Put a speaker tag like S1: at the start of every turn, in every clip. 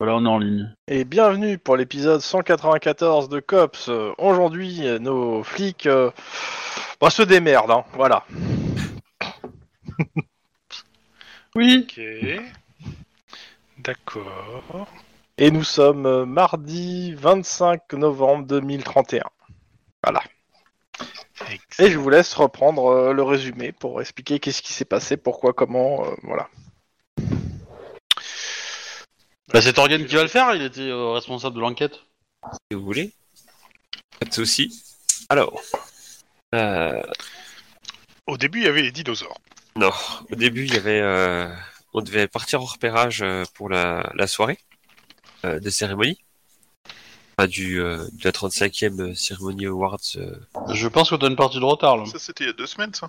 S1: Voilà, on est en ligne.
S2: Et bienvenue pour l'épisode 194 de Cops. Euh, Aujourd'hui, euh, nos flics euh, bah, se démerdent, hein, voilà. oui.
S3: Ok. D'accord.
S2: Et nous sommes euh, mardi 25 novembre 2031. Voilà. Et je vous laisse reprendre euh, le résumé pour expliquer qu'est-ce qui s'est passé, pourquoi, comment, euh, voilà.
S1: Bah, c'est Organe qui va le faire, il était euh, responsable de l'enquête.
S4: si vous voulez. Pas de souci. Alors, euh,
S3: Au début, il y avait les dinosaures.
S4: non, au début, il y avait, euh, on devait partir au repérage euh, pour la, la soirée euh, de cérémonie, Enfin, du, euh, de la 35e cérémonie Awards. euh.
S1: Je pense que t'as une partie de retard, là.
S5: Ça, c'était il y a deux semaines, ça.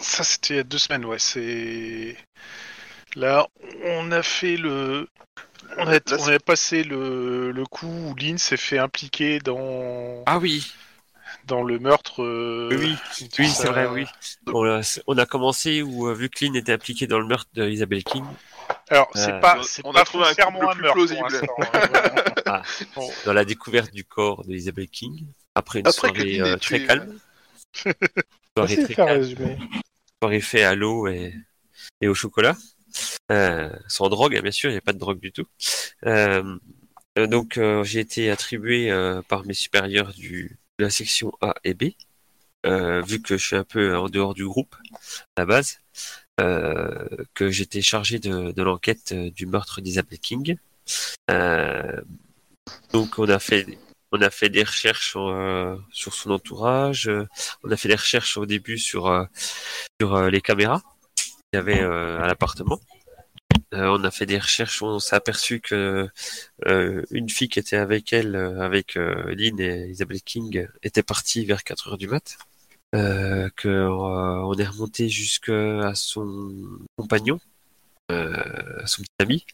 S3: Ça, c'était il y a deux semaines, ouais. C'est. Là, on a fait le. On a,
S5: Là,
S3: on a passé le, le coup où Lynn s'est fait impliquer dans,
S4: Ah oui,
S3: dans le meurtre. euh,
S4: oui,
S3: de
S4: oui,
S3: sa-
S4: c'est vrai, oui. On a, on a commencé où, euh, vu que Lynn était impliqué dans le meurtre d'Isabelle King,
S3: Alors,
S4: Euh,
S3: c'est pas.
S5: on a-
S3: c'est
S5: on a
S3: pas
S5: trouvé un
S3: foncièrement
S5: couple le
S3: meurtre
S5: plus
S3: pour
S5: plausible.
S3: l'instant, hein,
S4: Ah.
S3: Bon,
S4: dans la découverte du corps d'Isabelle King, après une
S5: Après que
S4: soirée
S5: Lynn ait
S4: euh, très
S5: tué,
S4: calme. Soirée
S2: Merci de
S4: très
S2: faire
S4: calme.
S2: résumé.
S4: soirée fait à l'eau et, et au chocolat. Euh, sans drogue, hein, bien sûr, il n'y a pas de drogue du tout. Euh, euh, donc, euh, j'ai été attribué euh, par mes supérieurs du, de la section A et B, euh, vu que je suis un peu en dehors du groupe, à la base, euh, que j'étais chargé de, de l'enquête euh, du meurtre d'Isabelle King. Euh, donc, on a fait... On a fait des recherches euh, sur son entourage. euh, On a fait des recherches au début sur euh, sur euh, les caméras qu'il y avait euh, à l'appartement. Euh, on a fait des recherches, on s'est aperçu que euh, une fille qui était avec elle, euh, avec euh, Lynn et Isabelle King, était partie vers 4 heures du mat. Euh, que euh, on est remonté jusqu'à son compagnon, euh, à son petit ami,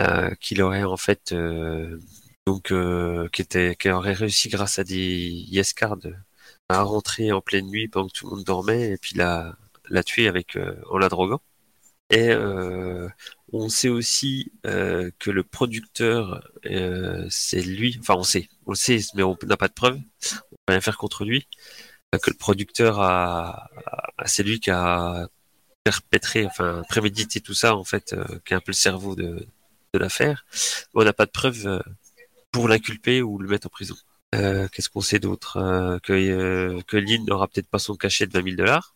S4: euh, qui l'aurait en fait euh, donc euh, qui était qui aurait réussi grâce à des yes cards à rentrer en pleine nuit pendant que tout le monde dormait et puis la l'a tuer avec euh, en la droguant. Et euh, on sait aussi euh, que le producteur, euh, c'est lui. Enfin, on sait, on sait, mais on n'a pas de preuves. On peut rien faire contre lui. Euh, Que le producteur a, a- c'est lui qui a perpétré, enfin prémédité tout ça en fait, euh, qui est un peu le cerveau de, de l'affaire. On n'a pas de preuves euh, pour l'inculper ou le mettre en prison. Euh, Qu'est-ce qu'on sait d'autre Euh, Que euh, que Lynn n'aura peut-être pas son cachet de 20 000 dollars.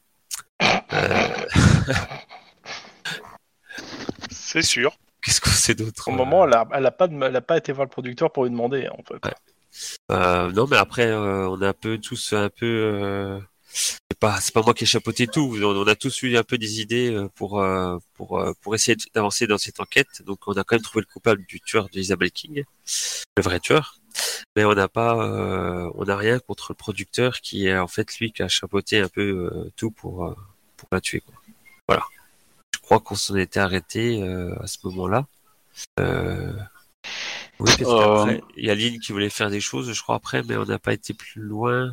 S3: c'est sûr.
S4: Qu'est-ce qu'on sait d'autre
S2: Au
S4: euh,
S2: moment, elle a, elle a pas, de- elle a pas été voir le producteur pour lui demander, hein, en fait.
S4: euh, Non, mais après, euh, on a un peu tous un peu. euh, C'est pas, c'est pas moi qui ai chapeauté tout. On, on a tous eu un peu des idées euh, pour euh, pour euh, pour essayer d'avancer dans cette enquête. Donc, on a quand même trouvé le coupable du tueur d'Isabelle King, le vrai tueur. Mais on n'a pas, euh, on n'a rien contre le producteur qui est en fait lui qui a chapeauté un peu euh, tout pour euh, pour la tuer. Quoi. Voilà. Je crois qu'on s'en était arrêté euh, à ce moment-là. Euh, Oui, parce
S1: Euh,
S4: qu'après, il y a Lynn qui voulait faire des choses, je crois, après, mais on n'a pas été plus loin.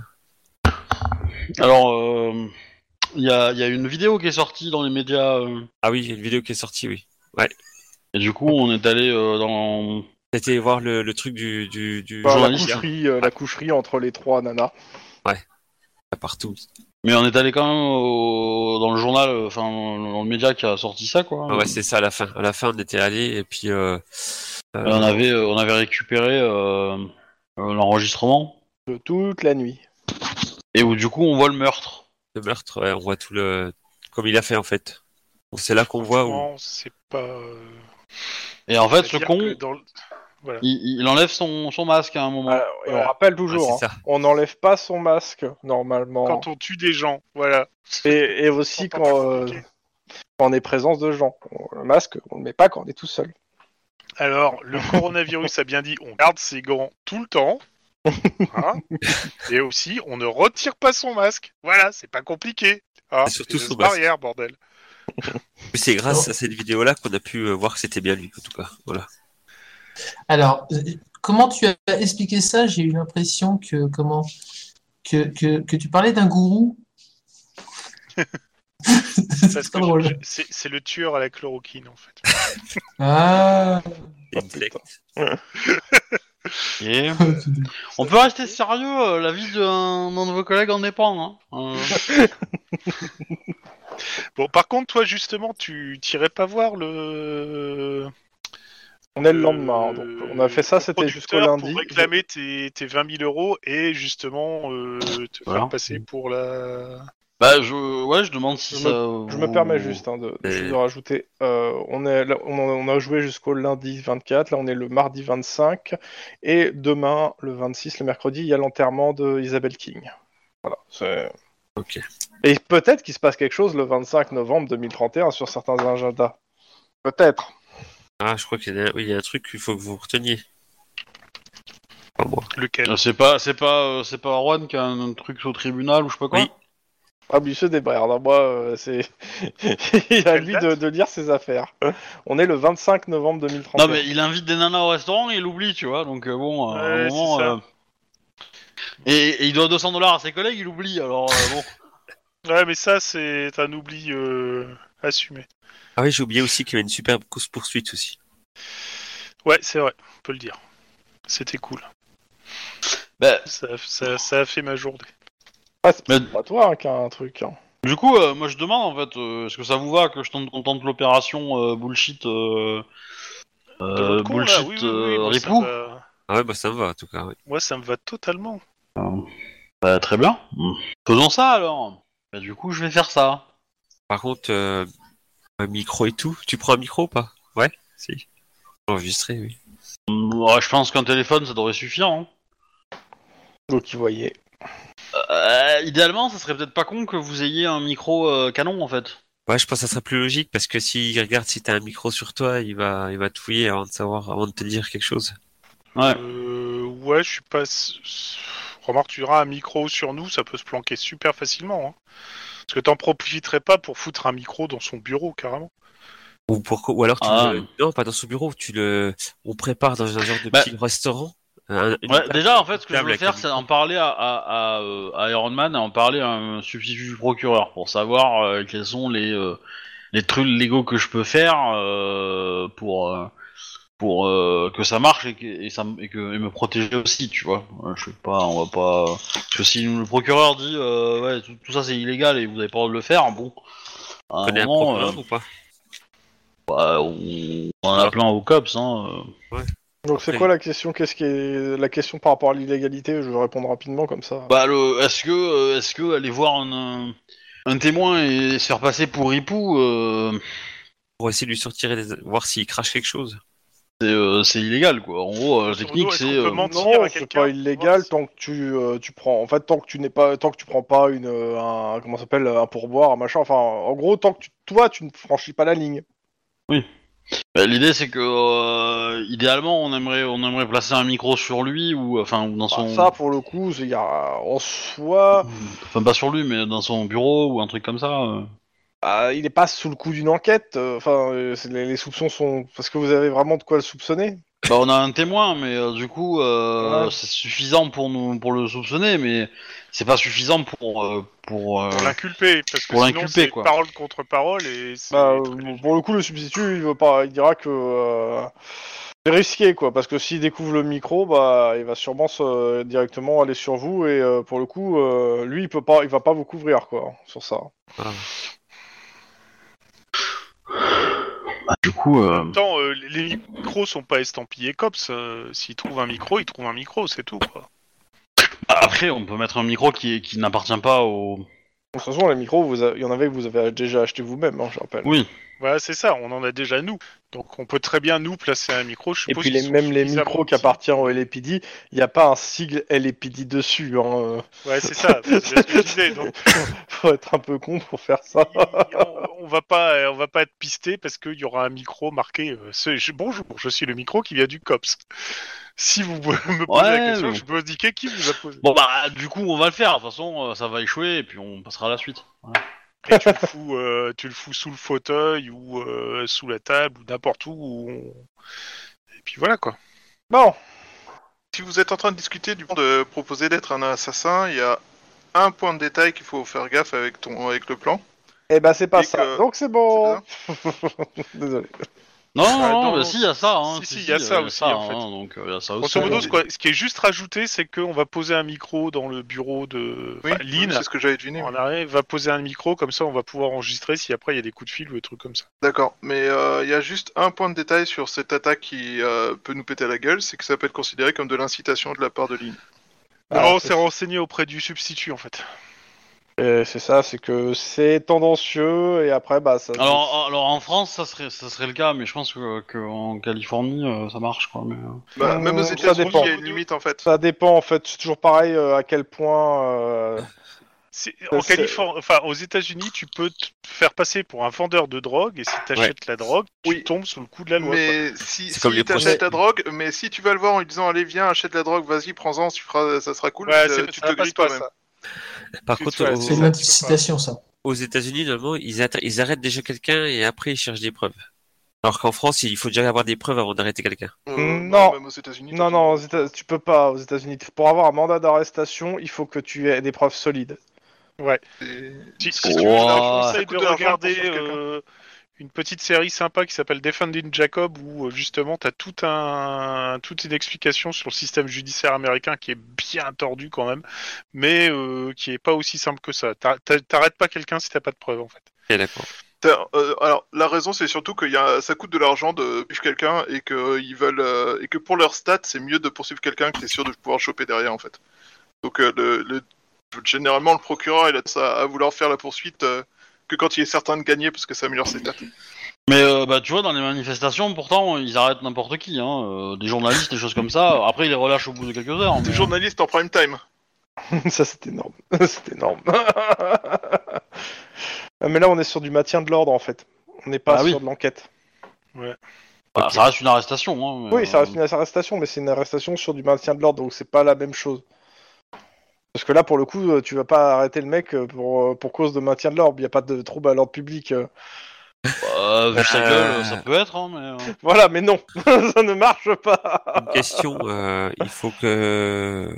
S1: Alors, euh, il y, a, il y a une vidéo qui est sortie dans les médias. euh,
S4: Ah oui, il y a une vidéo qui est sortie, oui.
S1: et du coup, on est allé euh, dans.
S4: C'était voir le, le truc du, du, du
S2: Bah, la,
S3: hein.
S1: journaliste,
S2: coucherie, euh, la coucherie entre les trois nanas.
S4: Ah, partout.
S1: Mais on est allé quand même au- dans le journal, euh, enfin, dans le média qui a sorti ça, quoi.
S4: Ah ouais, c'est ça à la fin. À la fin, on était allé et puis euh,
S1: Et on, avait, euh, on avait récupéré euh, euh, l'enregistrement.
S2: de toute la nuit.
S1: Et où, du coup, on voit le meurtre.
S4: le meurtre. ouais, on voit tout le comme il a fait en fait. Bon, C'est là qu'on voit où.
S3: Non, c'est pas. euh,
S1: Et en fait, ce
S3: c'est-à-dire
S1: con,
S3: que dans le- Voilà.
S1: il, il enlève son, son masque à un moment.
S2: Voilà, et on rappelle toujours,
S4: Ouais,
S2: hein,
S4: Ah, c'est ça.
S2: on n'enlève pas son masque normalement.
S3: Quand on tue des gens, voilà.
S2: Et, et aussi
S3: Quand
S2: quand,
S3: on peut
S2: euh,
S3: communiquer.
S2: quand on est présence de gens. On- le masque, on le met pas quand on est tout seul.
S3: Alors, le coronavirus a bien dit, on garde ses gants tout le temps. Hein et aussi, on ne retire pas son masque. Voilà, c'est pas compliqué. Hein
S4: Et surtout
S3: Les
S4: son
S3: gestes
S4: masque.
S3: barrières, bordel.
S4: Puis C'est grâce à cette vidéo là qu'on a pu euh, voir que c'était bien lui en tout cas. Voilà.
S6: Alors, euh, comment tu as expliqué ça? J'ai eu l'impression que comment que, que, que tu parlais d'un gourou. C'est
S3: Parce que
S6: pas drôle.
S3: je- je- C'est c'est le tueur à la chloroquine, en fait.
S6: Ah,
S4: Intellect.
S1: Et... On peut rester sérieux, euh, la vie d'un d'un de vos collègues en dépend. Hein. Euh,
S3: Bon, par contre, toi, justement, tu t'irais pas voir le.
S2: On est le lendemain, hein, donc on a fait ça,
S3: le
S2: c'était jusqu'au
S3: producteur
S2: lundi.
S3: Pour réclamer tes, tes 20 000 euros et justement euh, te
S1: Voilà.
S3: faire passer pour la.
S1: bah, je... Ouais, je demande si
S2: Je
S1: ça.
S2: Je
S1: vous-
S2: me permets juste hein, de, de-
S4: Et-
S2: de rajouter. euh, on, est, là- on, en- on a joué jusqu'au lundi 24, là on est le mardi 25, et demain, le 26, le mercredi, il y a l'enterrement de Isabelle King. Voilà. c'est-
S4: Ok.
S2: Et peut-être qu'il se passe quelque chose le 25 novembre 2031 sur certains agendas. Peut-être.
S4: Ah, je crois qu'il y, a- oui, il y a un truc qu'il faut que vous reteniez. Pas moi.
S3: Lequel
S1: Euh, C'est pas, c'est pas, euh, c'est pas Juan qui a un, un truc au tribunal ou je sais pas quoi.
S4: Oui.
S2: Ah, monsieur Desbrères, non, moi, euh, c'est. il a
S3: Quelle
S2: lui
S3: date
S2: de, de lire ses affaires. On est le 25 novembre 2031.
S1: Non mais il invite des nanas au restaurant et il oublie, tu vois. Donc euh, bon, à un
S3: Ouais,
S1: moment.
S3: c'est ça.
S1: euh, Et, et il doit 200 dollars à ses collègues, il oublie. Alors euh, bon.
S3: Ouais, mais ça, c'est un oubli euh, assumé.
S4: Ah oui, j'ai oublié aussi qu'il y avait une superbe course poursuite aussi.
S3: Ouais, c'est vrai, on peut le dire. C'était cool.
S1: Bah,
S3: Ça, ça- ça a fait ma journée.
S2: Ah, c'est
S1: Mais-
S2: pas toi hein, qui a un truc. hein.
S1: du coup, euh, moi je demande en fait, euh, est-ce que ça vous va que je tente qu'on tente l'opération euh, bullshit, euh,
S3: De
S1: euh,
S3: votre con, là,
S1: bullshit
S3: bah, oui,
S1: euh,
S3: oui, oui, moi, ça
S1: ripou
S3: va-
S4: Ah ouais, bah ça me va en tout cas. oui.
S3: Moi, ça me va totalement.
S1: Bah, très bien. Faisons ça alors. Bah, du coup, je vais faire ça.
S4: Par contre, euh, un micro et tout. Tu prends un micro ou pas Ouais, si. Enregistré, oui.
S1: Mm, ouais, je pense qu'un téléphone, ça devrait suffire. hein.
S2: Donc, il voyait.
S1: Euh, idéalement, ça serait peut-être pas con que vous ayez un micro euh, canon en fait.
S4: Ouais, je pense que ça serait plus logique parce que s'il regarde si t'as un micro sur toi, il va, il va te fouiller avant de savoir, avant de te dire quelque chose.
S1: Ouais.
S3: Euh, ouais, je suis pas. s- Remarque, tu auras un micro sur nous, ça peut se planquer super facilement. hein. Parce que t'en profiterais pas pour foutre un micro dans son bureau, carrément.
S4: Ou pourquoi Ou alors tu
S1: Ah.
S4: le- non, pas dans son bureau. Tu le, on prépare dans un genre de
S1: Bah.
S4: petit restaurant. un- une
S1: Ouais,
S4: table-
S1: déjà, en fait, ce que je
S4: une table
S1: veux
S4: avec un
S1: faire, c'est
S4: micro.
S1: en parler à, à, à, euh, à Iron Man et en parler à un substitut du procureur pour savoir euh, quels sont les, euh, les trucs légaux que je peux faire euh, pour, euh, pour euh, que ça marche et, que, et, ça, m- et que, et me protéger aussi, tu vois. Euh, Je sais pas, on va pas. Parce que si le procureur dit euh, ouais, tout, tout ça c'est illégal et vous avez pas le droit de le faire, bon. À
S4: Tu
S1: un
S4: connais un
S1: moment,
S4: procureur ou pas
S1: euh, bah, on on en a plein au COPS, hein. euh.
S2: Donc c'est
S4: Après-
S2: quoi la question Qu'est-ce qui est la question par rapport à l'illégalité Je vais répondre rapidement comme ça.
S1: Bah, le, est-ce que, euh, est-ce que aller voir un, euh, un témoin et se faire passer pour Ripou, euh,
S4: Pour essayer de lui sortir, des... voir s'il crache quelque chose.
S1: c'est, euh, c'est illégal, quoi. En gros, euh, la
S3: Grosso modo,
S1: technique,
S3: est-ce
S1: c'est.
S3: qu'on
S1: euh,
S3: peut mentir
S2: non,
S3: à
S2: c'est
S3: quelqu'un
S2: pas illégal tant que tu, euh, tu prends. En fait, tant que tu n'es pas, tant que tu prends pas une, euh, un, comment ça s'appelle, un pourboire, un machin. Enfin, en gros, tant que tu, toi, tu ne franchis pas la ligne.
S1: bah, l'idée, c'est que euh, idéalement, on aimerait, on aimerait placer un micro sur lui ou, enfin, ou dans
S2: Enfin,
S1: son,
S2: Bah, ça, pour le coup, c'est- il y a, en soi,
S1: enfin pas sur lui, mais dans son bureau ou un truc comme ça. euh.
S2: euh, il est pas sous le coup d'une enquête. euh, Enfin, euh, c'est- les, les soupçons sont. Parce que vous avez vraiment de quoi le soupçonner.
S1: Bah, on a un témoin, mais euh, du coup, euh,
S2: Ouais.
S1: c'est suffisant pour nous, pour le soupçonner, mais c'est pas suffisant pour, euh, pour. euh,
S3: Pour l'inculper, parce que
S1: pour
S3: sinon,
S1: l'inculper,
S3: c'est
S1: quoi.
S3: parole contre parole et c'est.
S2: Bah, euh,
S3: très léger.
S2: pour le coup, le substitut, il veut pas, il dira que euh, c'est risqué, quoi, parce que s'il découvre le micro, bah, il va sûrement se- directement aller sur vous et euh, pour le coup, euh, lui, il peut pas, il va pas vous couvrir, quoi, sur ça.
S1: bah, du coup. euh,
S3: En même temps, euh, les micros sont pas estampillés cops. euh, S'ils trouvent un micro, ils trouvent un micro, c'est tout. Quoi.
S1: Après, on peut mettre un micro qui, qui n'appartient pas au.
S2: De toute façon, les micros, vous a- il y en avait que vous avez déjà acheté vous-même, hein, je rappelle.
S1: Oui.
S3: Voilà, c'est ça. On en a déjà nous, donc on peut très bien nous placer un micro. Je
S2: Et
S3: suppose
S2: puis les,
S3: qu'ils sont
S2: même les
S3: suffisamment
S2: micros qui
S3: petits.
S2: appartiennent au LPD, il n'y a pas un sigle LPD dessus. Hein. euh.
S3: Ouais, c'est ça. c'est ce que je disais, donc,
S2: Faut être un peu con pour faire ça.
S3: on, on va pas, euh, on va pas être pisté parce qu'il y aura un micro marqué. euh, c'est- je- bonjour, je suis le micro qui vient du cops. Si vous me posez la
S1: Ouais,
S3: question,
S1: mais-
S3: je peux indiquer qui vous a posé.
S1: Bon bah du coup on va le faire, de toute façon euh, ça va échouer et puis on passera à la suite. Voilà.
S3: Et tu le fous, euh, tu le fous sous le fauteuil ou euh, sous la table ou n'importe où. où on- Et puis voilà quoi.
S2: Bon,
S5: Si vous êtes en train de discuter du de proposer d'être un assassin, il y a un point de détail qu'il faut faire gaffe avec ton avec le plan.
S2: et ben c'est pas
S5: Et
S2: ça.
S5: que-
S2: Donc c'est bon.
S5: C'est
S2: Désolé.
S1: Non, non,
S3: Ah,
S1: non,
S3: non,
S1: bah si, il y a ça. Hein,
S3: Si, si, il y a ça aussi, en fait.
S1: hein, donc, euh, il y a ça aussi.
S3: Grosso modo,
S1: hein.
S3: ce, quoi- ce qui est juste rajouté, c'est qu'on va poser un micro dans le bureau de
S5: Oui,
S3: enfin, Lynn.
S5: c'est ce que j'avais deviné.
S3: En arrière, va poser un micro, comme ça on va pouvoir enregistrer si après il y a des coups de fil ou des trucs comme ça.
S5: D'accord, mais euh, il y a juste un point de détail sur cette attaque qui euh, peut nous péter la gueule, c'est que ça peut être considéré comme de l'incitation de la part de Lynn.
S3: non, on
S2: c'est-
S3: s'est renseigné auprès du substitut en fait.
S2: Euh, c'est ça, c'est que c'est tendancieux et après, bah ça.
S1: Alors, alors en France, ça serait, ça serait le cas, mais je pense que, que en Californie, euh, ça marche quoi. Mais... euh.
S5: Bah,
S2: Euh,
S5: même aux
S2: ça
S5: États-Unis,
S2: dépend.
S5: il y a une limite en fait.
S2: Ça dépend en fait, c'est toujours pareil euh, à quel point. euh,
S3: C'est- En
S2: c'est-
S3: Californie, enfin aux États-Unis, tu peux te faire passer pour un vendeur de drogue et si t'achètes la drogue, tu
S5: Oui.
S3: tombes sous le coup de la loi. quoi.
S5: Mais si,
S4: C'est comme
S5: si
S4: les procès.
S5: t'achètes la drogue, mais si tu vas le voir en lui disant allez viens achète la drogue, vas-y prends-en, tu feras- ça sera cool,
S3: Ouais,
S5: euh,
S3: c'est-
S5: tu
S3: ça
S5: te
S3: passe
S5: glisses
S3: pas,
S5: toi-même.
S3: ça.
S4: Par
S3: Tu-
S4: contre,
S3: ouais,
S4: aux-
S3: c'est
S6: C'est une
S3: ça,
S6: incitation, ça.
S4: aux États-Unis, normalement, ils, atta- ils arrêtent déjà quelqu'un et après ils cherchent des preuves. Alors qu'en France, il faut déjà avoir des preuves avant d'arrêter quelqu'un.
S5: Euh,
S2: Non.
S5: même aux États-Unis.
S2: Non,
S5: t'as-
S2: non, aux Éta- tu peux pas aux États-Unis. Pour avoir un mandat d'arrestation, il faut que tu aies des preuves solides.
S5: c'est-
S3: Si, si
S5: Oh,
S3: tu veux, je
S1: ça
S3: te conseille
S5: coûte
S3: de
S5: de l'argent pour
S3: regarder
S5: chercher quelqu'un.
S3: euh, une petite série sympa qui s'appelle Defending Jacob où euh, justement t'as tout un toute une explication sur le système judiciaire américain qui est bien tordu quand même, mais euh, qui est pas aussi simple que ça. T'ar- t'ar- T'arrêtes pas quelqu'un si t'as pas de preuves en fait.
S4: Ok, d'accord.
S5: t'as- euh, alors la raison c'est surtout que y a- ça coûte de l'argent de poursuivre quelqu'un et que euh, ils veulent euh, et que pour leur stats c'est mieux de poursuivre quelqu'un que t'es sûr de pouvoir choper derrière en fait. Donc euh, le, le- généralement le procureur il a tendance à, à vouloir faire la poursuite euh, que quand il est certain de gagner parce que ça améliore ses stats.
S1: Mais euh, bah, tu vois, dans les manifestations, pourtant, ils arrêtent n'importe qui, hein, euh, des journalistes, des choses comme ça. Après, ils les relâchent au bout de quelques heures. mais,
S5: Des journalistes en prime time.
S2: ça, c'est énorme. c'est énorme. Mais là, on est sur du maintien de l'ordre en fait. On n'est pas
S1: Ah oui.
S2: sur de l'enquête.
S1: bah, Ça reste une arrestation. Hein, mais,
S2: Oui, ça
S1: euh,
S2: reste une arrestation, mais c'est une arrestation sur du maintien de l'ordre, donc c'est pas la même chose. Parce que là, pour le coup, euh, tu vas pas arrêter le mec euh, pour, euh, pour cause de maintien de l'ordre. Il n'y a pas de trouble à l'ordre public. euh.
S1: euh, vu sa
S4: Euh.
S1: gueule, ça peut être, hein, mais. euh,
S2: Voilà, mais non, ça ne marche pas.
S4: Une question, euh, il faut que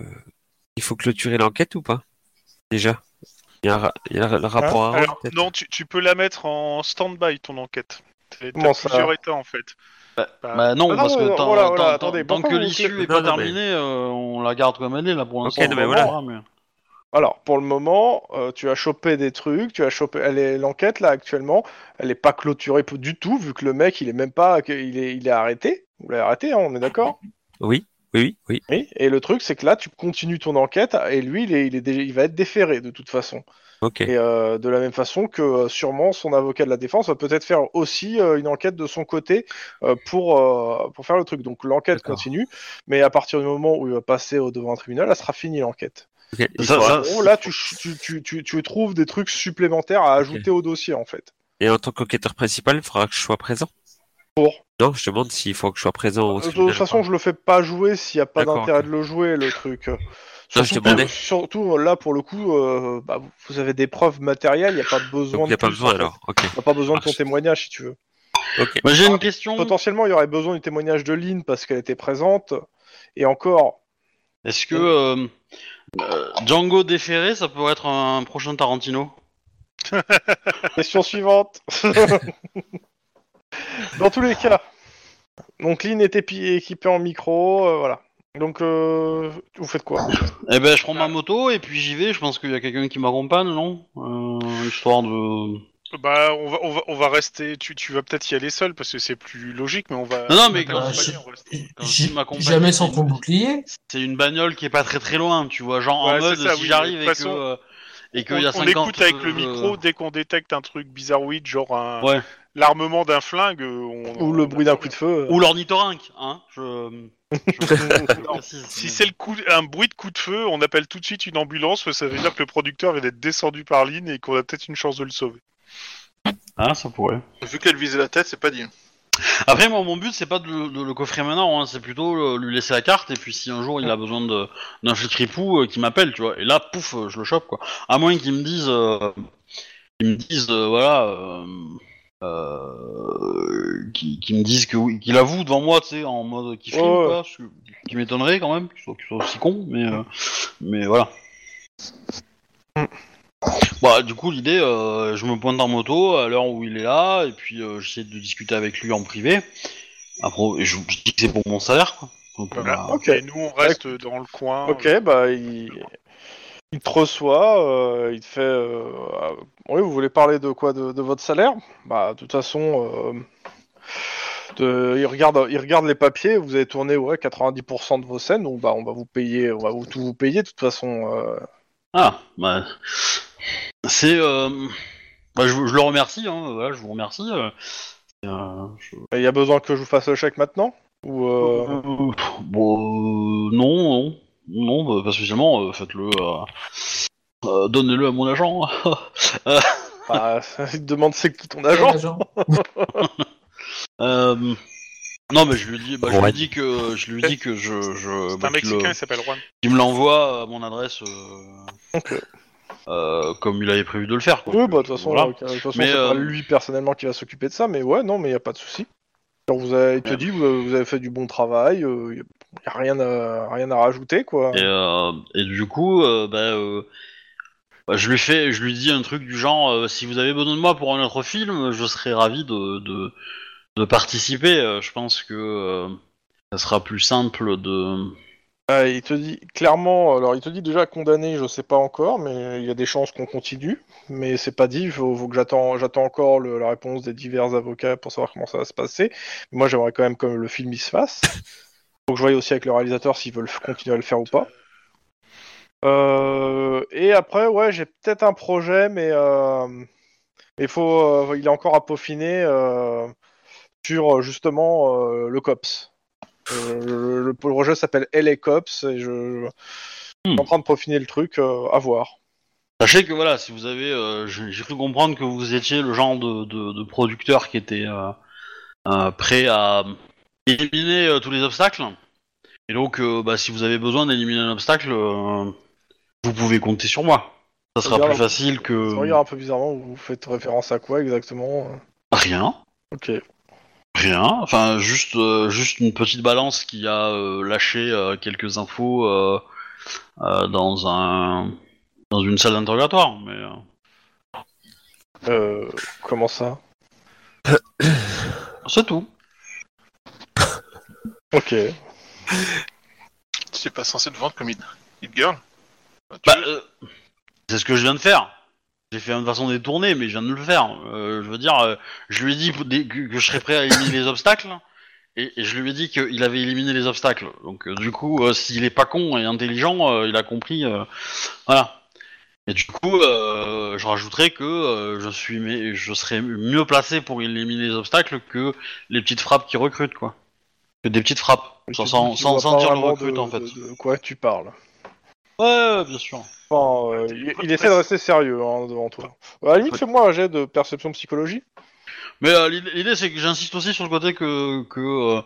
S4: il faut clôturer l'enquête ou pas Déjà. Il y a, un ra- il y a le
S2: Hein,
S4: rapport à rendre,
S3: Alors
S4: peut-être
S3: non, tu, tu peux la mettre en stand-by ton enquête. T'as t'as
S2: Comment ça
S3: plusieurs états en fait. Bah,
S1: Bah non,
S2: Ah non,
S1: parce que
S2: euh,
S1: tant-
S2: voilà,
S1: tant-
S2: voilà,
S1: tant-
S2: attendez,
S1: tant
S2: pourquoi
S1: que
S2: vous
S1: l'issue
S2: clé-
S1: est pas
S4: Non, non, mais-
S1: terminée, euh, on la garde comme elle est là pour l'instant.
S4: non, mais
S1: on
S4: voilà.
S1: verra, mais-
S2: Alors, pour le moment, euh, tu as chopé des trucs, tu as chopé. elle est- L'enquête, là, actuellement, elle n'est pas clôturée p- du tout, vu que le mec, il est même pas. Il est, il est arrêté. Vous l'avez arrêté, hein, on est d'accord
S4: Oui, oui, oui, oui.
S2: Oui. Et le truc, c'est que là, tu continues ton enquête, et lui, il, est, il, est dé- il va être déféré, de toute façon.
S4: Ok.
S2: Et euh, de la même façon que euh, sûrement son avocat de la défense va peut-être faire aussi euh, une enquête de son côté euh, pour, euh, pour faire le truc. Donc l'enquête
S4: D'accord.
S2: continue, mais à partir du moment où il va passer au devant un tribunal, elle sera finie l'enquête.
S4: ok. Il
S1: Ça-
S4: faut-
S1: ça-
S2: En gros, là, tu, ch- tu, tu, tu, tu trouves des trucs supplémentaires à ajouter au dossier en fait.
S4: Et en tant qu'enquêteur principal, il faudra que je sois présent.
S2: Pour.
S4: Non, je demande s'il faut que je sois présent
S2: Euh,
S4: au
S2: De
S4: tribunal
S2: toute
S4: ou
S2: façon,
S4: pas.
S2: je le fais pas jouer s'il n'y a pas
S4: D'accord,
S2: d'intérêt
S4: ok.
S2: de le jouer, le truc. Euh,
S4: Non, je
S2: Surtout,
S4: demandais.
S2: surtout, là, pour le coup, euh, bah, vous avez des preuves matérielles, il n'y a pas besoin
S4: Donc il n'y
S2: de
S4: a pas
S2: plus, en
S4: besoin
S2: fait.
S4: alors. Ok.
S2: Il n'y a pas besoin de ton
S4: Marche.
S2: témoignage si tu veux.
S4: Ok.
S1: Bah, j'ai
S2: Ah,
S1: une question.
S2: Potentiellement, il y aurait besoin du témoignage de Lynn parce qu'elle était présente. Et encore,
S1: Est-ce que euh, euh, Django déféré, ça pourrait être un prochain Tarantino
S2: question suivante. Dans tous les cas, donc Lynn était pi- équipée en micro, euh, voilà. Donc, euh, vous faites quoi
S1: Eh ben, je prends
S3: Ah.
S1: ma moto et puis j'y vais. Je pense qu'il y a quelqu'un qui m'accompagne, non Euh, Histoire de.
S3: Bah on va on va, on va rester. Tu, tu vas peut-être y aller seul parce que c'est plus logique, mais on va.
S1: Non, non, mais quand-
S3: on va
S6: je-
S3: y- on va rester.
S1: Quand je dis ma compagne,
S6: Jamais sans
S1: c'est
S6: ton
S1: une-
S6: bouclier.
S1: C'est une bagnole qui est pas très très loin, tu vois. Genre
S3: Ouais,
S1: en mode
S3: c'est ça,
S1: si
S3: oui,
S1: j'arrive
S3: de
S1: et
S3: toute façon,
S1: que. euh, et qu'il
S3: on,
S1: y a
S3: on
S1: 50.
S3: écoute avec le
S1: euh,
S3: micro dès qu'on détecte un truc bizarroïde, genre un-
S1: Ouais.
S3: l'armement d'un flingue. euh, on-
S2: Ou
S3: on-
S2: le bruit d'un coup de feu euh.
S1: Ou l'ornithorynque, hein. Je. je- je précise,
S3: Si
S1: mais-
S3: c'est le coup, un bruit de coup de feu, on appelle tout de suite une ambulance. parce que Ça veut dire que le producteur vient d'être descendu par l'île et qu'on a peut-être une chance de le sauver.
S1: Ah, ça pourrait.
S5: Vu qu'elle visait la tête, c'est pas dit.
S1: Après, moi, mon but, c'est pas de, le- de le coffrer maintenant, hein, c'est plutôt euh, lui laisser la carte, et puis si un jour il a besoin de- d'un flic ripou, euh, qu'il m'appelle, tu vois. Et là, pouf, euh, je le chope, quoi. À moins qu'il me dise. euh, qu'ils me disent, euh, voilà. Euh, euh, qui, me disent que oui, qu'il avoue devant moi, tu sais, en mode qui filme,
S2: Ouais, ouais.
S1: quoi, ce qui m'étonnerait quand même, qu'il soit, qu'il soit aussi con, mais, euh, mais voilà. Bah, du coup, l'idée, euh, je me pointe en moto à l'heure où il est là, et puis euh, j'essaie de discuter avec lui en privé. Après, je, je dis que c'est pour mon salaire, quoi. Donc, euh, pour
S3: Voilà.
S1: ma-
S2: Ok.
S3: Et nous, on reste dans le coin. Euh,
S2: Ok, bah il, il te reçoit, euh, il te fait. euh, ah, oui, vous voulez parler de quoi de, de votre salaire Bah, de toute façon, euh, de- il regarde, il regarde les papiers. Vous avez tourné ouais 90% de vos scènes, donc bah on va vous payer, on va vous, tout vous payer de toute façon. euh.
S1: Ah, bah. C'est. euh, bah, je, vous- je le remercie, hein, voilà, je vous remercie. euh, c'est, euh, je-
S2: Il y a besoin que je vous fasse le chèque maintenant Ou euh,
S1: Euh, pff, bon, euh, non, non, non, bah, parce que finalement, euh, faites-le. euh, euh, Donnez-le à mon agent.
S2: bah, il te demande c'est qui ton
S6: Quel
S2: agent
S6: agent
S1: Euh, non, mais je lui dis, bah, je
S4: Ouais.
S1: lui dis que je lui dis que je, je
S3: C'est
S1: bah,
S3: un
S1: qu'il
S3: Mexicain,
S1: le-
S3: il s'appelle Juan.
S1: qu'il me l'envoie à mon adresse. euh, euh, comme il avait prévu de le faire. Quoi.
S2: Oui, bah de toute façon,
S1: Voilà.
S2: euh, de toute façon,
S1: Mais,
S2: c'est pas
S1: euh,
S2: lui personnellement qui va s'occuper de ça, mais ouais, non, mais il n'y a pas de souci. Alors, vous avez, il te
S1: Ouais.
S2: dit, vous vous avez fait du bon travail, il n'y a rien à, rien à rajouter, quoi.
S1: Et, euh, et du coup, euh, bah, euh, bah, je lui fais, je lui dis un truc du genre, euh, si vous avez besoin de moi pour un autre film, je serais ravi de de, de participer. Euh, je pense que euh, ça sera plus simple de.
S2: Euh, il te dit clairement, alors il te dit déjà condamné, je sais pas encore, mais il y a des chances qu'on continue, mais c'est pas dit, il faut, faut que j'attends, j'attends encore le- la réponse des divers avocats pour savoir comment ça va se passer. Mais moi, j'aimerais quand même que le film il se fasse. Faut que je voie aussi avec le réalisateur s'ils veulent f- continuer à le faire ou pas. Euh, et après, ouais, j'ai peut-être un projet, mais euh, mais faut, euh, il est encore à peaufiner euh, sur euh, justement euh, le COPS. Euh, le, le projet s'appelle LA Cops et je,
S1: Hmm.
S2: je suis en train de peaufiner le truc, euh, à voir.
S1: Sachez que voilà, si vous avez, euh, j'ai j'ai cru comprendre que vous étiez le genre de, de, de producteur qui était euh, euh, prêt à éliminer euh, tous les obstacles. Et donc, euh, bah, si vous avez besoin d'éliminer un obstacle, euh, vous pouvez compter sur moi. Ça sera
S2: Regarde
S1: plus
S2: un-
S1: facile que
S2: Ça regarde un peu bizarrement, vous faites référence à quoi exactement euh.
S1: rien,
S2: Ok.
S1: rien. Enfin, juste, euh, juste une petite balance qui a euh, lâché euh, quelques infos euh, euh, dans un dans une salle d'interrogatoire. Mais euh,
S2: Euh, comment ça
S1: c'est tout.
S2: Ok.
S5: C'est pas censé te vendre comme hit, hit girl. Bah, tu
S1: Bah,
S5: veux-
S1: euh, c'est ce que je viens de faire. J'ai fait une façon détournée, mais je viens de le faire. Euh, je veux dire, euh, je lui ai dit pour des- que, que je serais prêt à éliminer les obstacles, et, et je lui ai dit qu'il avait éliminé les obstacles. Donc, euh, du coup, euh, s'il est pas con et intelligent, euh, il a compris. euh, voilà. Et du coup, euh, je rajouterais que euh, je suis, mais je serais mieux placé pour éliminer les obstacles que les petites frappes qui recrutent, quoi. Que des petites frappes, sans, sans,
S2: Tu
S1: sans,
S2: vois
S1: sans
S2: pas
S1: dire le
S2: vraiment
S1: recrute,
S2: de-
S1: en fait.
S2: de- de quoi tu parles
S1: Ouais, bien sûr.
S2: Enfin, euh, il, il essaie de rester sérieux hein, devant toi. À la limite, fais-moi un jet de perception psychologie.
S1: Mais euh, l'idée- l'idée, c'est que j'insiste aussi sur le côté que que euh,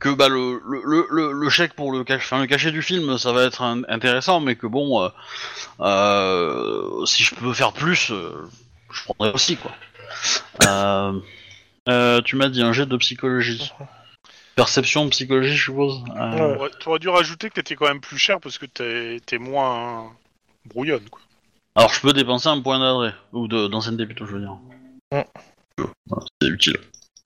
S1: que bah le le, le- le, le chèque pour le cachet, enfin le cachet du film, ça va être un- intéressant, mais que bon, euh, euh, si je peux faire plus, euh, je prendrai aussi quoi. Euh, euh, tu m'as dit un jet de psychologie, perception, psychologie, je suppose. Euh,
S2: Ouais.
S3: Ouais, T'aurais dû rajouter que t'étais quand même plus cher parce que t'es t'es moins brouillonne. Quoi.
S1: Alors, je peux dépenser un point d'adresse ou de- d'ancienneté plutôt, je veux dire.
S2: Mm.
S1: Voilà, C'est utile.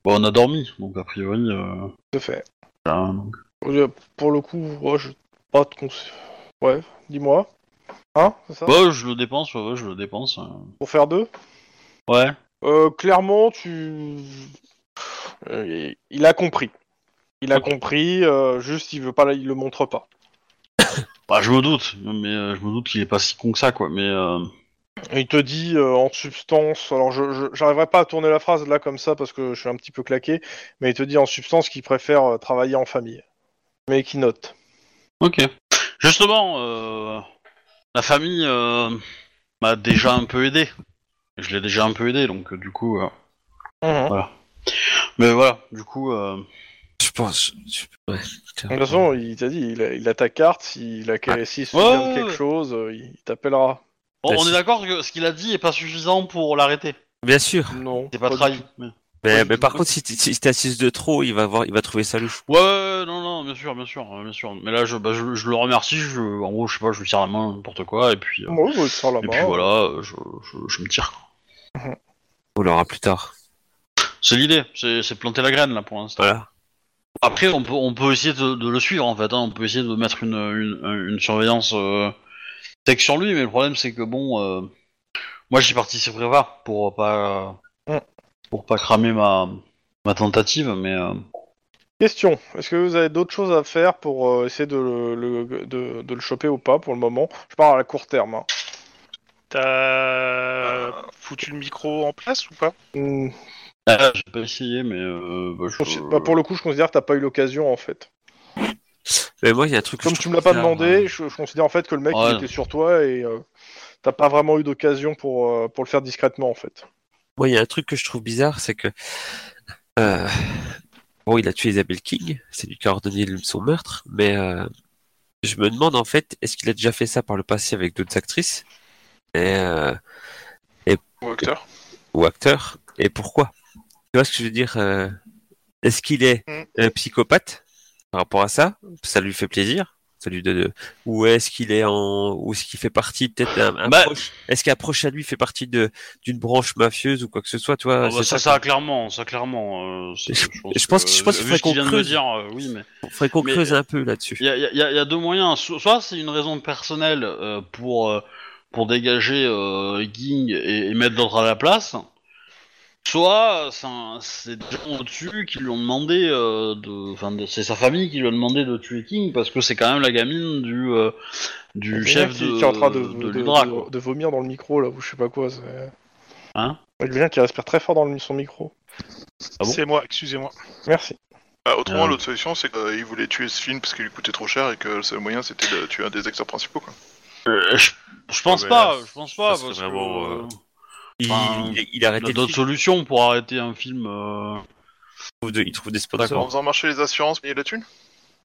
S1: Bon, on a dormi, donc a priori, euh,
S2: Tout à fait.
S1: là, donc.
S2: Euh, Pour le coup, ouais, je pas de conse- Ouais, dis-moi. Hein, c'est ça
S1: Bah, Ouais, je le dépense, ouais, ouais, je le dépense. euh.
S2: Pour faire deux
S1: Ouais.
S2: Euh, clairement, tu. Euh, il a compris. Il a compris, euh, juste il veut pas, il le montre pas.
S1: Bah, je me doute, mais euh, je me doute qu'il est pas si con que ça, quoi. Mais euh,
S2: Et il te dit euh, en substance, alors je, je- j'arriverai pas à tourner la phrase là comme ça parce que je suis un petit peu claqué, mais il te dit en substance qu'il préfère euh, travailler en famille. Mais qu'il note.
S1: ok. Justement, euh, la famille euh, m'a déjà un peu aidé. Je l'ai déjà un peu aidé, donc euh, du coup. euh, Mais voilà, du coup. euh,
S4: Je pense. je- ouais,
S2: De toute façon, il t'a dit, il a, il a ta carte, s'il a s'il se
S1: Ah. Ouais,
S2: souvient
S1: ouais,
S2: de quelque
S1: ouais.
S2: chose, euh, il t'appellera.
S1: bon,
S4: Bah,
S1: on
S4: si.
S1: est d'accord que ce qu'il a dit est pas suffisant pour l'arrêter.
S4: Bien sûr.
S2: Non.
S1: C'est pas
S2: du
S1: trahi.
S2: tout.
S1: mais-
S4: Mais,
S1: Ouais,
S4: mais
S1: je-
S4: par contre, si t'es si t'es assise de trop, il va voir, il va trouver ça louche.
S1: Ouais, ouais, ouais, non, non, bien sûr, bien sûr, euh, bien sûr. Mais là, je, bah, je, je le remercie. Je, en gros, je sais pas, je lui serre la main, n'importe quoi, et puis, euh,
S2: Bon, bah, sans la
S1: et
S2: main.
S1: puis voilà, euh, je, je, je me tire. quoi.
S4: On l'aura plus tard.
S1: C'est l'idée, c'est c'est planter la graine là pour l'instant.
S4: Voilà.
S1: Après, on peut, on peut essayer de, de le suivre en fait. hein. On peut essayer de mettre une, une, une surveillance euh, tech sur lui, mais le problème c'est que bon, euh, moi j'y participerai pas pour pas
S2: Mm.
S1: pour pas cramer ma ma tentative, mais euh,
S2: Question est-ce que vous avez d'autres choses à faire pour euh, essayer de le, le- de, de le choper ou pas pour le moment Je parle à court terme. hein.
S3: T'as foutu le micro en place ou pas
S2: Hmm,
S1: euh, j'ai pas essayé, mais euh, bah, je-
S2: consi- bah, pour le coup, je considère que t'as pas eu l'occasion en fait.
S4: Mais moi, il y a un truc. que
S2: Comme
S4: je
S2: tu
S4: trouve
S2: me l'as pas
S4: bizarre,
S2: demandé,
S4: hein.
S2: je, je considère en fait que le mec
S1: Ouais.
S2: il était sur toi et euh, t'as pas vraiment eu d'occasion pour, euh, pour le faire discrètement en fait.
S4: Moi, il y a un truc que je trouve bizarre, c'est que euh, bon, il a tué Isabelle King, c'est lui qui a ordonné le- son meurtre, mais euh, je me demande en fait, est-ce qu'il a déjà fait ça par le passé avec d'autres actrices et, euh,
S5: Ou acteur.
S4: ou acteurs, et pourquoi Tu vois ce que je veux dire euh, Est-ce qu'il est
S5: Mm.
S4: euh, psychopathe par rapport à ça Ça lui fait plaisir ça lui donne... Ou est-ce qu'il est en, ou est-ce qu'il fait partie peut-être d'un un
S1: Bah-
S4: proche Est-ce qu'un proche à lui fait partie de d'une branche mafieuse ou quoi que ce soit, toi
S1: Ah bah, ça, ça, clairement, ça clairement. euh, c'est-
S4: Je-
S1: pense
S4: je pense que- je pense
S1: vu
S4: qu'il faudrait
S1: ce qu'il
S4: qu'on
S1: vient de me
S4: creuse.
S1: dire, euh, oui, mais
S4: Faudrait qu'on
S1: Mais-
S4: creuse un peu là-dessus.
S1: Il y a, il y a- il y a deux moyens. So- Soit c'est une raison personnelle euh, pour, euh, pour dégager euh, Ging et, et mettre d'autres à la place. Soit euh, c'est un- c'est des gens au-dessus qui lui ont demandé, euh, de, enfin, de- c'est sa famille qui lui a demandé de tuer King parce que c'est quand même la gamine du, euh,
S2: Il y a
S1: du
S2: quelqu'un
S1: chef
S2: qui,
S1: de,
S2: qui est en train de,
S1: de,
S2: de,
S1: l'Hydra,
S2: de-
S1: quoi.
S2: de vomir dans le micro là ou je sais pas quoi. c'est-
S1: Hein
S2: Il y a quelqu'un qui respire très fort dans le- son micro.
S1: Ah bon
S3: C'est moi, excusez-moi.
S2: Merci.
S5: Bah, autrement,
S1: Euh.
S5: l'autre solution, c'est qu'il voulait tuer ce film parce qu'il lui coûtait trop cher et que le seul moyen, c'était de tuer un des acteurs principaux. Quoi.
S1: Euh, je, je pense
S4: Ouais, Ah, mais
S1: pas,
S4: là,
S1: je pense pas
S4: ça serait
S1: parce
S4: vraiment,
S1: que
S4: euh,
S1: euh,
S4: Il,
S1: Enfin,
S4: il- il a
S1: il y
S4: arrêté
S1: a
S4: le film,
S1: d'autres solutions pour arrêter un film. euh,
S4: il trouve de- il trouve des
S5: En
S4: sponsors.
S5: faisant marcher les assurances, payer la thune.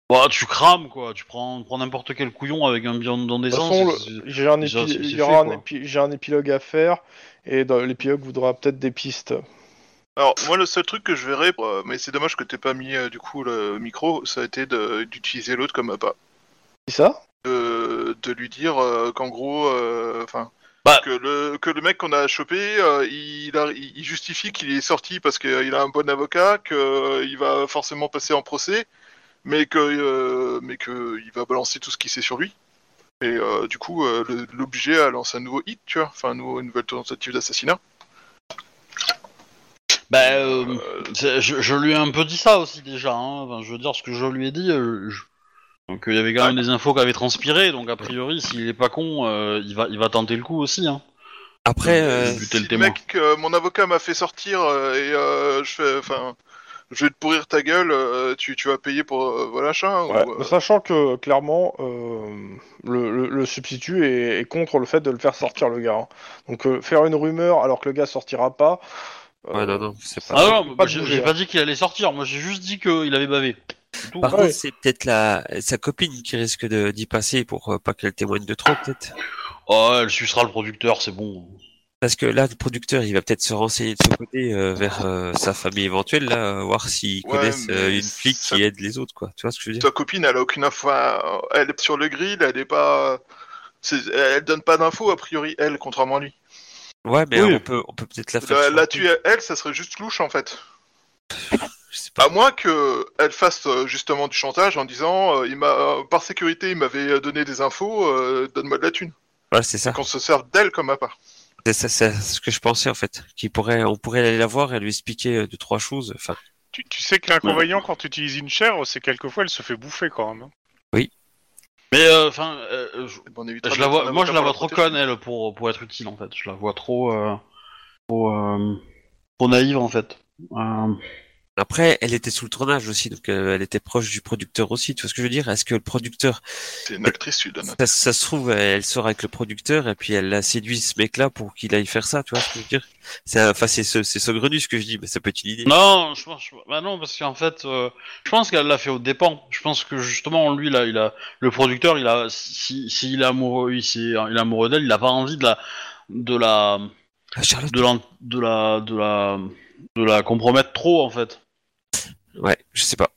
S1: Bah, tu crames quoi, tu prends, prends n'importe quel couillon avec un bilan
S2: De toute
S1: d'indécence.
S2: façon,
S1: c'est-
S2: le- j'ai un,
S1: déjà,
S2: épi-
S1: c'est-
S2: il y
S1: c'est
S2: aura
S1: fait,
S2: un
S1: quoi.
S2: épi- j'ai un épilogue à faire et dans l'épilogue voudra peut-être des pistes.
S5: Alors, moi, le seul truc que je verrais, pour, euh, mais c'est dommage que t'aies pas mis euh, du coup le micro, ça a été de- d'utiliser l'autre comme appât.
S2: C'est ça
S5: De, de lui dire euh, qu'en gros, euh, enfin.
S1: Bah.
S5: Que, le, que le mec qu'on a chopé, euh, il, a- il il justifie qu'il est sorti parce qu'il a un bon avocat, qu'il va forcément passer en procès, mais que euh, mais que il va balancer tout ce qu'il sait sur lui. Et euh, du coup, euh, le- l'obliger à lancer un nouveau hit, tu vois, enfin un nouveau- une nouvelle tentative d'assassinat.
S1: Bah, euh,
S5: Euh,
S1: c'est- je, je lui ai un peu dit ça aussi déjà. Hein. Enfin, je veux dire, ce que je lui ai dit. euh, je- Donc, euh, il y avait quand même des infos qui avaient transpiré. Donc, a priori, s'il est pas con, euh, il, va, il va tenter le coup aussi. Hein.
S4: Après,
S1: Euh,
S4: euh,
S1: buter le
S5: si
S1: témoin.
S5: mec, euh, mon avocat m'a fait sortir euh, et euh, je fais, enfin, je vais te pourrir ta gueule. euh, tu, tu vas payer pour euh, voilà chat. ou,
S2: Ouais,
S5: euh,
S2: Sachant que clairement, euh, le, le- le substitut est, est contre le fait de le faire sortir le gars. hein. Donc euh, faire une rumeur alors que le gars sortira pas. euh,
S4: ouais, non, non, c'est pas.
S1: Ah non,
S2: pas
S1: bah,
S2: de
S1: j'ai
S2: bouger,
S1: j'ai
S2: hein.
S1: pas dit qu'il allait sortir. Moi, j'ai juste dit qu'il avait bavé. C'est tout.
S4: Par
S2: Ouais.
S4: contre, c'est peut-être la sa copine qui risque de d'y passer pour euh, pas qu'elle témoigne de trop, peut-être.
S1: Oh, elle sucera le producteur, c'est bon.
S4: Parce que là, le producteur, il va peut-être se renseigner de ce côté euh, vers euh, sa famille éventuelle, là, euh, voir s'ils
S5: Ouais,
S4: connaissent
S5: mais
S4: euh, une flic
S5: ça-
S4: qui aide les autres, quoi. Tu vois ce que je veux dire
S5: Ta copine, elle a aucune info. enfin, Elle est sur le grill. Elle est pas. c'est- Elle donne pas d'infos a priori. Elle, contrairement à lui.
S4: Ouais, mais
S2: Oui.
S4: on peut on peut peut-être la faire.
S5: La,
S4: sur-
S5: la tuer, elle, ça serait juste louche en fait.
S4: Je sais pas.
S5: À moins que elle fasse euh, justement du chantage en disant, euh, il m'a, euh, par sécurité, il m'avait donné des infos. euh, Donne-moi de la thune.
S4: Voilà, c'est ça.
S5: Qu'on se serve d'elle comme à part.
S4: C'est ça, c'est ce que je pensais en fait. Qui pourrait, on pourrait aller la voir et lui expliquer euh, deux trois choses. Enfin,
S3: Tu, tu sais que l'inconvénient quand tu utilises une chair, c'est quelquefois elle se fait bouffer quand même. hein.
S1: Mais, euh, enfin, euh, je-
S5: ben, On
S2: Ah,
S5: évitera
S1: je
S5: de
S1: la
S5: mettre un
S1: vois, moi, je
S5: avocat
S1: la
S5: pour
S1: vois trop
S5: protéger.
S1: conne, elle, pour, pour être utile, en fait. Je la vois trop. euh, trop, euh, trop naïve, en fait. Euh,
S4: après, elle était sous le tournage aussi, donc euh, elle était proche du producteur aussi. Tu vois ce que je veux dire Est-ce que le producteur,
S5: C'est une actrice, tu lui donnes.
S4: ça, ça se trouve, elle sort avec le producteur et puis elle la séduit ce mec-là pour qu'il aille faire ça. Tu vois ce que je veux dire C'est, un- enfin, c'est ce- c'est saugrenu ce que je dis, mais ça peut être une idée.
S1: Non, je pense, bah non, parce qu'en fait, euh, je pense qu'elle l'a fait aux dépens. Je pense que justement, lui, là, il a, le producteur, il a, si, si il est amoureux, il, s'est- il est amoureux d'elle, il a pas envie de la, de la,
S4: Ah, Charlotte,
S1: de la, de la, de la, de la compromettre trop en fait.
S4: Ouais, je sais pas.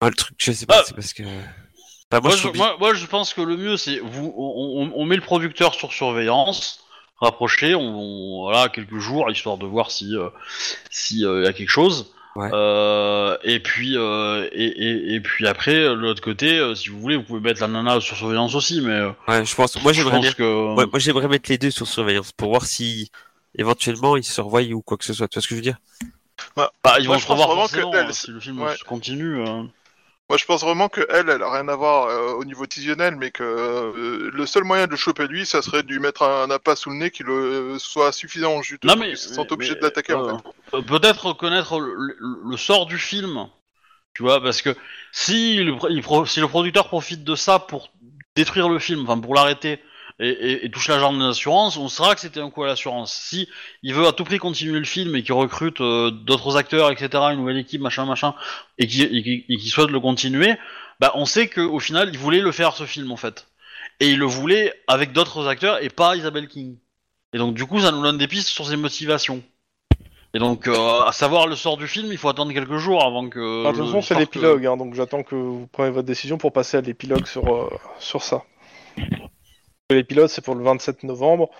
S4: Ah, le truc, je sais pas,
S1: Ah.
S4: c'est parce que. Enfin, moi,
S1: Moi
S4: je
S1: je,
S4: trouve-
S1: moi- moi, je pense que le mieux c'est vous on, on- on met le producteur sur surveillance rapproché on, on- voilà quelques jours histoire de voir si euh, si euh, y a quelque chose
S4: Ouais.
S1: Euh, et puis euh, et, et- et puis après euh, de l'autre côté euh, si vous voulez vous pouvez mettre la nana sur surveillance aussi mais euh,
S4: ouais, je pense. Moi,
S1: je
S4: j'aimerais
S1: pense
S4: bien.
S1: que
S4: Ouais, moi, j'aimerais mettre les deux sur surveillance pour voir si éventuellement ils se surveillent ou quoi que ce soit. Tu vois ce que je veux dire
S1: bah, ils vont
S5: Moi, je
S1: se
S5: pense
S1: revoir
S5: vraiment que
S1: forcément,
S5: elle,
S1: hein,
S5: c'est-
S1: si le film
S5: ouais.
S1: se continue hein.
S5: Moi, je pense vraiment que elle, elle a rien à voir euh, au niveau décisionnel, mais que euh, le seul moyen de le choper lui, ça serait de lui mettre un appât sous le nez qui le soit suffisamment juteux
S1: Non,
S5: pour
S1: mais-
S5: qu'il se sente
S1: mais-
S5: obligé
S1: mais,
S5: de l'attaquer. en
S1: euh,
S5: fait.
S1: euh, Peut-être connaître le, le- le sort du film, tu vois, parce que si le, pro- il pro- si le producteur profite de ça pour détruire le film, enfin pour l'arrêter et, et, et touche l'agent de l'assurance, on saura que c'était un coup à l'assurance. Si il veut à tout prix continuer le film et qu'il recrute euh, d'autres acteurs, etc., une nouvelle équipe, machin, machin, et qu'il et qu'il- et qu'il souhaite le continuer, bah on sait qu'au final il voulait le faire ce film en fait. Et il le voulait avec d'autres acteurs et pas Isabelle King. Et donc du coup ça nous donne des pistes sur ses motivations. Et donc, euh, à savoir le sort du film, il faut attendre quelques jours avant Euh, que.
S2: Alors, Bah, de toute façon,
S1: le-
S2: c'est
S1: sorte-
S2: l'épilogue, hein, donc j'attends que vous preniez votre décision pour passer à l'épilogue sur, euh, sur ça. L'épilogue, c'est pour le 27 novembre,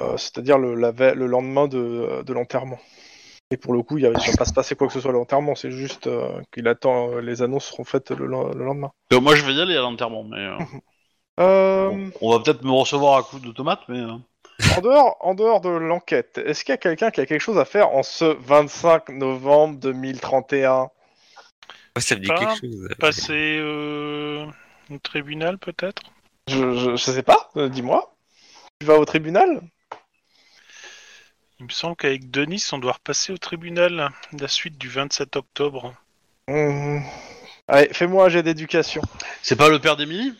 S2: euh, c'est-à-dire le, la ve- le lendemain de, de l'enterrement. Et pour le coup, il ne va pas se passer quoi que ce soit à l'enterrement, c'est juste euh, qu'il attend, euh, les annonces seront faites le, len- le lendemain.
S1: Euh, moi, je vais y aller à l'enterrement, mais euh,
S2: Euh,
S1: bon, on va peut-être me recevoir à coups de tomates, mais. euh,
S2: en, dehors, en dehors de l'enquête, est-ce qu'il y a quelqu'un qui a quelque chose à faire en ce 25 novembre 2031
S4: Ouais, Ça me dit
S3: Pas
S4: quelque chose.
S3: Passer euh, au tribunal peut-être
S2: je, je, je sais pas, euh, dis-moi. Tu vas au tribunal
S3: Il me semble qu'avec Denis, on doit repasser au tribunal la suite du 27 octobre.
S2: Mmh. Allez, fais-moi un jet d'éducation.
S1: C'est pas le père d'Emilie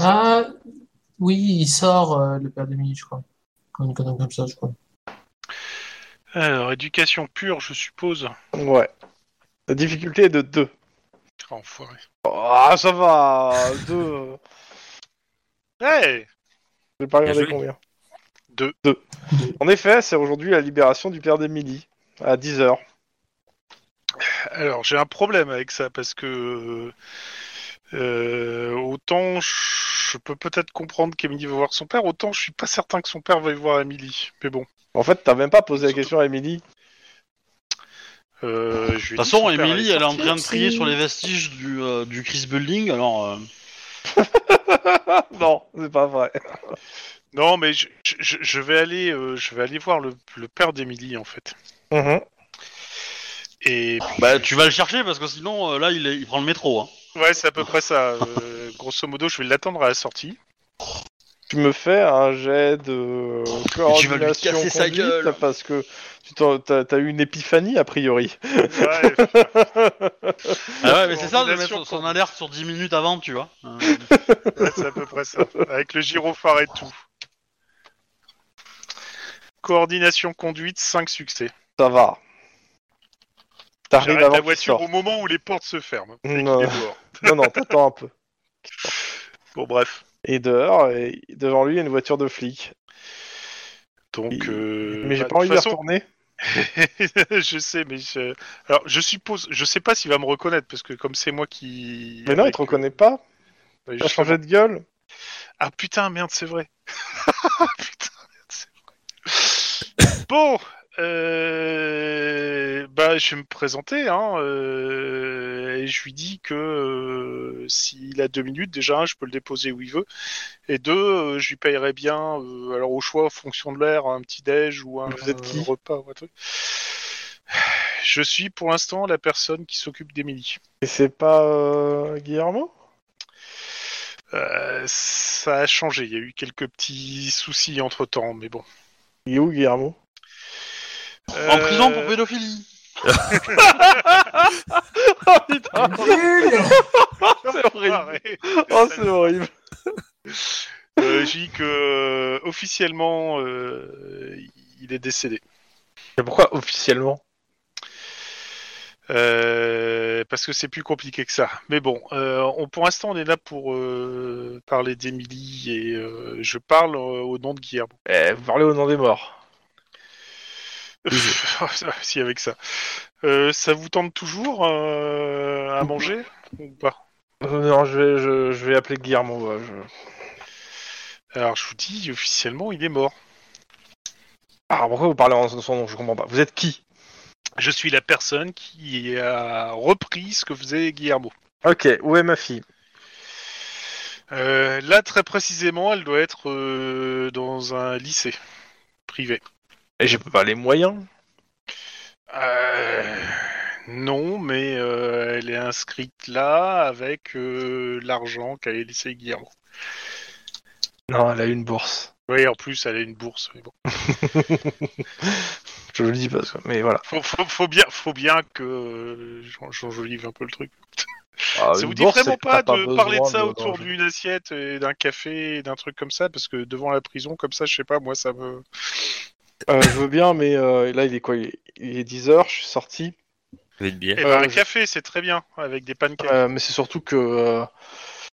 S6: Ah, oui, il sort euh, le père de Mini, je crois. Comme une connerie comme ça, je crois.
S3: Alors, éducation pure, je suppose.
S2: Ouais. La difficulté est de 2.
S3: Ah, enfoiré.
S2: Ah, ça va 2.
S3: Hey
S2: Je vais pas
S4: Bien
S2: regarder
S4: joué.
S2: combien.
S3: Deux.
S2: Deux. En effet, c'est aujourd'hui la libération du père d'Emily. À 10h.
S3: Alors, j'ai un problème avec ça parce que euh, autant je peux peut-être comprendre qu'Emily va voir son père, autant je suis pas certain que son père va y voir Emily. Mais bon,
S2: En fait, t'as même pas posé la question à Emily.
S1: De
S3: euh, je lui
S1: toute
S3: ai dit que son
S1: façon,
S3: père
S1: Emily,
S3: allait
S1: elle est en
S3: sortir.
S1: train de trier sur les vestiges du, euh, du Chris Building, alors. euh,
S2: non, c'est pas vrai.
S3: Non, mais je, je- je vais aller, euh, je vais aller voir le, le père d'Emily en fait.
S2: Mhm.
S3: Et
S1: Bah, tu vas le chercher parce que sinon, euh, là, il, est- il prend le métro. Hein.
S3: ouais, c'est à peu près ça. Euh, grosso modo, je vais l'attendre à la sortie.
S2: Tu me fais un jet de
S1: tu vas lui
S2: coordination
S1: casser sa
S2: conduite,
S1: gueule.
S2: parce que tu t'en- t'as t'as eu une épiphanie a priori.
S3: Ouais,
S1: Ah ouais, mais c'est ça, de
S3: Coordination
S1: mettre son alerte sur 10 minutes avant, tu vois. Euh,
S3: Ouais, c'est à peu près ça. Avec le gyrophare et tout. Coordination conduite, 5 succès.
S2: Ça va. T'arrives
S3: J'arrête
S2: avant
S3: la
S2: qu'il
S3: voiture
S2: sorte. Ah.
S3: au moment où les portes se ferment. Et qu'il
S2: Non.
S3: est dehors.
S2: Mmh, Non, non, t'attends un peu.
S3: Bon, bref.
S2: Et dehors, et devant lui, il y a une voiture de flic.
S3: Donc, euh,
S2: Mais j'ai
S3: bah,
S2: pas envie
S3: de
S2: de
S3: toute façon,
S2: retourner.
S3: je sais, mais je... alors je suppose, je sais pas s'il va me reconnaître parce que comme c'est moi qui.
S2: Mais non, il
S3: avec-
S2: te reconnaît pas. Il
S3: Bah,
S2: a
S3: justement.
S2: changé de gueule.
S3: Ah putain, merde, c'est vrai. putain, merde, c'est vrai. Bon, euh, bah, je vais me présenter, hein, euh, et je lui dis que euh, s'il a deux minutes, déjà, un, je peux le déposer où il veut, et deux, euh, je lui payerai bien, euh, alors au choix, en fonction de l'air, un petit déj ou un
S2: Vous êtes qui
S3: un repas ou un truc. Je suis pour l'instant la personne qui s'occupe d'Emilie.
S2: Et c'est pas euh, Guillermo
S3: Euh, ça a changé, il y a eu quelques petits soucis entre-temps, mais bon.
S2: Il est où Guillermo
S1: En prison
S3: Euh,
S1: pour pédophilie. Ah.
S6: Nul
S2: C'est horrible.
S3: Pareil.
S2: Oh, c'est horrible.
S3: Euh, J'ai dit que euh, officiellement euh, il est décédé.
S2: Mais pourquoi officiellement
S3: Euh, parce que c'est plus compliqué que ça. Mais bon, euh, on, pour l'instant on est là pour euh, parler d'Emilie et euh, je parle euh, au nom de Guillermo.
S2: eh, Vous parlez au nom des morts.
S3: si avec ça. Euh, ça vous tente toujours euh, à manger ou pas
S2: Euh, non, je vais, je, je vais appeler Guillermo. euh, je-
S3: Alors je vous dis officiellement il est mort.
S2: Ah, pourquoi vous parlez en son son nom Je comprends pas. Vous êtes qui
S3: Je suis la personne qui a repris ce que faisait Guillermo.
S2: Ok, où est ma fille
S3: Euh, là très précisément elle doit être euh, dans un lycée privé.
S2: Et j'ai pas les moyens.
S3: Euh, non, mais euh, elle est inscrite là avec euh, l'argent qu'elle a laissé Guillermo.
S2: Non, elle a une bourse.
S3: Oui, en plus, elle a une bourse. Mais bon.
S2: Je le dis parce que. Mais voilà.
S3: faut, faut- faut bien, faut bien que euh, j'en- j'enjolive un peu le truc.
S2: Ah,
S3: ça
S2: une
S3: vous dit
S2: bourse, c'est
S3: vraiment
S2: que t'as
S3: pas de
S2: besoin
S3: parler de ça
S2: de-
S3: autour d'une assiette et d'un café et d'un truc comme ça parce que devant la prison comme ça, je sais pas, moi ça me.
S2: Euh, je veux bien, mais euh, là, il est quoi Il est, 10h, je suis sorti.
S4: Avec bien.
S3: Eh ben, un
S2: je-
S3: café, c'est très bien avec des pancakes.
S2: Euh, mais c'est surtout que euh,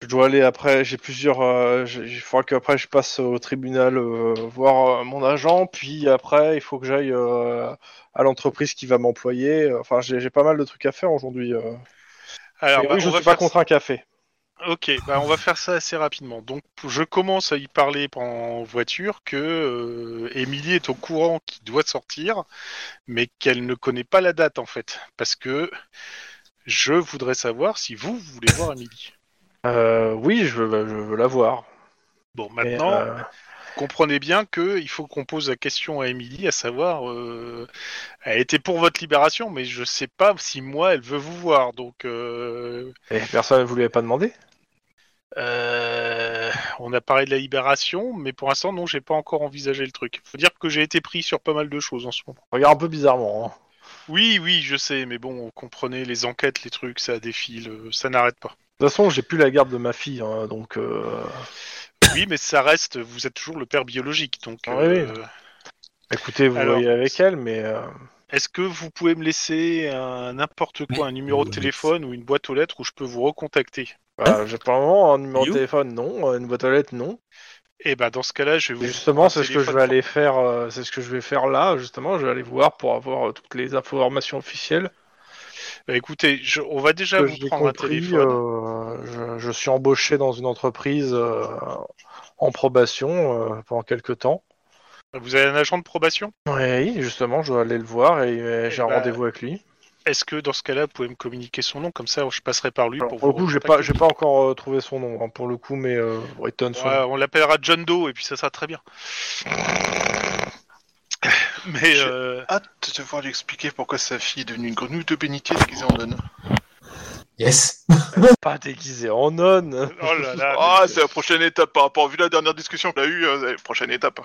S2: je dois aller après. J'ai plusieurs. euh, j'ai- il faudra qu'après, je passe au tribunal euh, voir euh, mon agent. Puis après, il faut que j'aille euh, à l'entreprise qui va m'employer. Enfin, j'ai j'ai pas mal de trucs à faire aujourd'hui. euh.
S3: Alors,
S2: Mais
S3: bah,
S2: oui, je
S3: on va
S2: suis pas
S3: faire
S2: contre un café.
S3: Ok, bah on va faire ça assez rapidement. Donc je commence à y parler en voiture que euh, Émilie est au courant qu'il doit sortir, mais qu'elle ne connaît pas la date en fait, parce que je voudrais savoir si vous voulez voir Émilie.
S2: Euh, oui, je veux, je veux la voir.
S3: Bon,
S2: Mais,
S3: maintenant,
S2: euh,
S3: comprenez bien que il faut qu'on pose la question à Émilie, à savoir, euh, elle était pour votre libération, mais je sais pas si moi elle veut vous voir, donc euh,
S2: et personne, vous lui avez pas demandé
S3: Euh, on a parlé de la libération, mais pour l'instant, non, j'ai pas encore envisagé le truc. Faut dire que j'ai été pris sur pas mal de choses en ce moment.
S2: Regarde un peu bizarrement. hein.
S3: Oui, oui, je sais, mais bon, vous comprenez les enquêtes, les trucs, ça défile, euh, ça n'arrête pas.
S2: De toute façon, j'ai plus la garde de ma fille, hein, donc. euh,
S3: Oui, mais ça reste, vous êtes toujours le père biologique, donc.
S2: Ah oui, oui.
S3: euh,
S2: Écoutez, vous
S3: Alors,
S2: voyez avec elle, mais. euh,
S3: Est-ce que vous pouvez me laisser un n'importe quoi, un numéro de
S4: Oui.
S3: téléphone ou une boîte aux lettres où je peux vous recontacter
S2: Bah, j'ai pour le moment un numéro de
S4: You
S2: téléphone, non. euh, Une boîte aux lettres, non.
S3: Eh ben, dans ce cas-là, je vais vous.
S2: Justement, c'est ce que je
S3: téléphone
S2: vais aller faire. euh, c'est ce que je vais faire là. Justement, je vais aller voir pour avoir euh, toutes les informations officielles.
S3: Bah, écoutez, je- on va déjà
S2: Que
S3: vous
S2: j'ai
S3: prendre un
S2: compris,
S3: téléphone.
S2: euh, je, je suis embauché dans une entreprise euh, en probation euh, pendant quelques temps. euh,
S3: Vous avez un agent de probation
S2: Oui, justement, je dois aller le voir et, euh,
S3: Eh
S2: j'ai un
S3: bah,
S2: rendez-vous avec lui.
S3: Est-ce que dans ce cas-là, vous pouvez me communiquer son nom Comme ça, je passerai par lui
S2: Alors,
S3: pour
S2: pour le
S3: vous
S2: coup, j'ai pas,
S3: recontacter.
S2: j'ai pas encore euh, trouvé son nom hein, pour le coup, mais euh, ouais, il donne son
S3: Ouais,
S2: nom.
S3: on l'appellera John Doe et puis ça sera très bien. Mais
S5: Je-
S3: euh,
S5: Hâte de devoir lui expliquer pourquoi sa fille est devenue une grenouille de bénitier déguisée en donne.
S6: Yes.
S2: Pas déguisé en nonne.
S3: oh là là.
S5: Ah,
S3: mais-
S5: c'est la prochaine étape par rapport, vu la dernière discussion qu'on a eue, euh, prochaine étape.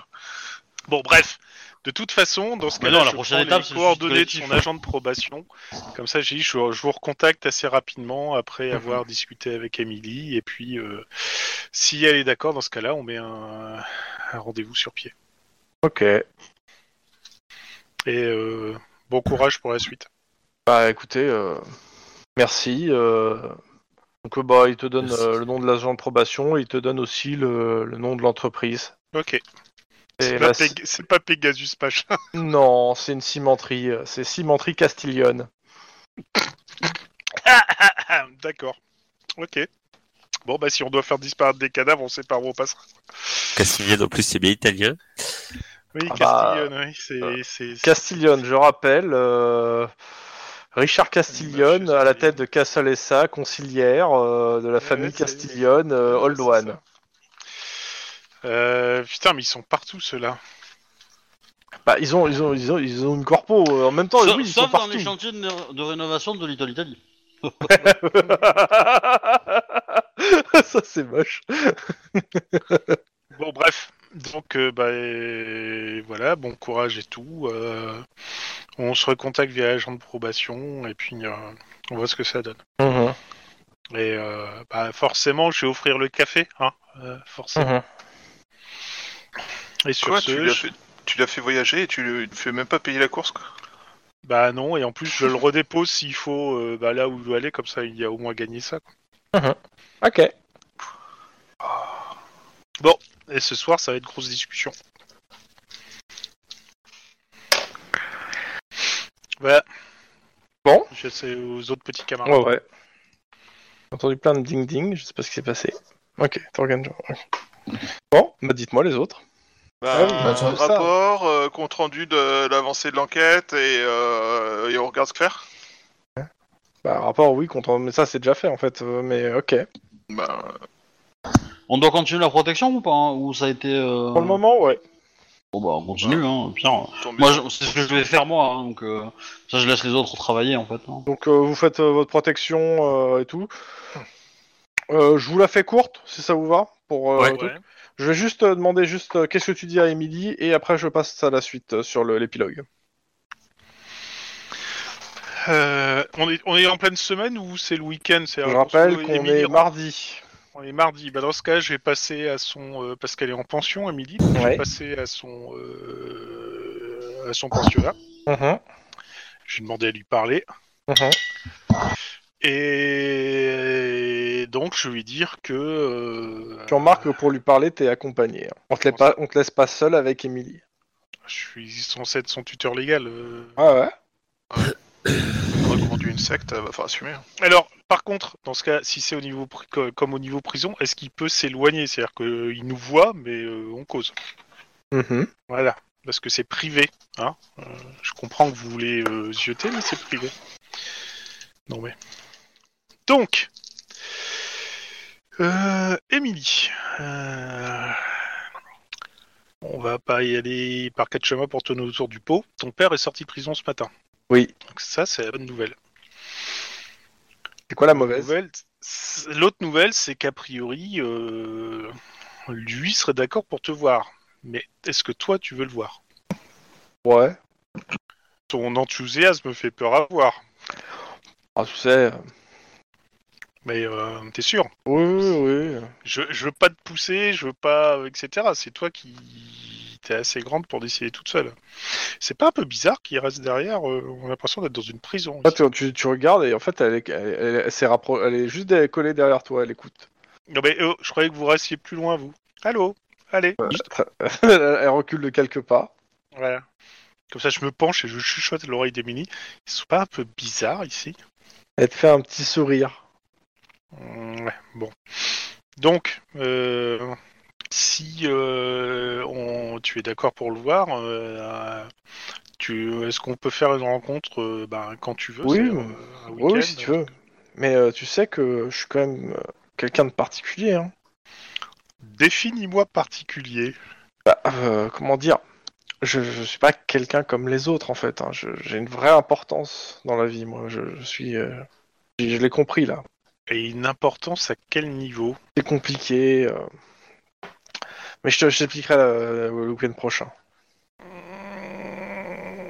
S3: Bon, bref. De toute façon, dans ce
S1: Mais
S3: cas-là,
S1: non, la
S3: je
S1: prochaine
S3: prends
S1: étape,
S3: les
S1: c'est le
S3: coordonnées de
S1: collectif,
S3: son
S1: hein.
S3: agent de probation. Comme ça, j'ai dit, je, je vous recontacte assez rapidement
S2: Mhm.
S3: après avoir discuté avec Emily. Et puis, euh, si elle est d'accord, dans ce cas-là, on met un, un rendez-vous sur pied.
S2: Ok.
S3: Et euh, bon courage pour la suite.
S2: Bah écoutez, euh, merci. euh, Donc euh, bah il te donne
S4: Merci.
S2: euh, le nom de l'agent de probation, il te donne aussi le, le nom de l'entreprise.
S3: Ok.
S2: Et
S3: C'est
S2: la-
S3: pas, Pég- c'est pas Pegasus Pacha.
S2: Non, c'est une cimenterie, euh, c'est cimenterie Castillonne.
S3: Ah, D'accord. Ok. Bon, bah, si on doit faire disparaître des cadavres, on sait par où on passera.
S4: Castillon, en plus, c'est bien italien.
S3: Oui,
S2: Ah bah,
S3: Castillon, oui, c'est.
S2: euh,
S3: c'est- c'est-
S2: Castillonne, je rappelle, euh, Richard Castillonne à la tête de Castle SA, concilière euh, de la
S3: Ouais,
S2: famille
S3: ouais, c'est-
S2: Castillonne, euh,
S3: Ouais,
S2: Old
S3: c'est
S2: One.
S3: ça. Euh, putain, mais ils sont partout ceux-là.
S2: Bah ils ont, ils ont, ils ont, ils ont une corpo. euh, En même temps,
S1: Sauf,
S2: oui, ils
S1: sauf
S2: sont
S1: dans
S2: partout.
S1: les chantiers de, né- de rénovation de Little Italy.
S2: Ça c'est moche.
S3: Bon, bref. Donc, euh, bah, euh, voilà, bon courage et tout. Euh, on se recontacte via l'agent de probation et puis euh, on voit ce que ça donne.
S2: Mhm,
S3: Et euh, bah, forcément, je vais offrir le café, hein, euh, forcément.
S2: mhm.
S3: Et sur
S5: Mmh. Quoi,
S3: ce,
S5: tu l'as
S3: je-
S5: fait, tu l'as fait voyager et tu lui tu fais même pas payer la course, quoi.
S3: Bah non, et en plus je le redépose s'il faut euh, bah, là où il doit aller, comme ça il y a au moins gagné ça. quoi.
S2: Ok.
S3: Et ce soir ça va être grosse discussion. Ouais.
S2: Bon.
S3: Je sais aux autres petits camarades.
S2: Ah, Ouais, ouais. J'ai entendu plein de ding-ding, je sais pas ce qui s'est passé. Ok, Torgan. ok. Bon, bah dites-moi les autres.
S5: Bah,
S2: Ah oui,
S6: bah, tu vois ça.
S5: rapport, euh, compte rendu de l'avancée de l'enquête et, euh, et on regarde ce que faire.
S2: Bah, rapport, oui, contre... mais ça c'est déjà fait en fait, euh, mais ok.
S5: Bah,
S1: On doit continuer la protection ou pas hein Ou ça a été. euh,
S2: Pour le moment, ouais.
S1: Bon bah on continue, hein, pire.
S5: tombe
S1: Moi,
S5: bien.
S1: je- c'est ce que je vais faire moi, hein, donc euh, ça je laisse les autres travailler en fait. hein.
S2: Donc euh, vous faites euh, votre protection euh, et tout. Euh, je vous la fais courte, si ça vous va. Pour, euh,
S4: Ouais.
S2: tout.
S3: Ouais.
S2: Je vais juste euh, demander juste euh, qu'est-ce que tu dis à Emily et après je passe à la suite euh, sur le- l'épilogue.
S3: Euh, on, est, on est en pleine semaine ou c'est le week-end c'est-
S2: Je
S3: on
S2: rappelle
S3: se-
S2: qu'on
S3: Émilie
S2: est
S3: rentre-
S2: mardi.
S3: On est mardi. Bah, dans ce cas, je vais passer à son euh, parce qu'elle est en pension, Émilie. Je
S2: Ouais.
S3: vais passer à son euh, à son pensionnat.
S2: Mhm,
S3: Je lui demandé à lui parler
S2: mhm.
S3: et donc je vais lui dire que euh,
S2: Tu remarques que pour lui parler, t'es accompagné. hein. On te, laisse pas, on te laisse pas seul avec Emily.
S3: je suis censé être son tuteur légal. euh.
S2: Ah ouais
S5: On a commandé une secte, euh, va falloir assumer.
S3: Alors, par contre, dans ce cas, si c'est au niveau pri- co- comme au niveau prison, est-ce qu'il peut s'éloigner C'est-à-dire qu'il nous voit, mais euh, on cause.
S2: Mhm.
S3: Voilà, parce que c'est privé. Hein Euh, je comprends que vous voulez euh, zioter, mais c'est privé. Non mais. Donc, euh, Émilie, euh, on va pas y aller par quatre chemins pour tourner autour du pot. Ton père est sorti de prison ce matin.
S2: Oui.
S3: Donc ça, c'est la bonne nouvelle.
S2: C'est quoi la
S3: L'autre
S2: mauvaise
S3: nouvelle, c'est- l'autre nouvelle, c'est qu'a priori, euh, lui serait d'accord pour te voir. Mais est-ce que toi, tu veux le voir
S2: Ouais.
S3: Ton enthousiasme fait peur à voir.
S2: Ah, tu sais. euh,
S3: Mais euh, t'es sûr
S2: Oui, oui, oui.
S3: je, je veux pas te pousser, je veux pas, euh, etc. C'est toi qui t'es assez grande pour décider toute seule. C'est pas un peu bizarre qu'il reste derrière euh, On a l'impression d'être dans une prison.
S2: Là, tu, tu- tu regardes et en fait, elle est, elle, elle- elle s'est rappro- elle est juste collée derrière toi, elle écoute.
S3: Non mais euh, je croyais que vous restiez plus loin, vous. Allô Allez
S2: elle, elle recule de quelques pas.
S3: Voilà. Comme ça, je me penche et je chuchote à l'oreille d'Emily. Ils sont pas un peu bizarres ici
S2: Elle te fait un petit sourire.
S3: Mm, Ouais, bon. Donc, euh, si euh, on, tu es d'accord pour le voir, euh, tu, est-ce qu'on peut faire une rencontre euh, ben, quand tu veux
S2: Oui,
S3: c'est-à-dire,
S2: oui.
S3: euh, un
S2: Oui,
S3: week-end
S2: oui, si tu veux. Mais euh, tu sais que je suis quand même euh, quelqu'un de particulier. Hein.
S3: Définis-moi particulier.
S2: Bah, euh, comment dire je, je suis pas quelqu'un comme les autres en fait. hein. Je- J'ai une vraie importance dans la vie, moi. Je, je suis. euh, je je l'ai compris là.
S3: Et une importance à quel niveau
S2: C'est compliqué. euh. Mais je te- je t'expliquerai euh, le week-end prochain.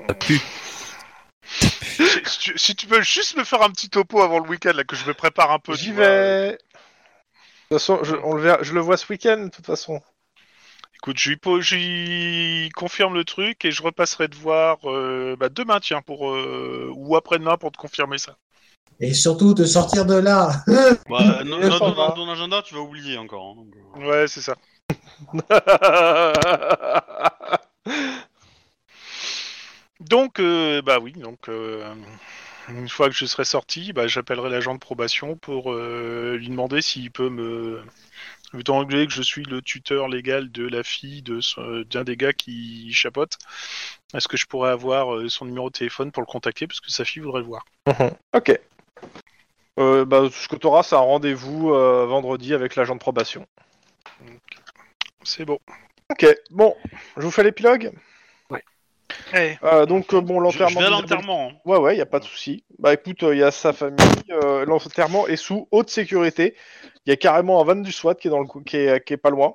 S4: Ça pue.
S3: si, si tu, si tu peux juste me faire un petit topo avant le week-end, là, que je me prépare un peu.
S2: J'y
S3: tu vois.
S2: vais. De toute façon, je, on le verra- je le vois ce week-end, de toute façon.
S3: Écoute, je lui po- je lui confirme le truc et je repasserai te voir euh, bah, demain, tiens, pour, euh, ou après-demain pour te confirmer ça.
S6: Et surtout de sortir de là.
S1: Bah, no-
S2: Et
S1: note
S2: ça
S1: dans
S2: va.
S1: dans ton agenda, tu vas oublier encore. hein, donc, euh.
S3: Ouais, c'est ça. Donc, euh, bah oui, donc euh, une fois que je serai sorti, bah, j'appellerai l'agent de probation pour euh, lui demander s'il peut me. Étant donné que je suis le tuteur légal de la fille de ce- d'un des gars qui chapote, est-ce que je pourrais avoir euh, son numéro de téléphone pour le contacter parce que sa fille voudrait le voir.
S2: ok. Euh, bah, ce que t'auras, c'est un rendez-vous euh, vendredi avec l'agent de probation.
S3: C'est bon.
S2: Ok, bon, je vous fais l'épilogue.
S3: Eh,
S2: Euh, donc, euh, bon,
S1: Je- Je,
S2: l'enterrement.
S1: vais à
S2: d'Isabelle-
S1: l'enterrement. hein.
S2: Ouais, ouais, y a pas de souci. Bah écoute, il y a sa famille. euh, l'enterrement est sous haute sécurité. Il y a carrément un van du SWAT qui est dans le cou- qui est, qui est pas loin.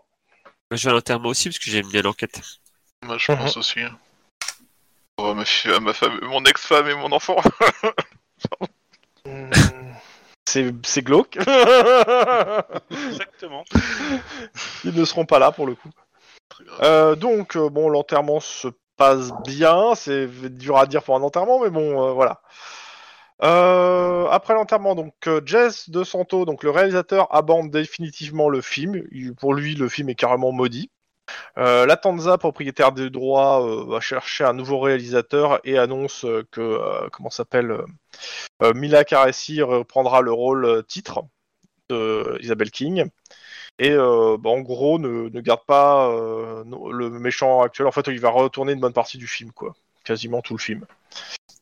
S4: Moi, je vais à l'enterrement aussi parce que j'aime bien l'enquête.
S5: Moi,
S6: Mhm.
S5: je pense aussi. Oh, ma, fi- ma femme- mon ex-femme et mon enfant.
S2: C'est c'est glauque.
S3: exactement.
S2: Ils ne seront pas là pour le coup. Euh, donc, euh, bon, l'enterrement se passe bien. C'est dur à dire pour un enterrement, mais bon, euh, voilà. Euh, après l'enterrement, donc euh, Jess De Santo, donc le réalisateur, abandonne définitivement le film. Il- pour lui, le film est carrément maudit. Euh, la Tanza, propriétaire des droits, euh, va chercher un nouveau réalisateur et annonce euh, que euh, comment s'appelle euh, euh, Mila Caressi reprendra le rôle euh, titre de euh, Isabelle King. Et euh, bah, en gros, ne, ne garde pas euh, no- le méchant actuel. En fait, il va retourner une bonne partie du film, quoi. Quasiment tout le film.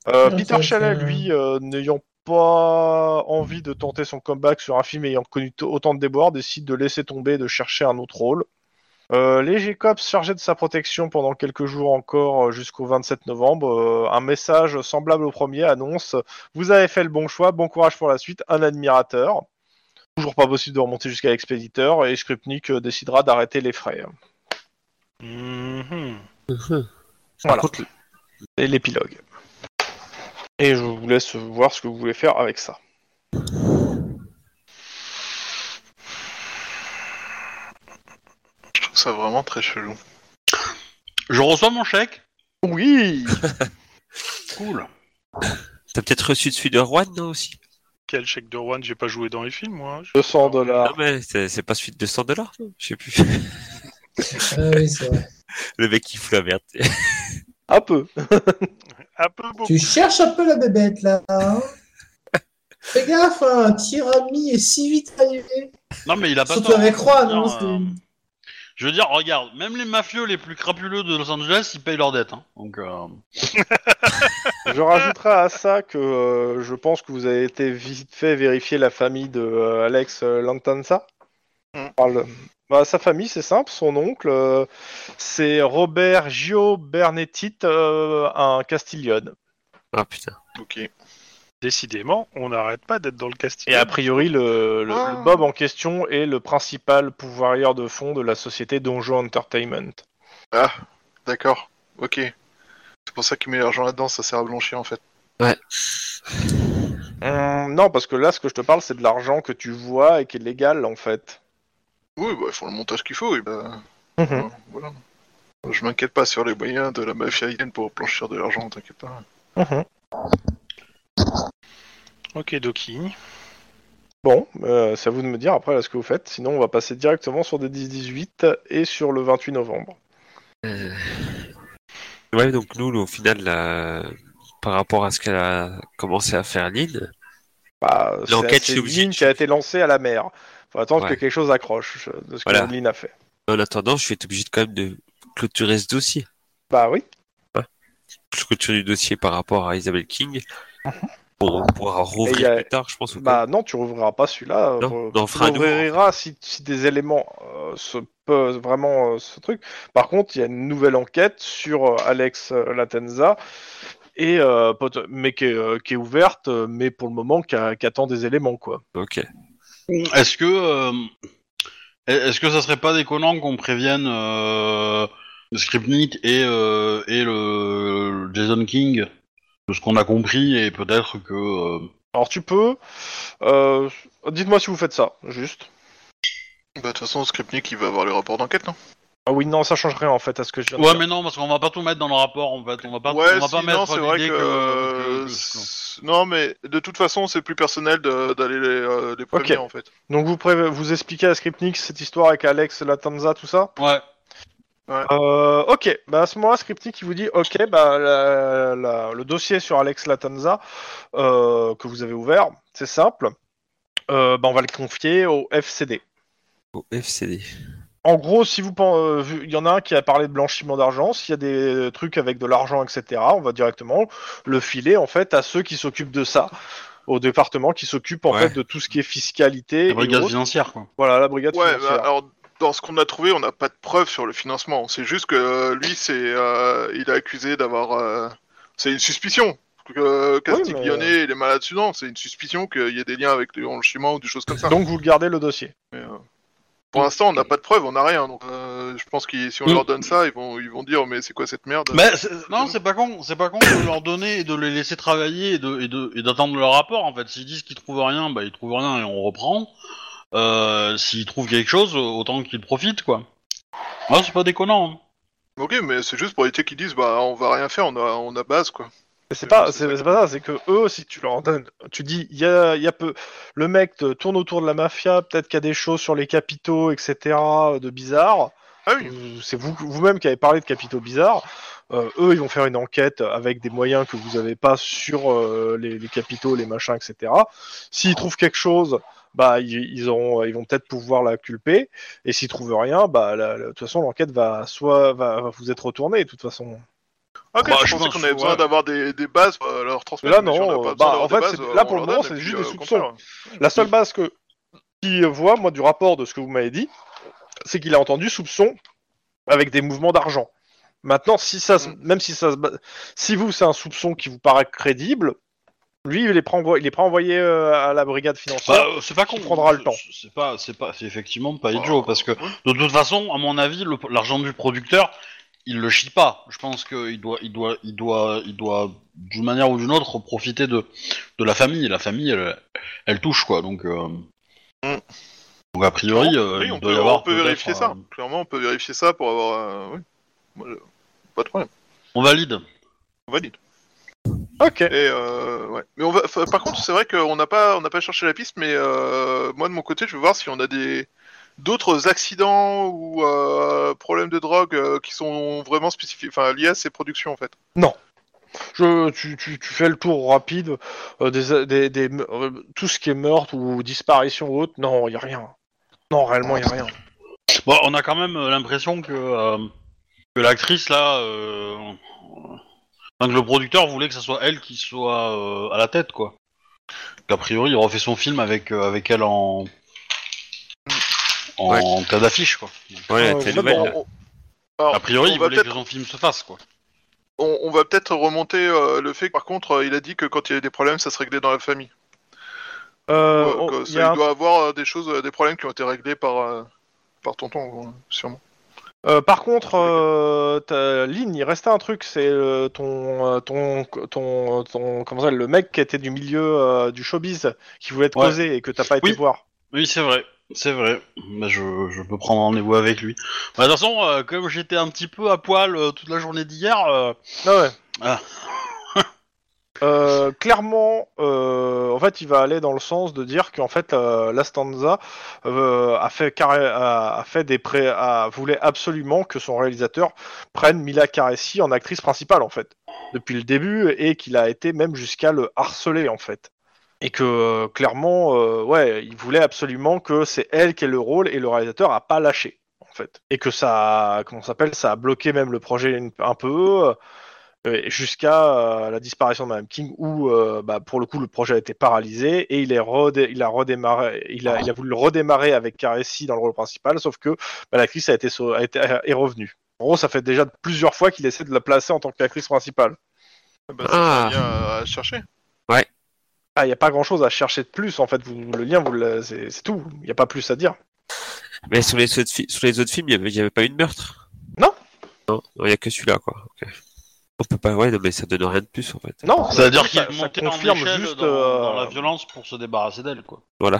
S2: Euh,
S6: Ok,
S2: Peter Chalet,
S6: ça-
S2: lui, euh, n'ayant pas envie de tenter son comeback sur un film ayant connu t- autant de déboires, décide de laisser tomber et de chercher un autre rôle. Euh, les G-Cops chargés de sa protection pendant quelques jours encore euh, jusqu'au 27 novembre, euh, un message semblable au premier annonce Vous avez fait le bon choix, bon courage pour la suite, un admirateur. Toujours pas possible de remonter jusqu'à l'expéditeur et Skripnik euh, décidera d'arrêter les frais.
S3: Mhm.
S2: Voilà. Et l'épilogue. Et je vous laisse voir ce que vous voulez faire avec ça.
S5: Je trouve ça vraiment très chelou.
S1: Je reçois mon chèque.
S2: Oui
S1: Cool.
S4: T'as peut-être reçu celui de Rouen, non, aussi
S3: Quel chèque de Rouen J'ai pas joué dans les films, moi.
S5: Euh,
S3: Je-
S2: 200 dollars.
S4: Non, mais c'est c'est pas celui de 100 dollars, je sais plus.
S6: Ah oui, c'est vrai.
S4: Le mec qui fout la merde.
S2: Un peu.
S3: Un peu beaucoup.
S6: Tu cherches un peu la bébête là. hein Fais gaffe, hein, un tirami est si vite arrivé.
S1: Non, mais il a pas
S6: Surtout
S1: tort,
S6: avec
S1: hein.
S6: Roi,
S1: Je veux
S6: non,
S1: dire, euh, Je veux dire, regarde, même les mafieux les plus crapuleux de Los Angeles, ils payent leurs dettes. Hein. Donc, euh,
S2: Je rajouterai à ça que euh, je pense que vous avez été vite fait vérifier la famille de euh, Alex euh, Lantanza.
S5: Mm.
S2: Par le- Bah, sa famille, c'est simple. Son oncle, euh, c'est Robert Gio Bernetit, euh, un Castiglione.
S4: Ah putain.
S5: Ok.
S3: Décidément, on n'arrête pas d'être dans le casting.
S2: Et a priori, le, le-
S5: Ah.
S2: le Bob en question est le principal pouvoirier de fonds de la société Donjon Entertainment.
S5: Ah, d'accord. Ok. C'est pour ça qu'il met l'argent là-dedans, ça sert à blanchir en fait.
S2: Hum, non, parce que là, ce que je te parle, c'est de l'argent que tu vois et qui est légal, en fait.
S5: Oui, bah, ils font le montage qu'il faut. Et bah,
S2: Mhm.
S1: Hmm.
S5: euh, voilà. Je m'inquiète pas sur les moyens de la mafia italienne pour blanchir de l'argent, t'inquiète pas.
S2: Mhm.
S3: Ok, Doki.
S2: Bon, euh, c'est à vous de me dire après là, ce que vous faites. Sinon, on va passer directement sur des 10-18 et sur le 28 novembre.
S4: Euh, Ouais, donc nous, au final, là, par rapport à ce qu'elle a commencé à faire Lynn,
S2: Bah, c'est-
S4: L'enquête,
S2: c'est
S4: c'est
S2: une
S4: obligé-
S2: ligne qui a été lancée à la mer. Faut attendre
S4: Ouais.
S2: que quelque chose accroche euh, de ce
S4: Voilà.
S2: que Lynn a fait.
S4: en attendant, je vais être obligé de- quand même de clôturer ce dossier.
S2: Bah oui.
S4: Je clôture du dossier par rapport à Isabelle King. Bon, on pourra
S2: Mhm. Et il y
S4: rouvrir
S2: a-
S4: plus tard, je pense. au cas
S2: Bah non, tu rouvriras pas celui-là.
S4: Non, bah,
S2: Euh,
S4: on en
S2: tu
S4: fera un nouveau,
S2: rouvriras si, si des éléments euh, se posent vraiment euh, ce truc. Par contre, il y a une nouvelle enquête sur euh, Alex euh, Latenza et euh, pot- mais qui est, euh, qui est ouverte, euh, mais pour le moment qui, a- qui attend des éléments quoi.
S4: où. Ok.
S1: est-ce que, euh, est-ce que ça serait pas déconnant qu'on prévienne euh, Skripnik et euh, et le le Jason King de ce qu'on a compris et peut-être que euh,
S2: Alors tu peux. euh, Dites-moi si vous faites ça, juste.
S5: Bah, de toute façon, Skripnik, il va avoir le rapport d'enquête, non
S2: Ah oui, non, ça change rien en fait à ce que je viens de
S1: Ouais,
S2: dire.
S1: mais non, parce qu'on va pas tout mettre dans le rapport, en fait. On va pas,
S5: Ouais,
S1: on va pas
S5: si, non,
S1: mettre
S5: c'est vrai
S1: l'idée
S5: que. euh,
S1: que- que- que-
S5: c'est- Non, mais de toute façon, c'est plus personnel de- d'aller les, euh, les prévenir en fait.
S2: Donc vous, pré- vous expliquez à Skripnik cette histoire avec Alex Latanza, tout ça
S1: Ouais.
S2: Euh, ok, bah à ce moment-là, Scripty qui vous dit Ok, bah la- la- le dossier sur Alex Latanza euh, que vous avez ouvert, c'est simple. Euh, bah, on va le confier au FCD.
S4: Au FCD.
S2: En gros, si vous pen- euh, vu- il y en a un qui a parlé de blanchiment d'argent, s'il y a des euh, trucs avec de l'argent, etc., on va directement le filer en fait à ceux qui s'occupent de ça, au département qui s'occupe en
S4: Ouais.
S2: fait de tout ce qui est fiscalité.
S1: La
S2: et
S1: brigade
S2: autres.
S1: financière, quoi.
S2: Voilà, la brigade
S5: Ouais,
S2: financière.
S5: bah, alors dans ce qu'on a trouvé, on n'a pas de preuves sur le financement. C'est juste que euh, lui, c'est, euh, il est accusé d'avoir, euh, c'est une suspicion. Que Castiglione,
S2: mais, euh,
S5: il est malade sudan, c'est une suspicion qu'il y ait des liens avec le blanchiment ou des choses comme ça.
S2: Donc vous le gardez le dossier.
S5: Mais, euh, pour l'instant, on n'a pas de preuves, on n'a rien. Donc, euh, je pense que si on
S1: Mm.
S5: leur donne ça, ils vont, ils vont dire, mais c'est quoi cette merde
S1: Mais c'est- non, c'est pas con. C'est pas con de leur donner et de les laisser travailler et de et de- et d'attendre leur rapport. En fait, s'ils disent qu'ils trouvent rien, bah ils trouvent rien et on reprend. Euh, s'ils trouvent quelque chose, autant qu'ils profitent, quoi. Ouais, c'est pas déconnant. hein.
S5: Ok, mais c'est juste pour éviter qu'ils disent, bah, on va rien faire, on a, on a base quoi.
S2: Mais C'est
S5: Euh,
S2: pas,
S5: c'est
S2: c'est
S5: ça
S2: c'est pas ça, c'est que eux, si tu leur donnes, tu dis, il y a, il y a peu, le mec te tourne autour de la mafia, peut-être qu'il y a des choses sur les capitaux, etc., de bizarre.
S5: Ah oui.
S2: Vous- C'est vous- vous-même qui avez parlé de capitaux bizarres. Euh, eux, ils vont faire une enquête avec des moyens que vous n'avez pas sur euh, les, les capitaux, les machins, etc. S'ils trouvent quelque chose, bah ils, ils auront- ils vont peut-être pouvoir la culper. Et s'ils trouvent rien, bah la- la- de toute façon l'enquête va soit va, va vous être retournée. De toute façon.
S5: Ok,
S1: Bah, je
S5: je pensais
S1: pense,
S5: qu'on avait
S1: ouais.
S5: besoin d'avoir des, des bases pour leur transmettre.
S2: Là,
S5: mais si
S2: non,
S5: on n'a
S2: euh,
S5: pas besoin
S2: bah,
S5: d'avoir
S2: en
S5: des
S2: fait,
S5: bases,
S2: c'est-
S5: euh,
S2: là,
S5: on
S2: pour le
S5: leur
S2: moment,
S5: donne,
S2: c'est
S5: et puis,
S2: juste
S5: euh,
S2: des
S5: au
S2: soupçons.
S5: contraire.
S2: La seule base que qui voit moi du rapport de ce que vous m'avez dit, c'est qu'il a entendu soupçon avec des mouvements d'argent. Maintenant, si ça,
S5: Mm.
S2: se- même si ça, se ba- si vous c'est un soupçon qui vous paraît crédible, lui il est prêt, envo- il est prêt à envoyer euh, à la brigade
S1: Bah,
S2: financière.
S1: euh, c'est pas con.
S2: On prendra le temps.
S1: C'est- C'est pas, c'est pas, c'est effectivement pas
S5: Bah,
S1: idiot parce que
S5: oui.
S1: de toute façon, à mon avis, le- l'argent du producteur, il le chie pas. Je pense qu'il doit, il doit, il doit, il doit, d'une manière ou d'une autre, profiter de, de la famille. La famille, elle, elle touche quoi. Donc, euh,
S5: Mm.
S1: donc a priori, euh,
S5: Oui,
S1: il
S5: on
S1: doit
S5: peut,
S1: y avoir.
S5: on peut
S1: peut-être,
S5: vérifier ça.
S1: euh,
S5: Clairement, on peut vérifier ça pour avoir. euh, oui. Moi, je- Pas de problème.
S1: on valide.
S5: On valide.
S2: Ok.
S5: Et euh, ouais. Mais on va. enfin, Par contre, c'est vrai qu'on n'a pas, on n'a pas cherché la piste, mais euh, moi de mon côté, je veux voir si on a des d'autres accidents ou euh, problèmes de drogue euh, qui sont vraiment spécifiques, enfin liés à ces productions en fait.
S2: Je, tu, tu, tu fais le tour rapide euh, des, des, des me- euh, tout ce qui est meurtre ou disparition ou autre. Non, il y a rien. Non, réellement, il y a rien.
S1: Bon, on a quand même euh, l'impression que, euh, que l'actrice là, euh, enfin, que le producteur voulait que ça soit elle qui soit euh, à la tête, quoi. Donc, a priori, il refait son film avec euh, avec elle en en cas d'affiche, quoi.
S4: Ouais,
S2: Euh,
S4: la telle
S2: d'abord,
S4: nouvelle.
S5: on- Alors,
S1: A priori,
S5: on
S1: il
S5: va
S1: voulait que
S5: peut-être
S1: son film se fasse, quoi.
S5: on, on va peut-être remonter euh, le fait que par contre, euh, il a dit que quand il y avait des problèmes, ça se réglait dans la famille.
S2: Euh,
S5: Ouais,
S2: on-
S5: que
S2: il
S5: ça,
S2: y a
S5: Il doit avoir euh, des choses, euh, des problèmes qui ont été réglés par, euh, par tonton, quoi, hein, sûrement.
S2: Euh, par contre, euh, ta ligne, il restait un truc, c'est euh, ton, euh, ton, ton, ton- comment ça, s'appelle, le mec qui était du milieu euh, du showbiz, qui voulait te
S1: Ouais.
S2: causer et que t'as pas été
S1: Oui.
S2: voir.
S1: Oui, c'est vrai. C'est vrai, Bah, je, je peux prendre rendez-vous avec lui. Bah, de toute façon, euh, comme j'étais un petit peu à poil euh, toute la journée d'hier, euh,
S2: Ah ouais.
S1: Ah.
S2: Euh, clairement, euh, en fait, il va aller dans le sens de dire qu'en fait, euh, la stanza euh, a fait carré- a, a fait des pré- a- voulait absolument que son réalisateur prenne Mila Caressi en actrice principale en fait depuis le début et qu'il a été même jusqu'à le harceler en fait. Et que euh, clairement, euh, ouais, il voulait absolument que c'est elle qui ait le rôle et le réalisateur a pas lâché en fait. Et que ça, a- comment ça s'appelle, ça a bloqué même le projet une- un peu. euh, euh, jusqu'à euh, la disparition de Madame King où euh, bah, pour le coup le projet a été paralysé et il est redé- il a redémarré il a, il a voulu le redémarrer avec Caressi dans le rôle principal sauf que bah, l'actrice a été, sau- a été est revenue en gros ça fait déjà plusieurs fois qu'il essaie de la placer en tant qu'actrice principale
S5: Ah Bah,
S4: Ah.
S5: ça, c'est bien euh, à chercher.
S2: ah il n'y a pas grand chose à chercher de plus en fait vous, le lien vous le- c'est c'est tout il n'y a pas plus à dire
S4: Mais sur les autres, fi- sur les autres films, il n'y avait, il y avait pas eu de meurtre
S2: Non.
S4: Non, non, il n'y a que celui-là, quoi. Ok. On peut pas, ouais, non, mais ça donne rien de plus, en fait.
S2: non
S1: c'est-à-dire
S2: ça-
S1: qu'il
S2: ça
S1: montait en
S2: confirme
S1: échelle
S2: juste
S1: dans,
S2: euh,
S1: dans la violence pour se débarrasser d'elle, quoi.
S4: Voilà.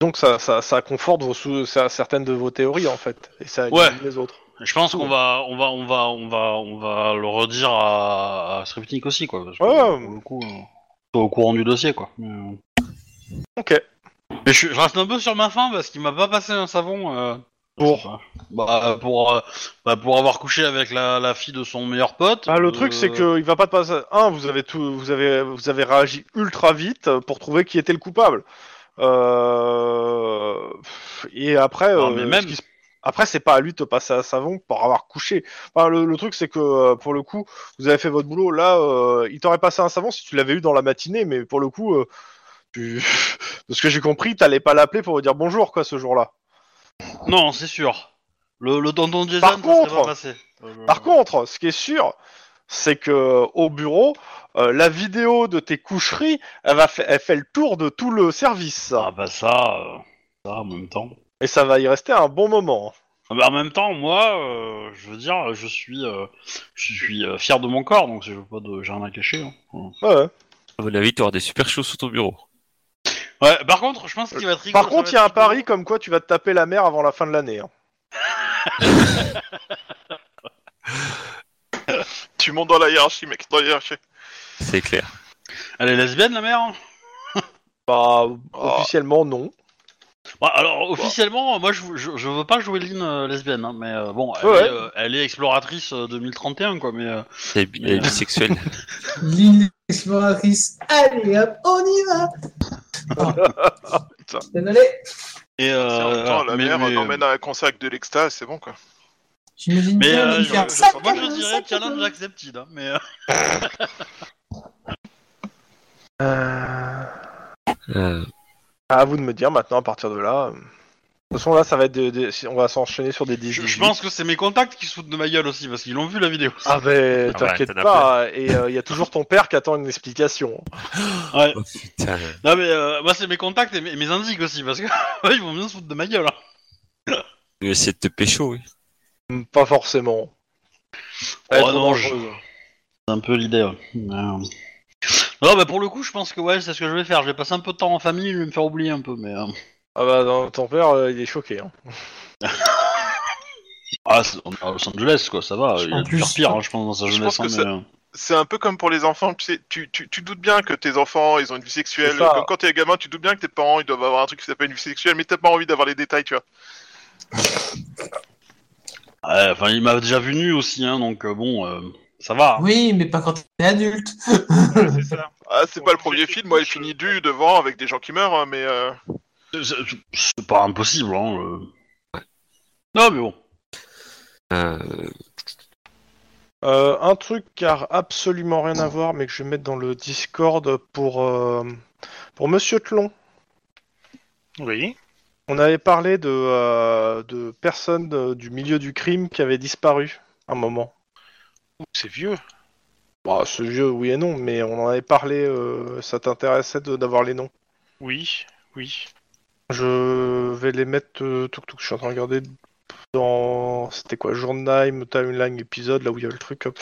S2: donc ça, ça, ça conforte vos sous- ça- certaines de vos théories en fait et ça
S1: Ouais.
S2: élimine les autres
S1: Je pense qu'on va, on va, on va, on va, on va le redire à, à Sripnik aussi, quoi. Parce que,
S2: Ouais.
S1: pour le coup, euh, t'es au courant du dossier, quoi. Mais euh,
S2: ok
S1: je, suis- je reste un peu sur ma faim parce qu'il m'a pas passé un savon. euh,
S2: Pour
S1: je sais pas. bah, pour, euh, bah, pour avoir couché avec la, la fille de son meilleur pote.
S2: Bah, le
S1: euh,
S2: truc, c'est que il va pas te passer. Un, vous avez tout, vous avez, vous avez réagi ultra vite euh, pour trouver qui était le coupable. Euh... Et après, euh,
S1: Non, mais même-
S2: ce qui se- après, c'est pas à lui de te passer à savon pour avoir couché. Enfin, le, le truc, c'est que euh, pour le coup, vous avez fait votre boulot. Là, euh, il t'aurait passé un savon si tu l'avais eu dans la matinée, mais pour le coup, euh, tu... de ce que j'ai compris, t'allais pas l'appeler pour lui dire bonjour, quoi, ce jour-là.
S1: Non, c'est sûr. Le, le tonton Jason.
S2: Par
S1: ça serait
S2: contre-
S1: pas passé. Euh,
S5: Ah,
S2: Par contre, ce qui est sûr, c'est que au bureau, euh, la vidéo de tes coucheries, elle, va fa- elle fait le tour de tout le service.
S1: Ah bah ça, euh, ça en même temps.
S2: Et ça va y rester un bon moment.
S1: Ah bah, en même temps, moi, euh, je veux dire, je suis, euh, je suis euh, fier de mon corps, donc j'ai pas de, j'ai rien à cacher. hein. Ouais.
S2: Ouais.
S4: À mon avis, tu auras des super choses sur ton bureau.
S1: Ouais, par contre, je pense qu'il va être rigolo,
S2: Par
S1: ça
S2: contre,
S1: va
S2: il y a un
S1: être rigolo.
S2: pari comme quoi tu vas te taper la mer avant la fin de l'année. hein.
S5: Tu montes dans la hiérarchie, mec, dans la hiérarchie.
S4: C'est clair.
S1: hein. Elle est lesbienne, la mère
S2: Bah,
S1: Ah.
S5: Oh.
S2: officiellement non.
S1: Bah, alors, officiellement, moi, je, je, je veux pas jouer Lynn euh, lesbienne, hein, mais euh, bon, elle,
S2: Ouais.
S1: est, euh, elle est exploratrice euh, 2031, quoi, mais... euh,
S4: C'est bi- elle est bisexuelle.
S6: L'île exploratrice, allez hop, on y va Désolé,
S1: et, euh,
S5: Si en même temps, la
S1: mais-
S5: mère
S1: mais-
S5: euh, t'emmène à un concert avec de l'extase, c'est bon quoi.
S6: j'imagine
S1: Mais,
S6: bien
S1: euh,
S6: lui
S1: je-
S6: faire
S5: je-
S6: ça.
S1: Moi, je dirais challenge accepted, hein, mais... euh,
S2: Euh,
S4: Euh,
S2: À vous de me dire maintenant à partir de là. euh. De toute façon, là, ça va être des- des- si- on va s'enchaîner sur des 10
S1: Je, je pense que c'est mes contacts qui se foutent de ma gueule aussi, parce qu'ils l'ont vu la vidéo.
S2: Ah, ben,
S4: Ah ouais,
S2: t'inquiète
S4: t'en as
S2: pas. Et euh, il y a toujours ton père qui attend une explication.
S1: Ouais.
S4: oh putain.
S1: Non, mais euh, moi, c'est mes contacts et mes, et mes indices aussi, parce que ils vont bien se foutre de ma gueule. hein.
S4: Je vais essayer de te pécho, oui.
S2: Hmm, Pas forcément.
S1: Oh,
S2: Elle est trop
S1: non, je-
S2: dangereuse.
S1: C'est un peu l'idée, ouais. Mais, euh, Non, bah pour le coup, je pense que ouais, c'est ce que je vais faire. Je vais passer un peu de temps en famille, je vais me faire oublier un peu, mais. euh,
S2: Ah bah, non, ton père, euh, il est choqué. hein.
S1: Ah, c'est- on est à Los Angeles, quoi, ça va. Il y
S6: En
S1: a dû
S6: plus,
S1: faire pire, hein, je pense, dans sa
S5: je
S1: jeunesse.
S5: pense que
S1: hein, mais, euh,
S5: C'est un peu comme pour les enfants, tu sais, tu, tu, tu doutes bien que tes enfants, ils ont une vie sexuelle.
S2: C'est ça.
S5: Comme quand t'es gamin, tu doutes bien que tes parents, ils doivent avoir un truc qui s'appelle une vie sexuelle, mais t'as pas envie d'avoir les détails, tu vois.
S1: euh. ouais, Enfin, il m'a déjà vu nu aussi, hein, donc euh, bon, euh, ça va.
S6: Oui, mais pas quand t'es adulte.
S3: Ouais, c'est ça.
S5: Ah, c'est
S3: Ouais,
S5: pas le
S3: je
S5: premier
S3: sais
S5: film,
S3: que
S5: moi, il
S3: je-
S5: finit du devant avec des gens qui meurent, hein, mais euh,
S1: C'est- c'est- C'est pas impossible, hein. euh. Non, mais bon.
S4: Euh,
S2: Euh, un truc qui a absolument rien à voir, mais que je vais mettre dans le Discord pour, euh, pour Monsieur Tlon.
S3: Oui.
S2: On avait parlé de, euh, de personnes euh, du milieu du crime qui avaient disparu un moment.
S3: Ouh, C'est vieux.
S2: Bah, ce vieux, oui et non, mais on en avait parlé, euh, ça t'intéressait de- d'avoir les noms.
S3: Oui. Oui.
S2: Je vais les mettre, euh, touc, touc, je suis en train de regarder dans, c'était quoi, Journal, Timeline, épisode, là où il y a le truc. hop.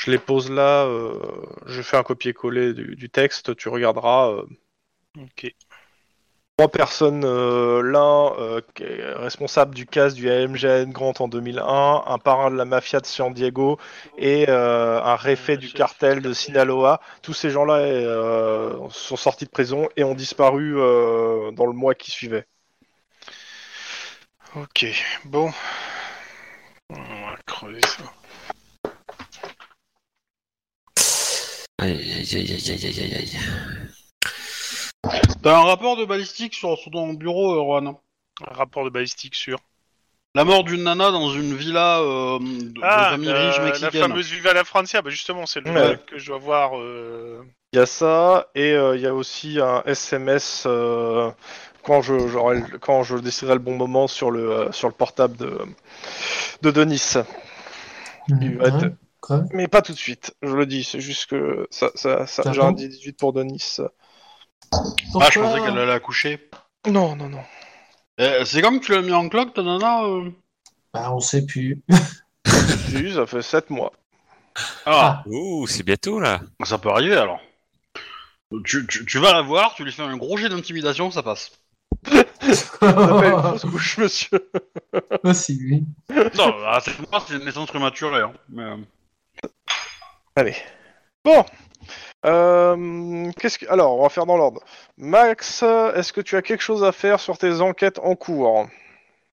S2: Je les pose là, euh, je fais un copier-coller du, du texte, tu regarderas. euh,
S3: Ok.
S2: trois personnes, euh, l'un euh, qui est responsable du casse du AMGN Grant en 2001, un parrain de la mafia de San Diego et euh, un réfet du cartel de Sinaloa. Tous ces gens-là euh, sont sortis de prison et ont disparu euh, dans le mois qui suivait.
S3: Ok. Bon. On va crever ça.
S4: Aïe, aïe, aïe, aïe, aïe, aïe, aïe, aïe.
S1: T'as un rapport de balistique sur, sur ton bureau, euh, Juan.
S3: Un rapport de balistique sur.
S1: La mort d'une nana dans une villa euh, de, de famille
S3: euh,
S1: riche
S3: la
S1: mexicaine.
S3: fameuse Viva la Francia. Bah justement, c'est le
S2: Ouais.
S3: que je dois voir. euh,
S2: Il y a ça et euh, il y a aussi un SMS euh, quand je j'aurai le- quand je déciderai le bon moment sur le euh, sur le portable de de Denis. Il va être-
S6: Ouais,
S1: Ah,
S6: quoi.
S2: Mais pas tout de suite, je le dis, c'est juste que ça, ça, ça,
S6: T'as
S2: j'ai un
S6: raison.
S2: 18 pour Denis.
S1: Ah, je pensais
S6: Pourquoi
S1: qu'elle allait accoucher.
S2: Non, non, non.
S1: Eh, c'est comme tu l'as mis en cloque, ta nana euh
S6: Bah, on sait plus.
S2: Si, ça fait 7 mois.
S1: ah,
S4: Ouh, c'est bientôt là.
S1: Bah, ça peut arriver alors. Tu, tu- tu vas la voir, tu lui fais un gros jet d'intimidation, ça passe.
S2: Ça fait une grosse couche, monsieur.
S6: Aussi, oui.
S1: Non, à cette fois, bah, c'est une naissance prématurée. Hein. Mais, euh,
S2: Allez. Bon. Euh, qu'est-ce que... Alors, on va faire dans l'ordre. Max, est-ce que tu as quelque chose à faire sur tes enquêtes en cours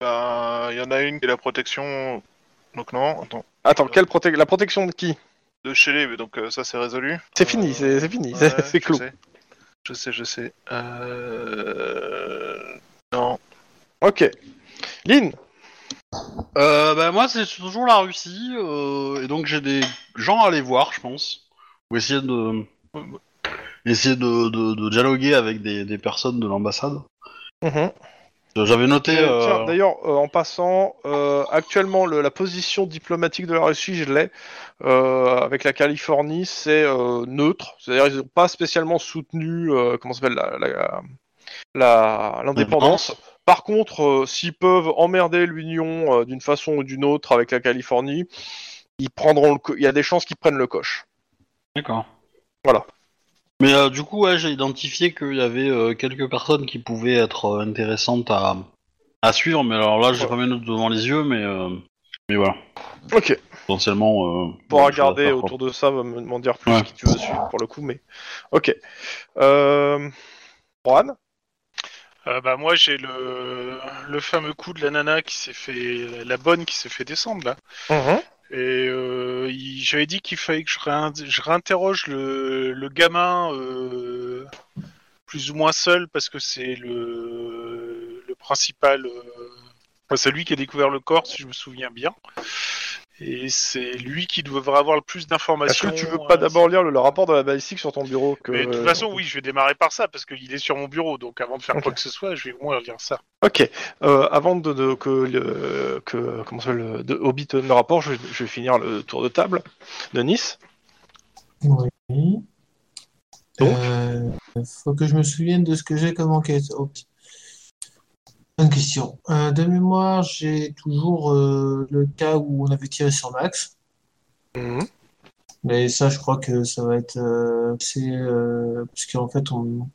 S5: ben, il y en a une qui est la protection. Donc non, attends.
S2: Attends, quelle prote- la protection de qui
S5: De chez les, donc euh, ça c'est résolu.
S2: C'est fini,
S5: Euh,
S2: c'est c'est fini,
S5: ouais,
S2: c'est- c'est
S5: je
S2: clou.
S5: sais. Je sais, je sais. Euh... Non.
S2: Ok. Lynn,
S1: euh, bah, moi, c'est toujours la Russie, euh, et donc j'ai des gens à aller voir, je pense. Ou essayer de. Essayer de, de- de dialoguer avec des, des personnes de l'ambassade.
S2: Mhm.
S1: J'avais noté.
S2: Euh, tiens,
S1: euh,
S2: D'ailleurs, euh, en passant, euh, actuellement, le- la position diplomatique de la Russie, je l'ai, euh, avec la Californie, c'est euh, neutre. C'est-à-dire ils n'ont pas spécialement soutenu, euh, comment ça s'appelle, la- la- la- l'indépendance. Par contre, euh, s'ils peuvent emmerder l'Union euh, d'une façon ou d'une autre avec la Californie, ils prendront le co- il y a des chances qu'ils prennent le coche.
S1: D'accord.
S2: Voilà.
S1: Mais euh, du coup, ouais, j'ai identifié qu'il y avait euh, quelques personnes qui pouvaient être euh, intéressantes à, à suivre, mais alors là, j'ai
S2: Ouais.
S1: pas mes notes devant les yeux, mais, euh, mais voilà.
S2: Ok.
S1: Potentiellement. Euh,
S2: Pour
S1: bon, je
S2: regarder
S1: vais faire
S2: autour de ça, va me demander plus
S1: Ouais.
S2: qui tu veux suivre pour le coup, mais ok. Euh... Juan
S3: Euh, bah moi j'ai le... le fameux coup de la nana qui s'est fait la bonne qui s'est fait descendre là. Et euh, il- j'avais dit qu'il fallait que je, réin- je réinterroge le, le gamin euh, plus ou moins seul parce que c'est le, le principal. euh, enfin, c'est lui qui a découvert le corps, si je me souviens bien. Et c'est lui qui devrait avoir le plus
S2: Est-ce
S3: d'informations.
S2: que tu veux pas
S3: euh,
S2: d'abord lire le, le rapport de la balistique sur ton bureau que...
S3: mais de toute façon, oui, je vais démarrer par ça parce qu'il est sur mon bureau. Donc avant de faire
S2: Ok.
S3: quoi que ce soit, je vais au moins lire ça.
S2: Ok. Euh, avant de, de- que, le, que comment ça, le, de Hobbit donne le rapport, je, je vais finir le tour de table de Nice.
S6: Oui.
S2: Donc
S6: Euh, faut que je me souvienne de ce que j'ai comme enquête. Oh, putain. Bonne question. Euh, de mémoire, j'ai toujours euh, le cas où on avait tiré sur Max. Mais ça, je crois que ça va être. euh, c'est. euh, parce qu'en fait, on.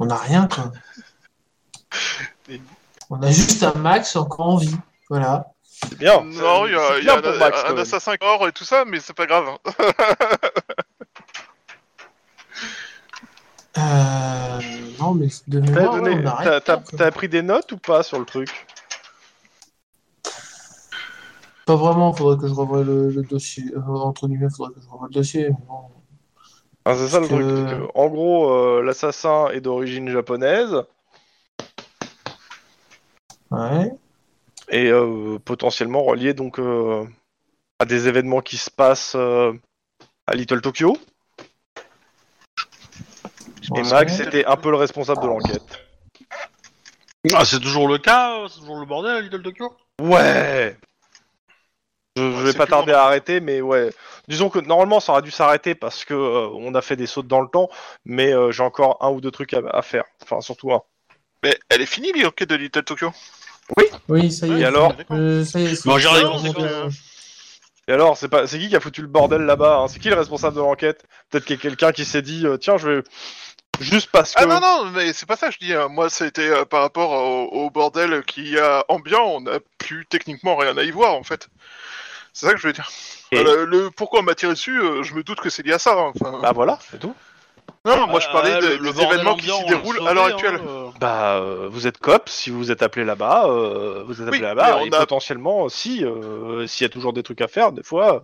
S6: On n'a rien, quoi. On a juste un Max encore en vie. Voilà.
S2: C'est bien.
S5: Non, il y a,
S2: C'est
S5: il y a
S2: bien
S5: un,
S2: pour Max,
S5: un
S2: quand même.
S5: assassin mort et tout ça, mais c'est pas grave.
S6: Euh, non, mais de
S2: T'as
S6: mémoire,
S2: donné-
S6: ouais, on n'a rien,
S2: t'as- t'as-
S6: quoi.
S2: t'as pris des notes ou pas sur le truc
S6: Pas vraiment, faudrait que je revoie le, le dossier. Euh, entre guillemets, faudrait que je revoie le dossier. mais bon.
S2: Ah, c'est ça le
S6: Parce
S2: truc.
S6: que-
S2: c'est que, en gros, euh, l'assassin est d'origine japonaise
S6: Ouais.
S2: et euh, potentiellement relié donc euh, à des événements qui se passent euh, à Little Tokyo. Et
S6: Ouais.
S2: Max était un peu le responsable de l'enquête.
S1: Ah, c'est toujours le cas, euh, c'est toujours le bordel à Little Tokyo
S2: Ouais. Je, je
S5: Ouais,
S2: vais
S5: c'est
S2: pas
S5: plus
S2: tarder
S5: mon-
S2: à arrêter, mais ouais. Disons que normalement ça aurait dû s'arrêter parce que euh, on a fait des sautes dans le temps, mais euh, j'ai encore un ou deux trucs à, à faire. Enfin surtout un.
S5: Mais elle est finie l'enquête de Little Tokyo.
S6: Oui, ça y est.
S2: Et alors
S6: Euh, ça y est, c'est-
S1: Bon, j'ai rien
S6: c'est-
S1: compris,
S6: euh,
S2: Et alors, c'est pas, c'est qui qui a foutu le bordel là-bas hein C'est qui le responsable de l'enquête Peut-être qu'il y a quelqu'un qui s'est dit, euh, tiens, je vais juste parce que.
S5: Ah non, non, mais c'est pas ça, que je dis. euh, Moi, c'était euh, par rapport au, au bordel qui y a ambiant, on a plus techniquement rien à y voir en fait. C'est ça que je veux dire.
S2: Et-
S5: Euh, Le, le- pourquoi on m'a tiré dessus, euh, je me doute que c'est lié à ça. hein, enfin.
S2: Bah voilà, c'est tout.
S5: non, non, moi je parlais
S1: Ah,
S5: de-
S1: le- le
S5: des
S1: bordel
S5: événements qui
S1: ambiant,
S5: s'y
S1: on le
S5: déroulent
S1: savait,
S5: à l'heure
S1: hein,
S5: actuelle.
S1: euh.
S2: Bah, euh, vous êtes cop, si vous êtes appelé là-bas, euh, vous êtes appelé
S5: Oui,
S2: là-bas,
S5: mais
S2: et
S5: on a-
S2: potentiellement, si, euh, s'il y a toujours des trucs à faire, des fois.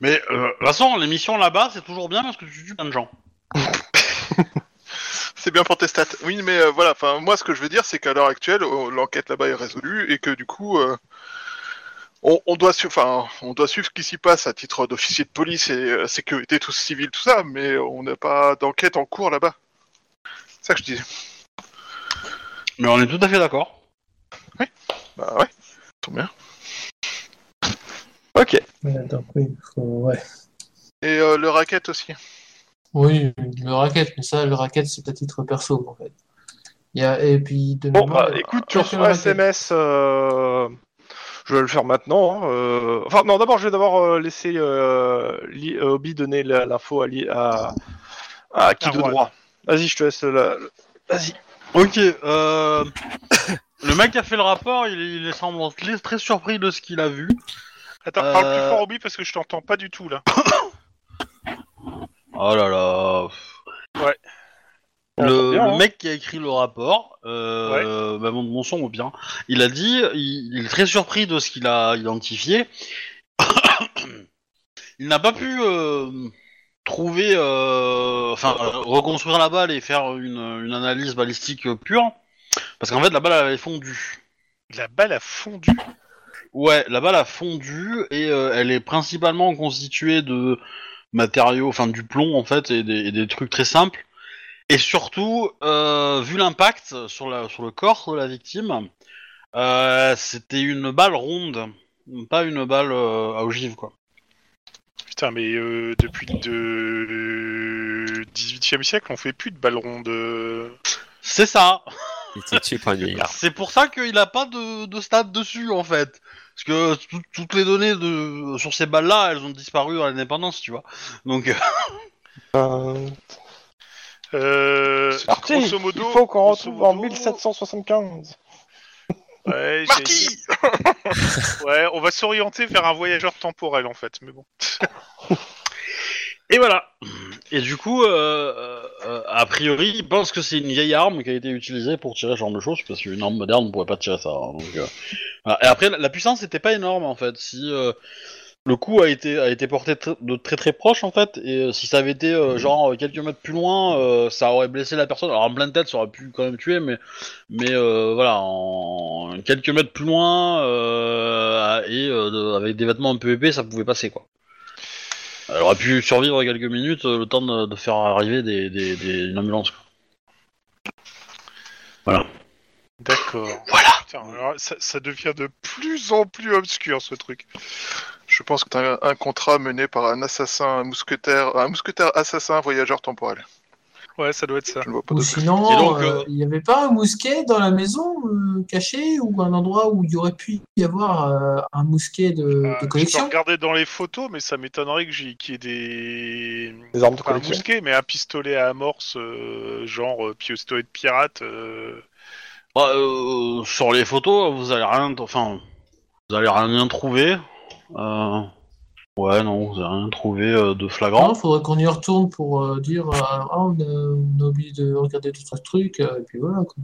S1: Mais euh, de toute façon, les missions là-bas, c'est toujours bien parce que tu tues plein de gens.
S5: C'est bien pour tes stats. Oui, mais euh, voilà, enfin, moi ce que je veux dire, c'est qu'à l'heure actuelle, euh, l'enquête là-bas est résolue et que du coup, euh, on, on doit suivre, enfin, on doit suivre ce qui s'y passe à titre d'officier de police et euh, sécurité, tous civils, tout ça, mais on n'a pas d'enquête en cours là-bas. C'est ça que je disais.
S1: Mais on est tout à fait d'accord.
S5: Bah ouais, tombe bien.
S2: Ok.
S6: Ouais, attends, oui, faut- ouais.
S5: Et euh, le racket aussi.
S6: Oui, le racket, mais ça, le racket, c'est à titre perso, en fait. Il y a... Et puis, de
S2: Bon,
S6: mémoire,
S2: bah, écoute, tu
S6: euh,
S2: reçois un SMS. euh, Je vais le faire maintenant. hein, euh, Enfin, non, d'abord, je vais d'abord euh, laisser euh, Li- euh, Obi donner la- l'info à, Li- à... à qui
S3: À
S2: de
S3: Juan.
S2: droit. Vas-y, je te laisse la. Vas-y.
S1: Ok, euh... le mec qui a fait le rapport, il, il est semblant très- très surpris de ce qu'il a vu.
S3: Attends,
S1: Euh,
S3: parle plus fort, Obi, parce que je t'entends pas du tout là.
S1: Oh là là.
S3: Ouais.
S1: Le,
S2: bien,
S1: le
S2: hein.
S1: mec qui a écrit le rapport, euh, bah, mon, mon son ou bien, il a dit, il, il est très surpris de ce qu'il a identifié. il n'a pas pu euh, trouver, euh, enfin euh, reconstruire la balle et faire une, une analyse balistique pure, parce qu'en fait la balle elle avait fondu.
S3: La balle a fondu.
S1: Ouais, la balle a fondu et euh, elle est principalement constituée de matériaux, enfin du plomb en fait, et des, et des trucs très simples. Et surtout, euh, vu l'impact sur, la, sur le corps de la victime, euh, c'était une balle ronde, pas une balle euh, à ogive quoi.
S3: Putain, mais euh, depuis le 18e siècle, on fait plus de balles rondes. euh.
S1: C'est ça.
S4: Il était tué par une vieillarde.
S1: C'est pour ça qu'il n'a pas de, de stade dessus en fait, parce que tout- toutes les données de, sur ces balles-là, elles ont disparu à l'indépendance, tu vois. Donc
S3: Euh,
S2: parti.
S3: grosso modo,
S2: Il faut qu'on
S3: grosso
S2: retrouve en
S3: modo,
S2: 1775.
S3: Ouais, j'ai-
S5: Marquis
S3: ouais, on va s'orienter vers un voyageur temporel en fait, mais bon.
S1: Et voilà. Et du coup, euh, euh, a priori, il pense que c'est une vieille arme qui a été utilisée pour tirer ce genre de choses, parce qu'une arme moderne ne pourrait pas tirer ça. hein, donc, euh, voilà. Et après, la- la puissance n'était pas énorme en fait. Si euh, le coup a été a été porté tr- de très très proche en fait, et euh, si ça avait été euh, genre euh, quelques mètres plus loin, euh, ça aurait blessé la personne. Alors en pleine tête, ça aurait pu quand même tuer, mais mais euh, voilà, en quelques mètres plus loin euh, et euh, de- avec des vêtements un peu épais, ça pouvait passer quoi. Elle aurait pu survivre quelques minutes, euh, le temps de, de faire arriver des, des, des- une ambulance. quoi.
S3: D'accord.
S1: Voilà.
S3: Putain, alors, ça, ça devient de plus en plus obscur ce truc.
S5: Je pense que t'as un, un contrat mené par un assassin, un mousquetaire, un mousquetaire assassin, un voyageur temporel.
S3: Ouais, ça doit être ça.
S5: Je ne vois pas
S6: Ou
S5: d'autre.
S6: sinon,
S1: Et donc,
S6: euh,
S1: euh,
S6: il n'y avait pas un mousquet dans la maison euh, caché ou un endroit où il y aurait pu y avoir euh, un mousquet de,
S3: Euh,
S6: de
S3: je peux
S6: collection
S3: regarder dans les photos, mais ça m'étonnerait que j'y- qu'il y ait des.
S2: Des armes de
S3: Pas un
S2: collection.
S3: mousquet, mais un pistolet à amorce, euh, genre euh, pistolet de pirate. euh,
S1: Bah, euh, sur les photos, vous allez rien, enfin, vous allez rien trouver. Euh, ouais, non, vous allez rien trouver euh, de
S6: Il
S1: flagrant.
S6: faudrait qu'on y retourne pour euh, dire euh, ah, on, a, on a oublié de regarder tout ce truc, euh, et puis voilà. Quoi.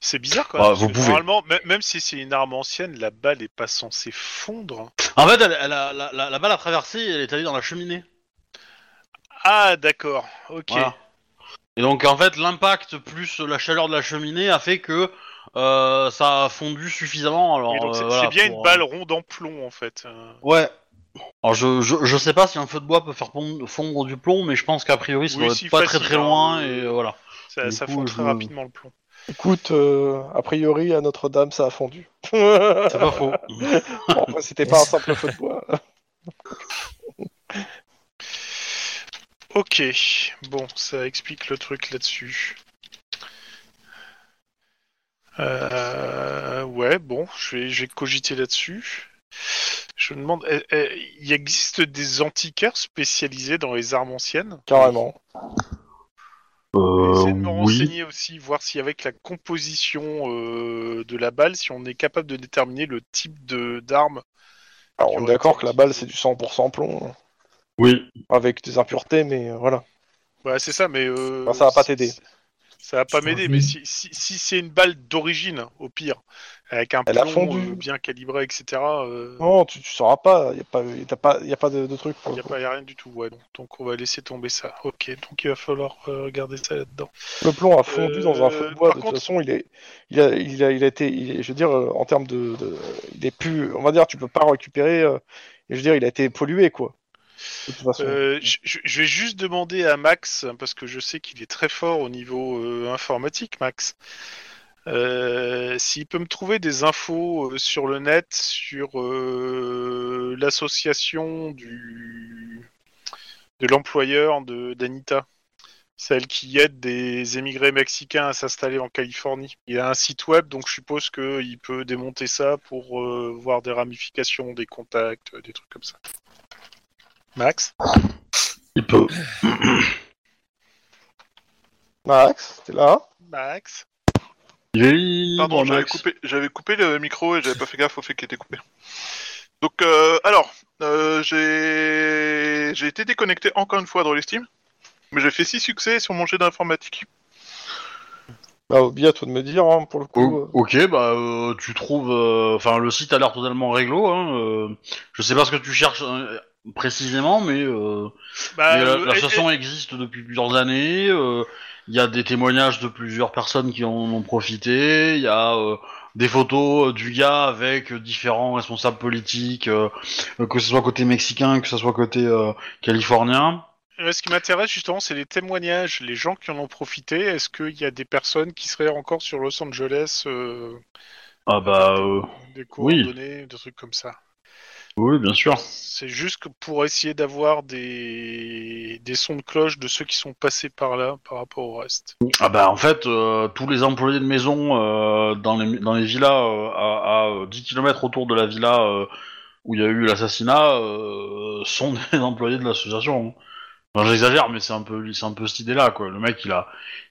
S3: C'est bizarre quand
S1: Bah,
S3: même. parce
S1: vous
S3: que
S1: pouvez.
S3: Normalement, mê- même si c'est une arme ancienne, la balle n'est pas censée fondre.
S1: En fait, elle, elle a, la, la- la balle a traversé, et elle est allée dans la cheminée.
S3: Ah, d'accord. Ok.
S1: Voilà. Et donc, en fait, l'impact plus la chaleur de la cheminée a fait que euh, ça a fondu suffisamment. Alors,
S3: Oui, donc c'est
S1: euh, voilà,
S3: c'est bien
S1: pour,
S3: une
S1: euh,
S3: balle ronde en plomb en fait. Euh,
S1: Ouais. Alors je, je, je sais pas si un feu de bois peut faire pon- fondre du plomb, mais je pense qu'a priori ça
S3: Oui,
S1: doit
S3: si,
S1: être pas
S3: facile,
S1: très très
S3: hein.
S1: loin et euh, voilà.
S3: Ça,
S1: Du
S3: ça
S1: coup,
S3: fond
S1: je-
S3: très rapidement le plomb.
S2: Écoute, euh, a priori, à Notre-Dame, ça a fondu. Bon,
S1: C'est pas faux.
S2: après, c'était pas un simple feu de bois.
S3: Ok. Bon, ça explique le truc là-dessus. Euh, ouais, bon, je vais, je vais cogiter là-dessus. Je me demande, eh, eh, il existe des antiquaires spécialisés dans les armes anciennes
S2: Carrément.
S3: Essayer de
S1: Euh,
S3: me renseigner aussi, voir si avec la composition euh, de la balle, si on est capable de déterminer le type de d'arme.
S2: Alors, on est d'accord que la balle, c'est du 100% plomb, hein,
S1: Oui.
S2: avec des impuretés, mais euh, voilà.
S3: Ouais, c'est ça, mais euh,
S2: Enfin, ça va pas t'aider.
S3: Ça va pas
S6: Je
S3: m'aider,
S6: reviens.
S3: mais si, si, si c'est une balle d'origine, au pire, avec un
S2: Elle a
S3: plomb
S2: fondu.
S3: euh, bien calibré, etc. euh,
S2: Non, tu, tu sauras pas, y a pas, y a pas, y a pas de, de truc pour le
S3: Il n'y a,
S2: coup.
S3: pas- y a rien du tout, ouais. Donc, donc on va laisser tomber ça. Ok, donc il va falloir euh, regarder ça là-dedans.
S2: Le plomb a fondu
S3: Euh,
S2: dans un feu de bois.
S3: par
S2: De toute
S3: contre-
S2: façon, il est, il a, il a, il a été, il est- je veux dire, euh, en termes de, de- il est plus, on va dire, tu peux pas récupérer. euh, et je veux dire, il a été pollué, quoi. De toute façon.
S3: Euh, je- je je vais juste demander à Max, parce que je sais qu'il est très fort au niveau euh, informatique, Max, euh, s'il peut me trouver des infos euh, sur le net, sur euh, l'association du de l'employeur de d'Anita, celle qui aide des émigrés mexicains à s'installer en Californie. Il a un site web, donc je suppose qu'il peut démonter ça pour euh, voir des ramifications, des contacts, euh, des trucs comme ça. Max
S1: Il peut.
S2: Max, t'es là
S3: Max.
S1: Il est libre,
S5: Pardon, j'avais
S1: Max.
S5: coupé, j'avais coupé le micro et j'avais pas fait gaffe au fait qu'il était coupé. Donc, euh, alors, euh, j'ai j'ai été déconnecté encore une fois dans l'estime, mais j'ai fait 6 succès sur mon jet d'informatique.
S2: Bah, oublie à toi de me dire, hein, pour le coup.
S1: O- ok, bah euh, tu trouves, euh, enfin le site a l'air totalement réglo. Hein, euh, je sais pas ce que tu cherches euh, précisément, mais, euh, mais la-
S3: euh,
S1: l'association existe depuis plusieurs années. euh, Il y a des témoignages de plusieurs personnes qui en ont profité. Il y a euh, des photos euh, du gars avec euh, différents responsables politiques, euh, euh, que ce soit côté mexicain, que ce soit côté euh, californien.
S3: et- et ce qui m'intéresse justement, c'est les témoignages, les gens qui en ont profité. Est-ce qu'il y a des personnes qui seraient encore sur Los Angeles, euh,
S1: Ah bah euh,
S3: des
S1: Oui.
S3: coordonnées, des trucs comme ça
S1: oui, bien sûr.
S3: C'est juste que pour essayer d'avoir des... des sons de cloche de ceux qui sont passés par là par rapport au reste.
S1: Ah bah en fait, euh, tous les employés de maison euh, dans, les, dans les villas euh, à, à, euh, 10 km autour de la villa euh, où il y a eu l'assassinat euh, sont des employés de l'association. hein. Enfin, j'exagère, mais c'est un peu c'est un peu cette idée-là quoi. Le mec il a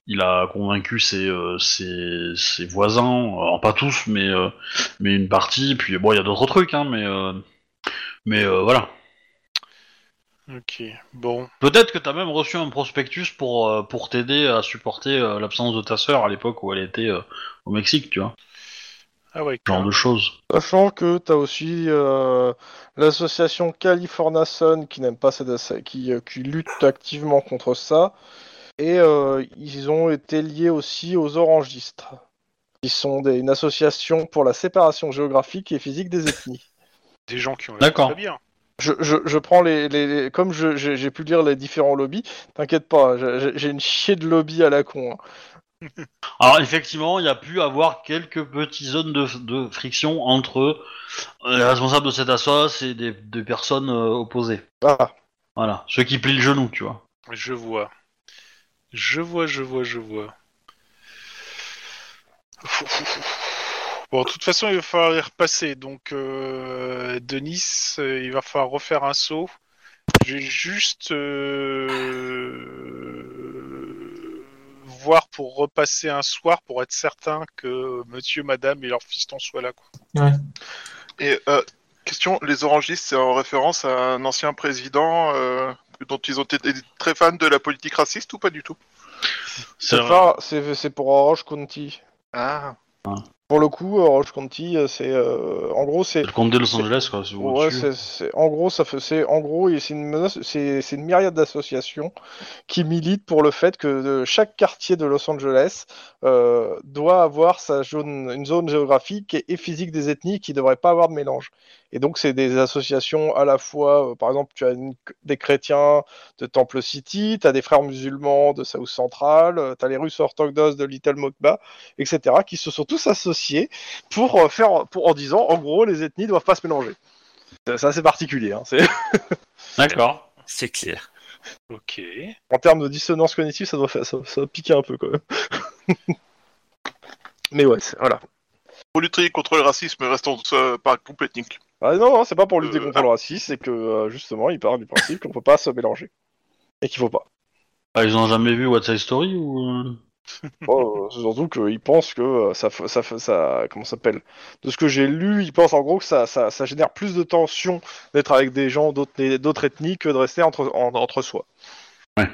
S1: il a convaincu ses euh, ses, ses voisins, alors pas tous, mais euh, mais une partie. Puis bon, il y a d'autres trucs, hein, mais euh, mais euh, voilà.
S3: Ok, bon.
S1: Peut-être que t'as même reçu un prospectus pour, euh, pour t'aider à supporter euh, l'absence de ta sœur à l'époque où elle était euh, au Mexique, tu vois.
S3: Ah ouais,
S1: Ce genre de choses.
S2: Sachant que t'as aussi euh, l'association California Sun qui n'aime pas cette assa- qui, euh, qui lutte activement contre ça. Et euh, ils ont été liés aussi aux orangistes, qui sont des- une association pour la séparation géographique et physique des ethnies.
S3: des gens qui ont l'air
S1: D'accord.
S3: très bien.
S2: Je, je, je prends les, les, les- comme je- j'ai j'ai pu lire les différents lobbies, t'inquiète pas, j'ai- j'ai j'ai une chier de lobby à la con. hein.
S1: Alors effectivement, il y a pu avoir quelques petites zones de, de friction entre euh, les responsables de cette assoce et des, des personnes euh, opposées.
S2: Voilà.
S1: Voilà, ceux qui plient le genou, tu vois.
S3: Je vois. Je vois, je vois, je vois. Bon, de toute façon, il va falloir y repasser. Donc, euh, Denis, euh, il va falloir refaire un saut. J'ai juste euh, voir pour repasser un soir pour être certain que monsieur, madame et leur fiston soient là. Quoi.
S5: Et euh, question, les orangistes, c'est en référence à un ancien président euh, dont ils ont été très fans de la politique raciste ou pas du tout
S2: C'est pas- c'est- c'est pour Orange County.
S5: Ah,
S2: Pour le coup, Orange County, euh, c'est euh, en gros c'est
S1: Le comté de Los Angeles, quoi. c'est au-
S2: Ouais,
S1: dessus.
S2: c'est, c'est- en gros, ça fait, c'est, en gros, et c'est une menace- c'est, c'est une myriade d'associations qui militent pour le fait que euh, chaque quartier de Los Angeles euh, doit avoir sa zone, une zone géographique et, et physique des ethnies qui ne devrait pas avoir de mélange. Et donc, c'est des associations à la fois, euh, par exemple, tu as une- des chrétiens de Temple City, tu as des frères musulmans de South Central, euh, tu as les Russes orthodoxes de Little Mokba, etc., qui se sont tous associés pour euh, faire, pour, en disant, en gros, les ethnies doivent pas se mélanger. C'est c'est assez particulier. Hein. c'est-
S1: D'accord.
S4: C'est clair.
S3: Ok.
S2: En termes de dissonance cognitive, ça doit, faire- ça, ça doit piquer un peu quand même. Mais ouais, c'est- voilà.
S5: pour lutter contre le racisme, restons euh, par groupe ethnique.
S2: Ah non, non, c'est pas pour lutter
S5: Euh,
S2: contre le racisme, c'est que euh, justement, il part du principe qu'on peut pas se mélanger. Et qu'il faut pas.
S1: Ah, ils ont jamais vu What's Side Story ou euh,
S2: Oh, euh, surtout qu'ils pensent que euh, ça, f- ça, f- ça. Comment ça s'appelle De ce que j'ai lu, ils pensent en gros que ça, ça, ça génère plus de tension d'être avec des gens d'autres d'autres ethnies que de rester entre, en- entre soi.
S1: Ouais.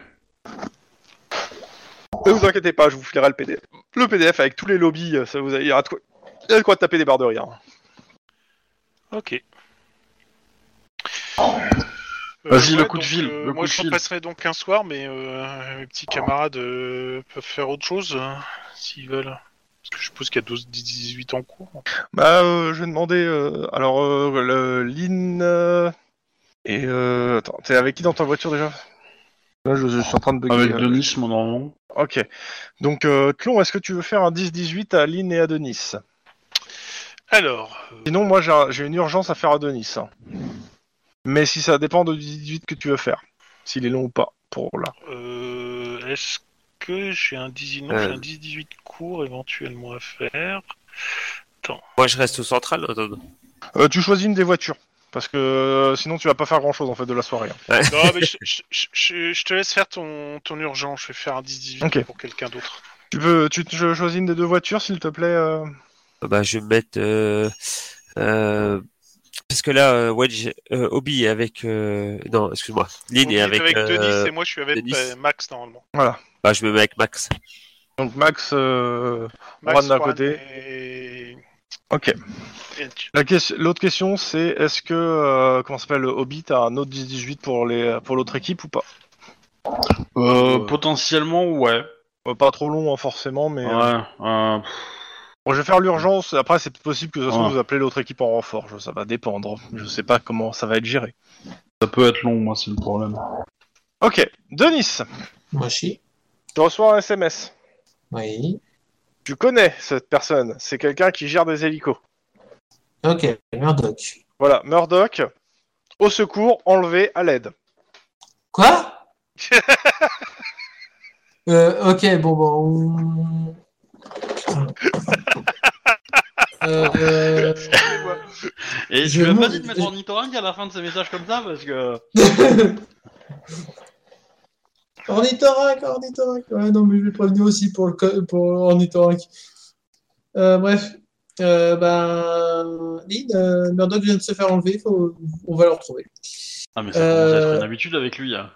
S2: Ne vous inquiétez pas, je vous filerai le PDF. Le PDF avec tous les lobbies, euh, ça vous a- il y aura de quoi, il y a de quoi taper des barres de rire.
S3: Ok.
S1: Vas-y, le coup de fil,
S3: fil.
S1: le
S3: euh, moi,
S1: coup de
S3: je
S1: fil. Ah.
S3: repasserai donc un soir, mais euh, mes petits camarades euh, peuvent faire autre chose euh, s'ils veulent. Parce que je suppose qu'il y a 12, 18 en cours.
S2: Bah, euh, je vais demander. euh, alors, euh, le- Lynn. euh, et. Euh, attends, t'es avec qui dans ta voiture déjà Là, je, je suis en train de bugger.
S1: avec
S2: euh.
S1: Denis, mon enfant
S2: Ok. Donc, euh, Clon, est-ce que tu veux faire un 10-18 à Lynn et à Denis
S3: Alors, euh,
S2: Sinon, moi, j'ai un- j'ai une urgence à faire à Denis. hein. Mais si ça dépend du 18 que tu veux faire, s'il est long ou pas, pour là.
S3: euh, est-ce que j'ai un 10 non,
S4: Euh.
S3: j'ai un 10, 18 cours éventuellement à faire
S4: Moi, je reste au central. en attendant.
S2: Euh, tu choisis une des voitures, parce que euh, sinon, tu vas pas faire grand-chose en fait de la soirée. hein.
S3: Non, mais je, je- je- je- je te laisse faire ton, ton urgent. Je vais faire un 10, 18
S2: Ok.
S3: pour quelqu'un d'autre.
S2: Tu peux, tu tu choisis une des deux voitures, s'il te plaît. euh.
S4: Bah, je vais mettre. euh, euh, parce que là, euh, Wedge, euh, Obi est avec. euh, non, excuse-moi. Lynn
S3: Vous
S4: est
S3: êtes
S4: avec. euh,
S3: Denis et moi, je suis avec
S4: Denis.
S3: euh, Max normalement.
S4: bah, je me mets avec Max.
S2: Donc, Max. euh,
S3: Max
S2: Juan d'un
S3: Juan
S2: côté.
S3: et-
S2: Ok.
S3: et
S2: La question- l'autre question, c'est est-ce que euh, comment ça s'appelle Hobbit a un autre 10-18 pour les pour l'autre équipe ou pas
S1: euh, Potentiellement, ouais.
S2: Euh, Pas trop long hein, forcément, mais
S1: Ouais.
S2: euh,
S1: euh,
S2: bon, je vais faire l'urgence. Après, c'est possible que de toute façon
S1: Ouais.
S2: vous appelez l'autre équipe en renfort. je- Ça va dépendre. Je sais pas comment ça va être géré.
S1: ça peut être long, moi, c'est le problème.
S2: Ok, Denis,
S6: Moi, chi.
S2: tu reçois un SMS.
S6: Oui.
S2: Tu connais cette personne. C'est quelqu'un qui gère des hélicos.
S6: Ok, Murdoch.
S2: Voilà, Murdoch. Au secours, enlevé à l'aide.
S6: Quoi Euh, Ok, bon, bon. Putain. Euh, euh,
S1: Et
S6: Je
S1: tu m'as
S6: m'en-
S1: pas dit de mettre en ornithorynque à la fin de ces messages comme ça, parce que...
S6: Ornithorynque, ornithorynque. Ouais, non, mais je vais prévenir aussi pour, le co- pour l'ornithorynque. Euh, bref, Euh, ben, Lynn, euh, Murdoch vient de se faire enlever, faut- on va le retrouver.
S1: Ah, mais ça commence à être
S6: Euh,
S1: une habitude avec lui. hein.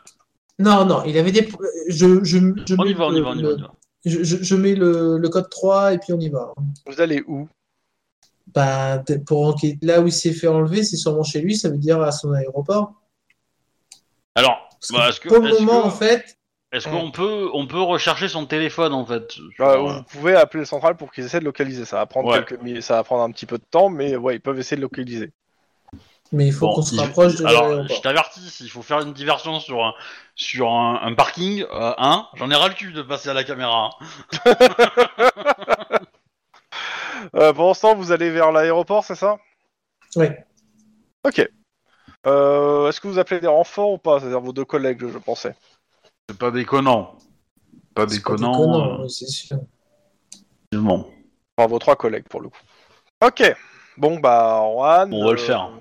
S6: Non, non, il avait des. Je, je, je
S1: On
S6: mets
S1: y va, on y
S6: le-
S1: va, on y va.
S6: le-
S1: on y va.
S6: Je, je- je mets le, le code 3 et puis on y va.
S2: Vous allez où
S6: Ben, t- pour enquêter, là où il s'est fait enlever, c'est sûrement chez lui, ça veut dire à son aéroport.
S1: Alors,
S6: Parce
S1: bah,
S6: que
S1: est-ce que-
S6: pour le
S1: est-ce que-
S6: moment, en fait,
S1: est-ce qu'on peut, on peut rechercher son téléphone en fait sur,
S2: Bah,
S1: euh,
S2: Vous pouvez appeler le central pour qu'ils essaient de localiser. Ça va prendre
S1: Ouais.
S2: quelques mi- ça va prendre un petit peu de temps, mais ouais, ils peuvent essayer de localiser.
S6: mais il faut
S1: Bon,
S6: qu'on se
S1: il-
S6: rapproche de
S1: Alors, je
S6: l'aéroport.
S1: t'avertis, s'il faut faire une diversion sur un, sur un, un parking, euh, hein, j'en ai ras le cul de passer à la caméra. hein.
S2: Euh, pour l'instant, vous allez vers l'aéroport, c'est ça
S6: Ouais.
S2: Euh, Est-ce que vous appelez des renforts ou pas C'est-à-dire vos deux collègues, je pensais.
S1: C'est pas déconnant. Pas
S6: C'est pas
S1: déconnant.
S6: déconnant,
S1: euh,
S6: oui, c'est sûr.
S1: effectivement.
S2: Enfin, vos trois collègues, pour le coup. Ok. Bon, bah, Juan...
S1: On va le faire.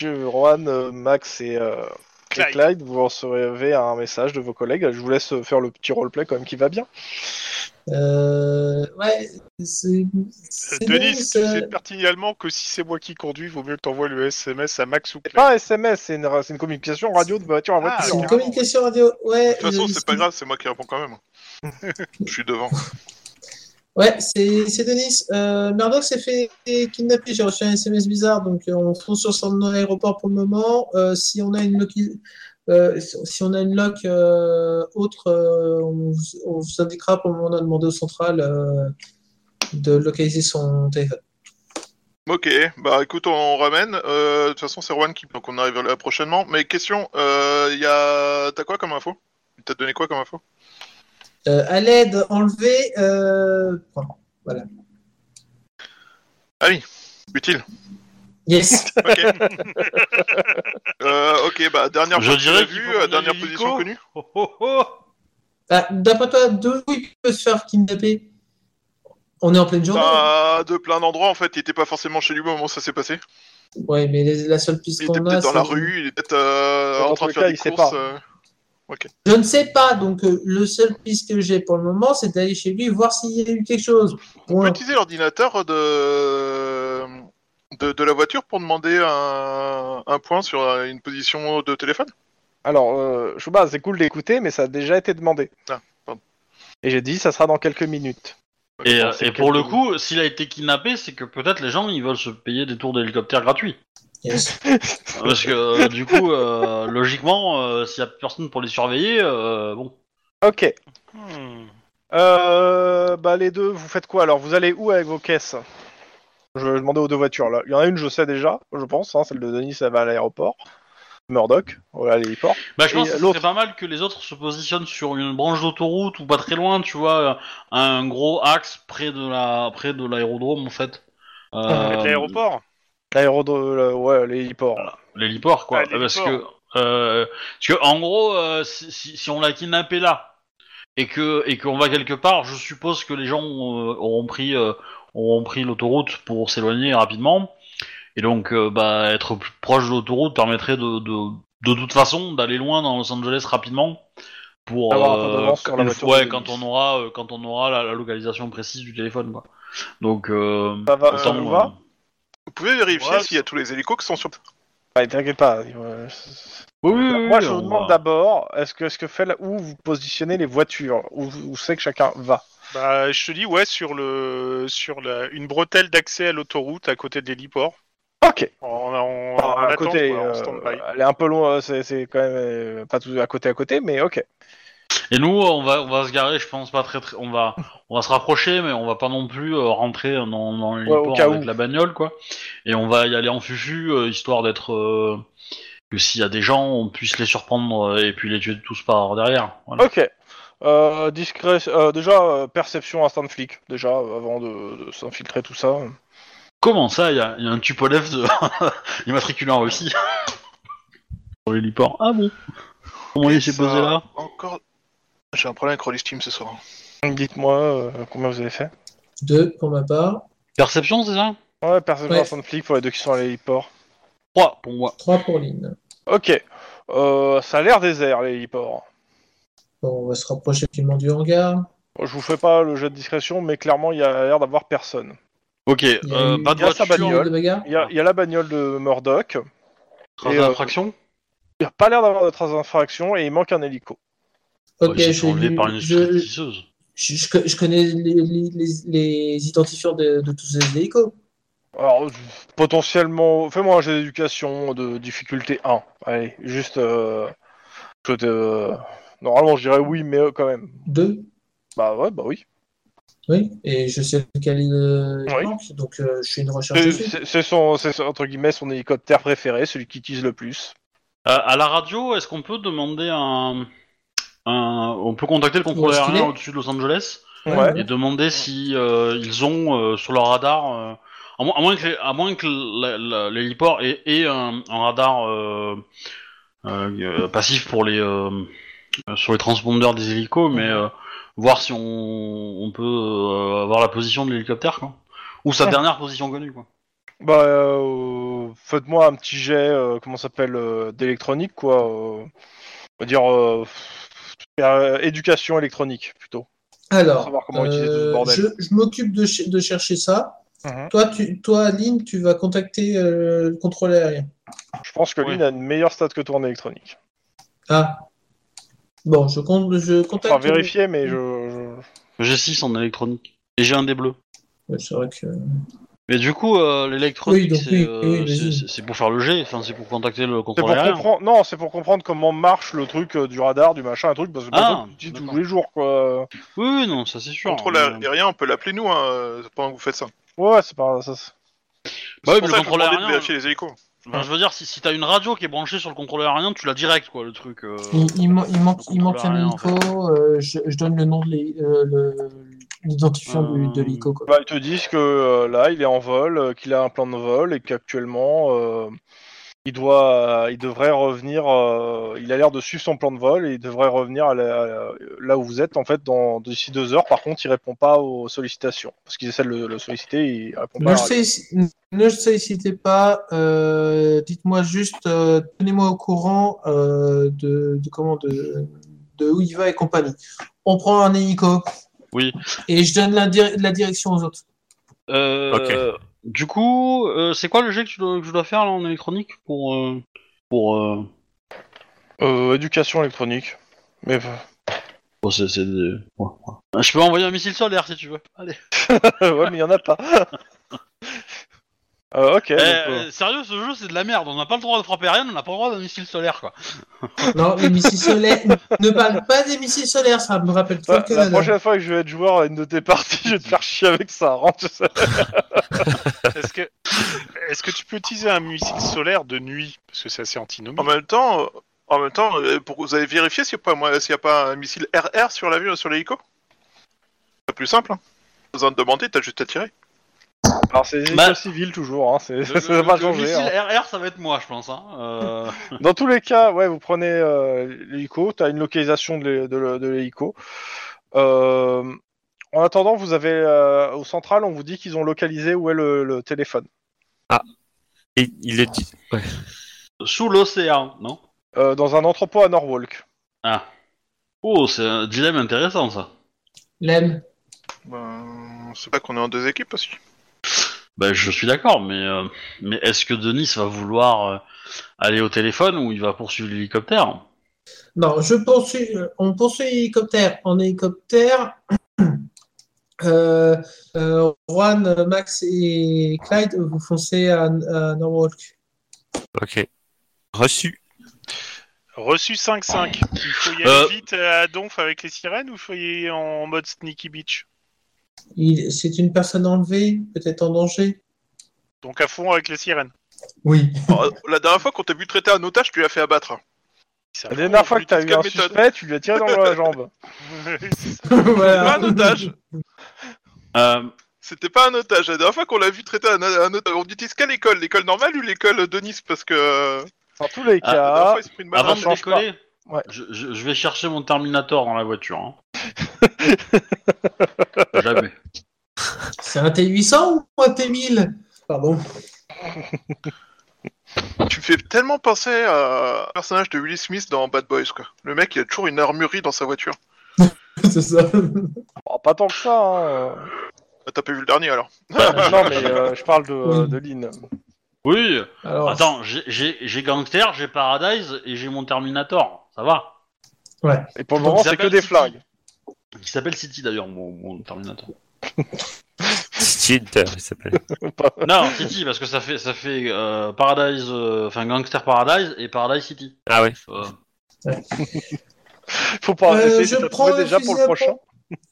S2: je- Juan, euh, Max et, euh, et Clyde.
S3: Clyde.
S2: vous recevez un message de vos collègues. Je vous laisse euh, faire le petit roleplay quand même qui va bien.
S6: Euh, ouais, c'est.
S3: Euh,
S6: c'est
S3: Denis,
S6: bon,
S3: tu
S6: ça-
S3: sais pertinemment que si c'est moi qui conduis, vaut mieux que t'envoies le SMS à Max ou
S2: C'est
S3: Claire.
S2: pas un SMS, c'est une, c'est une communication radio de voiture à
S3: Ah,
S2: voiture.
S6: C'est une
S3: carrément.
S6: communication radio. Ouais, euh,
S5: De toute façon,
S6: je-
S5: c'est pas grave, c'est moi qui réponds quand même. Je suis devant.
S6: Ouais, c'est c'est Denis. Euh, Murdoch s'est fait kidnapper. J'ai reçu un SMS bizarre, donc euh, on fonce sur son aéroport pour le moment. Euh, si on a une lock, euh, si on a une lock euh, autre, euh, on, vous- on vous indiquera pour le moment. On a demandé au central euh, de localiser son téléphone.
S5: Ok, bah écoute, on ramène. Euh, De toute façon, c'est Rowan qui. Donc on arrive là prochainement. Mais question, euh, y a... t'as quoi comme info Il t'a donné quoi comme info
S6: Euh, à l'aide, enlever. Euh... voilà.
S5: Utile.
S6: Yes.
S5: Ok. Euh, ok, bah dernière
S1: Je
S5: fois que tu
S1: dirais
S5: l'as
S1: qu'il
S5: vu,
S1: faut
S5: euh,
S1: qu'on
S5: dernière
S1: aille
S5: position
S1: hélico.
S5: connue.
S1: Oh, oh, oh.
S6: Bah, D'après toi, deux où il peut se faire kidnapper On est en pleine journée.
S5: Bah, de plein d'endroits en fait, il était pas forcément chez lui au moment où ça s'est passé.
S6: Ouais, mais les- la seule piste
S5: Il
S6: qu'on
S5: était
S6: a,
S5: peut-être dans
S6: c'est-
S5: la rue, il était peut-être euh,
S2: Dans
S5: en train
S2: tous les
S5: de faire
S2: cas,
S5: des
S2: il sait
S5: courses.
S2: pas.
S5: euh.
S6: Je ne sais pas, donc euh, le seul piste que j'ai pour le moment, c'est d'aller chez lui voir s'il y a eu quelque chose.
S5: On peut
S6: Point.
S5: utiliser l'ordinateur de... De, de la voiture pour demander un, un point sur euh, une position de téléphone
S2: Alors, euh, Chouba, c'est cool d'écouter, mais ça a déjà été demandé.
S5: Ah, pardon.
S2: Et j'ai dit, ça sera dans quelques minutes.
S1: Et, euh,
S2: c'est
S1: et pour le
S2: quelques-
S1: coup, s'il a été kidnappé, c'est que peut-être les gens ils veulent se payer des tours d'hélicoptère gratuits.
S6: Yes.
S1: Parce que euh, du coup, euh, logiquement, euh, s'il y a personne pour les surveiller, euh, bon.
S2: Ok.
S3: Hmm.
S2: Euh, bah, les deux, vous faites quoi alors Vous allez où avec vos caisses Je vais demander aux deux voitures là. Il y en a une, je sais déjà, je pense. hein, celle de Denis, elle va à l'aéroport. Murdoch, voilà l'héliport.
S1: Bah, je
S2: Et euh,
S1: pense que ce
S2: l'autre-
S1: serait pas mal que les autres se positionnent sur une branche d'autoroute ou pas très loin, tu vois, euh, un gros axe près de la, près de l'aérodrome en fait. Euh,
S3: Près de l'aéroport.
S2: L'aérodrome, le- ouais, l'héliport.
S1: L'héliport, quoi.
S3: Ah, l'héliport.
S1: Parce que, euh, parce que, en gros, euh, si, si- si on l'a kidnappé là et que et qu'on va quelque part, je suppose que les gens euh, auront pris euh, auront pris l'autoroute pour s'éloigner rapidement. Et donc, euh, bah, être plus proche de l'autoroute permettrait de, de de toute façon d'aller loin dans Los Angeles rapidement pour euh,
S2: Avoir un peu d'avance sur la
S1: une
S2: voiture
S1: fois-
S2: de
S1: ouais, quand
S2: police.
S1: on aura euh, quand on aura la, la localisation précise du téléphone, quoi. Donc, euh,
S2: Ça va, ça
S1: autant,
S2: vous
S1: euh,
S2: va
S5: Vous pouvez vérifier
S1: Ouais.
S5: s'il y a tous les hélicos qui sont sur.
S2: Ouais, T'inquiète pas. euh,
S1: oui, oui, oui,
S2: Moi, je
S1: on
S2: vous
S1: va-
S2: demande d'abord, est-ce que ce que fait là, où vous positionnez les voitures, où, vous- où c'est que chacun va.
S3: Bah, je te dis, ouais, sur le sur la, une bretelle d'accès à l'autoroute à côté de l'héliport.
S2: Ok.
S3: En, en,
S2: Enfin,
S3: en
S5: Ah,
S2: à
S3: attente,
S2: côté,
S3: quoi, en
S2: euh,
S3: stand-by.
S2: elle est un peu loin, c'est c'est quand même euh, pas tout à côté à côté, mais ok.
S1: Et nous, on va, on va se garer, je pense pas très, très on va, on va se rapprocher, mais on va pas non plus euh, rentrer dans, dans l'héliport
S2: au cas
S1: avec
S2: où.
S1: la bagnole, quoi. Et on va y aller en fufu, euh, histoire d'être euh, que s'il y a des gens, on puisse les surprendre euh, et puis les tuer tous par derrière. Voilà.
S2: Ok. Euh, discret, euh, déjà, euh, perception instant flic, déjà, euh, avant de, de s'infiltrer tout ça.
S1: Comment ça, il y a, il y a un Tupolev de... immatriculé en Russie sur l'héliport Ah bon Comment il s'est
S5: Ça-
S1: posé là
S5: Encore. J'ai un problème avec Rollis Team ce soir.
S2: Dites-moi euh, combien vous avez fait.
S6: Deux pour ma part,
S1: Perception, c'est ça
S2: Ouais, perception
S6: Ouais.
S2: instant flic pour les deux qui sont à l'héliport.
S1: 3 pour moi.
S6: trois pour Lynn.
S2: Ok. Euh, ça a l'air désert, l'héliport.
S6: Bon, on va se rapprocher finalement du hangar.
S2: Je vous fais pas le jeu de discrétion, mais clairement, il y a l'air d'avoir personne.
S1: Ok,
S6: Il y a
S1: euh,
S6: eu
S1: pas de
S2: grâce à
S1: voiture,
S2: bagnole.
S6: de bagarre.
S2: Il y, a- il y a la bagnole de Murdoch.
S1: trace
S2: Et, euh,
S1: d'infraction
S2: Il a pas l'air d'avoir de traces d'infraction et il manque un hélico.
S1: Ouais,
S6: Ok,
S1: Bah, Ils se
S6: je,
S1: sont enlevés par une
S6: je-
S1: stripteaseuse.
S6: je- je- je connais les, les- les- les identifiants de, de tous ces hélicos.
S2: Alors, euh, potentiellement, fais-moi un jeu d'éducation de difficulté 1. Allez, juste. euh, que te- Normalement, je dirais oui, mais euh, quand même.
S6: Deux,
S2: Bah ouais, bah oui.
S6: oui. Et je sais lequel euh, il
S2: Oui.
S6: manque, donc euh, je fais une recherche
S2: C'est-
S6: dessus.
S2: C'est c'est son, c'est son- entre guillemets, son hélicoptère préféré, celui qui tease le plus.
S1: Euh, à la radio, est-ce qu'on peut demander un, un- On peut contacter le
S6: Où
S1: contrôle
S6: est-ce qu'il
S1: aérien
S6: est
S1: au-dessus de Los Angeles
S6: Ouais,
S2: Ouais.
S1: et demander si euh, ils ont euh, sur leur radar, euh, à, moins, à moins que, les- à moins que la- la- l'héliport ait, ait un, un radar euh, euh, euh, passif pour les euh, euh, sur les transpondeurs des hélicos, mais euh, voir si on, on peut euh, avoir la position de l'hélicoptère, quoi, ou sa
S2: Ouais.
S1: dernière position connue, quoi.
S2: Bah, euh, faites-moi un petit jet, euh, comment ça s'appelle, euh, d'électronique, quoi. euh, on va dire. euh, euh, éducation électronique, plutôt.
S6: Alors,
S2: savoir comment utiliser tout ce
S6: euh,
S2: bordel.
S6: je, je m'occupe de, ch- de chercher ça.
S2: Mhm.
S6: Toi, tu, toi, Lynn, tu vas contacter euh, le contrôle aérien.
S2: Je pense que
S1: Ouais.
S2: Lynn a une meilleure stat que toi en électronique.
S6: Ah. Bon, je, con- je contacte. euh,
S2: Enfin, vérifier, mais je... je-
S1: J'ai 6 en électronique et j'ai un des bleus.
S6: Ouais, c'est vrai que. euh,
S1: Mais du coup, euh, l'électronique,
S6: Oui, donc,
S1: c'est
S6: oui,
S1: euh,
S6: oui,
S1: c'est-
S6: vas-y.
S1: c'est- c'est pour faire le G, enfin, c'est pour contacter le
S2: C'est
S1: contrôle
S2: pour
S1: aérien.
S2: comprendre. Non, c'est pour comprendre comment marche le truc euh, du radar, du machin, un truc parce que
S1: Ah,
S2: par exemple, tu dis tous
S1: d'accord.
S2: les jours quoi.
S1: Oui, oui, non, ça c'est sûr. hein,
S5: Contrôle
S1: Mais-
S5: aérien, on peut l'appeler nous, hein, pendant que vous faites ça.
S2: Ouais, c'est pas ça. c'est-
S1: Bah oui,
S5: C'est
S1: mais
S5: pour
S1: le
S5: ça que je vous
S1: contrôle
S5: demandais
S1: aérien,
S5: de vérifier les hélicos.
S1: enfin, je veux dire, si, si t'as une radio qui est branchée sur le contrôle aérien, tu l'as direct, quoi, le truc. euh,
S6: Il, il man- il manque,
S1: le
S6: il manque
S1: contrôle
S6: un
S1: aérien, en
S6: hélico. euh, je, je donne le nom de l'hé- euh, le- l'identifiant du- de
S1: Euh,
S6: l'hélico. quoi.
S2: Bah, ils te disent que euh, là, il est en vol, euh, qu'il a un plan de vol et qu'actuellement, euh, il doit, euh, il devrait revenir. euh, il a l'air de suivre son plan de vol et il devrait revenir à la- à la- là où vous êtes en fait dans d'ici deux heures. Par contre, il répond pas aux sollicitations parce qu'ils essaient de le, le solliciter, il répond
S6: Ne
S2: pas.
S6: le, sollici- ne le sollicitez pas. euh, Dites-moi juste, euh, tenez-moi au courant euh, de, de comment de, de où il va et compagnie. On prend un hélico.
S1: Oui.
S6: Et je donne la, dir- la direction aux autres.
S1: euh, Du coup, euh, c'est quoi le G que, tu dois- que je dois faire là, en électronique pour. euh, pour euh,
S2: Euh, éducation électronique. Mais
S1: bon, c'est- c'est des- ouais, ouais. Je peux envoyer un missile solaire si tu veux. Allez.
S2: ouais, mais il y en a pas. Euh, ok. donc,
S1: Eh,
S2: euh,
S1: euh, sérieux, ce jeu c'est de la merde. On n'a pas le droit de frapper rien, on n'a pas le droit d'un missile solaire, quoi.
S6: Non, les missiles solaires. ne parle pas des missiles solaires, ça me rappelle trop
S2: la-
S6: le
S2: la
S6: Canada.
S2: prochaine fois que je vais être joueur à une de tes parties, je vais te faire chier avec ça. hein, tu sais.
S3: Est-ce que, est que tu peux utiliser un missile solaire de nuit Parce que c'est assez antinomique.
S5: En même temps, euh, en même temps, euh, pour, vous avez vérifié s'il n'y a, pas- moi, s'il y a pas un missile RR sur l'avion, sur l'hélico C'est plus simple. Hein. Pas besoin de demander, t'as juste à tirer.
S2: Alors c'est des
S1: Bah-
S2: écoles civiles toujours, hein, c'est
S1: Le,
S2: ça va pas
S1: le- le
S2: changer.
S1: missile
S2: hein.
S1: RR, ça va être moi, je pense. Hein. Euh,
S2: Dans tous les cas, ouais, vous prenez euh, l'hélico, t'as une localisation de l'hé- de l'hé- de l'hélico. Euh, en attendant, vous avez euh, au central, on vous dit qu'ils ont localisé où est le, le téléphone.
S4: Et il le dit. Ouais.
S1: Sous l'océan, non
S2: Euh, dans un entrepôt à Norwalk.
S1: Ah. Oh, c'est un dilemme intéressant ça.
S6: L'aime.
S5: Ben, c'est pas qu'on est en deux équipes aussi.
S1: Bah, je suis d'accord, mais, euh, mais est-ce que Denis va vouloir euh, aller au téléphone ou il va poursuivre l'hélicoptère
S6: Non, je poursuis, euh, on poursuit hélicoptère. En hélicoptère, euh, euh, Juan, Max et Clyde, vous foncez à, à Norwalk.
S4: Ok. Reçu.
S3: Reçu 5-5. Il faut y aller
S1: Euh.
S3: vite à Donf avec les sirènes ou il faut y aller en mode sneaky bitch
S6: Il- C'est une personne enlevée, peut-être en danger.
S3: Donc à fond avec les sirènes.
S6: Oui.
S5: Alors, euh, la dernière fois qu'on t'a vu traiter un otage, tu l'as fait abattre. hein.
S3: Ça
S2: La dernière fois que t'as eu
S5: Lucas
S2: un
S5: Méthode.
S2: suspect, tu lui as tiré dans la jambe.
S5: Pas
S6: voilà.
S5: un otage
S1: euh,
S5: C'était pas un otage. La dernière fois qu'on l'a vu traiter un, un otage, on utilise qu'à l'école, l'école normale ou l'école de Nice Parce que euh,
S2: Dans tous les
S1: Ah,
S5: la dernière
S2: cas,
S5: fois, il se prit une
S1: Avant
S5: balle.
S1: de
S2: change pas.
S1: décoller,
S2: Ouais.
S1: je, je- je vais chercher mon Terminator dans la voiture. hein. Jamais.
S6: C'est un T800 ou un T1000 Pardon.
S5: Tu me fais tellement penser à un personnage de Will Smith dans Bad Boys, quoi. Le mec, il a toujours une armurerie dans sa voiture.
S6: C'est ça.
S2: oh, pas tant que ça. hein.
S5: Ah, T'as pas vu le dernier alors
S2: non, mais euh, je parle de, euh, de Lynn.
S1: Oui.
S2: Oh.
S6: Alors,
S1: Attends, j'ai- j'ai j'ai Gangster, j'ai Paradise et j'ai mon Terminator. Ça va.
S6: ouais.
S2: Et pour le moment,
S1: Ils
S2: c'est que
S1: appellent
S2: des
S1: City.
S2: flingues.
S1: Qui s'appelle City d'ailleurs, mon, mon Terminator.
S4: Stinter, il s'appelle.
S1: non, City parce que ça fait ça fait euh, Paradise, euh, enfin Gangster Paradise et Paradise City.
S4: Ah ouais.
S1: Euh,
S2: Faut pas
S6: Euh,
S2: essayer
S6: je
S2: de
S6: prends
S2: trouver
S6: le
S2: déjà pour
S6: fusil
S2: le
S6: à
S2: prochain.
S6: pompe.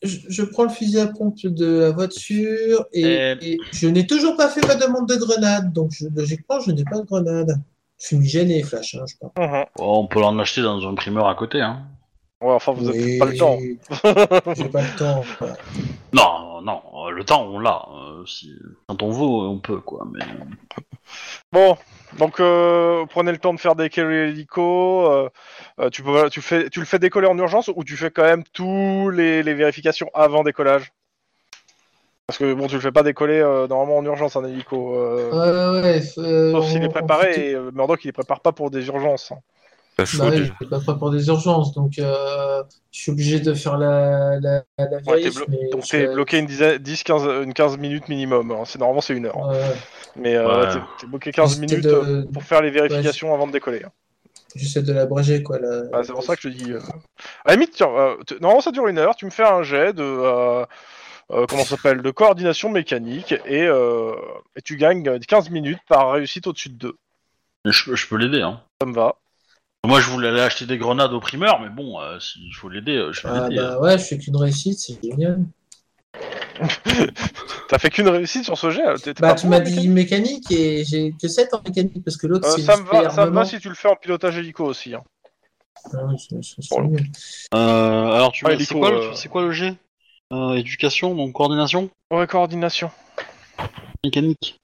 S6: Je, je prends le fusil à pompe de la voiture et,
S1: Euh.
S6: et je n'ai toujours pas fait ma demande de grenade, donc je- logiquement, je n'ai pas de grenade. Fumigène et flash, hein, je parle.
S2: Mhm.
S1: bon, Oh, on peut l'en acheter dans un primeur à côté. Hein.
S2: Ouais, enfin, vous avez
S6: Oui,
S2: pas le temps.
S6: J'ai pas le temps. quoi.
S1: Non, non, euh, le temps on l'a. euh, si... Quand on veut, on peut quoi. Mais
S2: Bon, donc euh, prenez le temps de faire décoller l'hélico. euh, euh, tu, peux, tu, fais, tu le fais décoller en urgence ou tu fais quand même tous les, les vérifications avant décollage Parce que bon, tu le fais pas décoller euh, normalement en urgence un hélico. euh,
S6: Ouais, ouais, euh,
S2: Sauf s'il
S6: on-
S2: est
S6: on fait-
S2: préparé et euh, Murdoch il les prépare pas pour des urgences. hein.
S4: Pas chaud,
S6: Bah ouais,
S4: déjà.
S6: je suis pas prêt pour des urgences, donc euh, je suis obligé de faire la, la, la vérif,
S2: t'es blo-
S6: mais
S2: Donc
S6: je-
S2: t'es bloqué une 10-15 une 15 minutes minimum. hein. C'est normalement c'est une heure. hein.
S6: Ouais,
S2: Mais euh,
S1: Ouais.
S2: t'es- t'es bloqué 15
S6: j'essaie
S2: minutes
S6: de-
S2: euh, pour faire les vérifications avant de décoller. hein.
S6: J'essaie de l'abréger, quoi. la-
S2: Bah, c'est pour ça que je te dis. euh, À la limite, tiens, euh, t- normalement ça dure une heure. Tu me fais un jet de euh, euh, comment ça s'appelle de coordination mécanique et, euh, et tu gagnes euh, 15 minutes par réussite au-dessus de 2.
S1: je, je peux l'aider. Hein.
S2: Ça me va.
S1: Moi, je voulais aller acheter des grenades au primeur, mais bon, euh, s'il faut l'aider, euh, je vais
S6: Ah,
S1: l'aider.
S6: bah ouais, je fais qu'une réussite, c'est génial.
S2: T'as fait qu'une réussite sur ce jet. euh, t'es- t'es
S6: Bah,
S2: pas
S6: tu
S2: bon,
S6: m'as
S2: mec.
S6: dit mécanique et j'ai que 7 en mécanique parce que l'autre
S2: Euh,
S6: c'est.
S2: ça me va,
S6: super
S2: ça me va
S6: armement.
S2: si tu le fais en pilotage hélico aussi. hein.
S6: Ah oui, c'est- c'est- c'est
S2: Pour le
S6: mieux.
S1: Euh, alors, tu
S2: Ouais,
S1: veux-
S2: Lico,
S1: c'est quoi, le-
S2: euh,
S1: c'est quoi le G Euh, Éducation, donc coordination,
S2: Ouais, coordination.
S1: mécanique.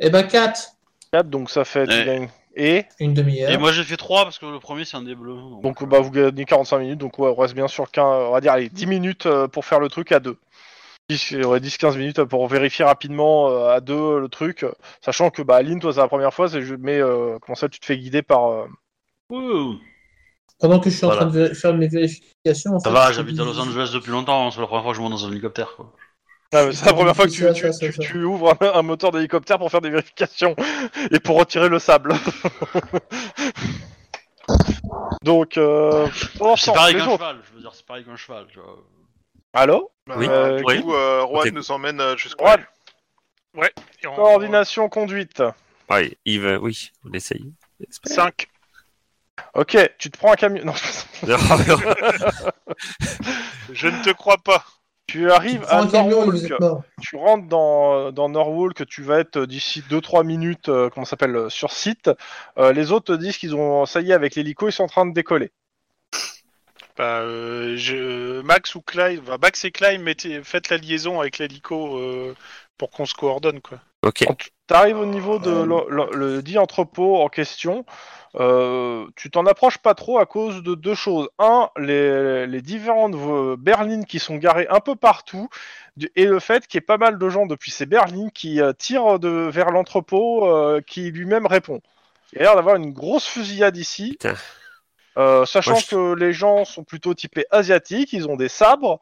S6: Eh bah, 4,
S2: 4, donc ça fait. tu
S1: Ouais.
S2: gagnes- Et
S6: une demi-heure.
S1: Et moi, j'ai fait 3 parce que le premier, c'est un des bleus. donc-
S2: donc bah, vous gagnez 45 minutes, donc ouais, on reste bien sûr qu'un, on va dire allez, 10 minutes euh, pour faire le truc à 2. 10-15 minutes pour vérifier rapidement euh, à 2 le truc, euh, sachant que bah, Aline, toi c'est la première fois, c'est, ju- mais euh, comment ça tu te fais guider par. euh,
S1: Ouh,
S6: Pendant que je suis en
S1: Voilà.
S6: train de vér- faire mes vérifications. en
S1: ça
S6: fait,
S1: va,
S6: je
S1: j'habite
S6: dis-
S1: à Los Angeles depuis longtemps, hein, c'est la première fois que je monte dans un hélicoptère. Quoi.
S2: Ah, mais c'est la première fois que tu,
S6: Ça,
S2: tu-
S6: ça, ça,
S2: tu-
S6: ça.
S2: tu ouvres un, un moteur d'hélicoptère pour faire des vérifications et pour retirer le sable. donc, euh, pendant ce
S1: C'est
S2: temps,
S1: pareil
S2: les
S1: qu'un
S2: autres-
S1: cheval, je veux dire, c'est pareil qu'un cheval. Tu vois.
S2: Allô
S5: Bah,
S4: Oui.
S5: euh,
S4: Oui.
S5: Du coup, euh, Juan
S4: Ok.
S5: nous emmène euh, jusqu'au.
S2: Juan.
S3: Et on-
S2: Coordination conduite.
S4: Pareil, Yves, oui, on essaye. J'espère.
S3: 5.
S2: Ok, tu te prends un camion. Non,
S4: Non, non.
S3: Je ne te crois pas.
S2: tu
S6: Tu
S2: arrives
S6: prends
S2: à
S6: un camion et vous
S2: Norwalk.
S6: êtes mort.
S2: Tu rentres dans, dans Norwalk, tu vas être euh, d'ici 2-3 minutes, euh, comment ça s'appelle, euh, sur site. Euh, les autres te disent qu'ils ont, ça y est, avec l'hélico, ils sont en train de décoller.
S3: Bah, euh, je- Max ou Clive, bah, Max et Clive, mettez- faites la liaison avec l'hélico euh, pour qu'on se coordonne. quoi.
S4: Ok.
S2: T'arrives au niveau de l'en- l'en- le dit entrepôt en question. Euh, tu t'en approches pas trop à cause de deux choses. Un, les, les différentes vo- berlines qui sont garées un peu partout, du- et le fait qu'il y ait pas mal de gens depuis ces berlines qui euh, tirent de, vers l'entrepôt euh, qui lui-même répond. Il y a l'air d'avoir une grosse fusillade ici.
S4: Putain.
S2: Euh, sachant
S4: Moi, je-
S2: que les gens sont plutôt typés asiatiques, ils ont des sabres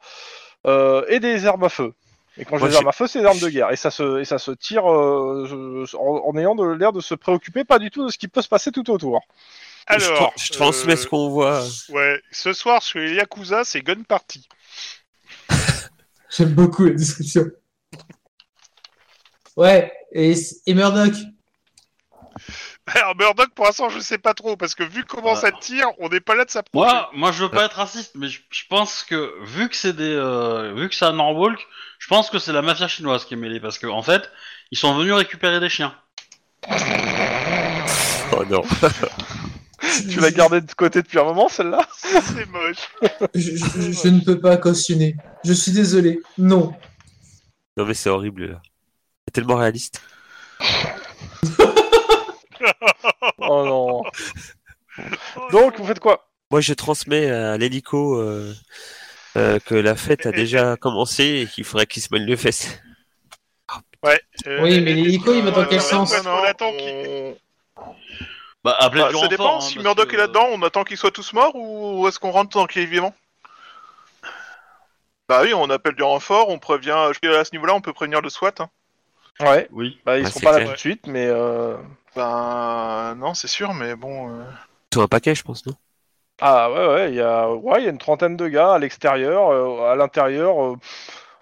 S2: euh, et des armes à feu. Et quand je
S4: Moi,
S2: dis
S4: je-
S2: armes à feu, c'est des armes de guerre. Et ça se, et ça se tire euh, je- en, en ayant de, l'air de se préoccuper pas du tout de ce qui peut se passer tout autour.
S4: je, tra-
S3: Alors,
S4: je transmets
S3: euh,
S4: ce qu'on voit.
S3: Ouais, ce soir sur les Yakuza, c'est Gun Party.
S6: J'aime beaucoup la description. Ouais, et, et Murdoch.
S3: Alors, Murdoch, pour l'instant, je sais pas trop, parce que vu comment
S4: Ah.
S1: Ouais.
S3: ça tire, on n'est pas là de s'approcher.
S1: Moi, moi, je veux pas être raciste, mais je, je pense que vu que c'est des, euh, vu que c'est à Norwalk, je pense que c'est la mafia chinoise qui est mêlée parce que en fait, ils sont venus récupérer des chiens.
S4: Oh non.
S2: Tu l'as gardé de côté depuis un moment, celle-là
S3: c'est moche.
S6: Je, je- je- je ne peux pas cautionner. Je suis désolé. Non.
S4: Non mais c'est horrible. là. C'est tellement réaliste.
S2: Oh non. Donc, vous faites quoi
S4: Moi je transmets à l'hélico euh, euh, que la fête a déjà commencé et qu'il faudrait qu'il se mêle le fesses.
S3: Euh,
S6: Oui, mais l'hélico, il va dans quel
S5: Euh,
S6: sens
S5: non, non,
S3: On attend
S5: on-
S3: qu'il-
S1: Bah, appelez
S5: Bah,
S1: du
S5: ça
S1: renfort,
S5: dépend,
S1: hein,
S5: si
S1: parce
S5: Murdoch
S1: que-
S5: est là-dedans, on attend qu'ils soient tous morts ou est-ce qu'on rentre tant qu'il est vivant Bah oui, on appelle du renfort, on prévient. Je à ce niveau-là, on peut prévenir le SWAT. hein.
S2: Ouais,
S1: Oui.
S2: bah, ils
S4: Ouais,
S2: sont
S4: c'est
S2: pas là
S4: clair.
S2: tout de suite, mais euh,
S5: Ben non, c'est sûr, mais bon. euh,
S4: Ils sont un paquet, je pense, non
S2: ah ouais, ouais, il y a, ouais, il y a une trentaine de gars à l'extérieur, euh, à l'intérieur, euh,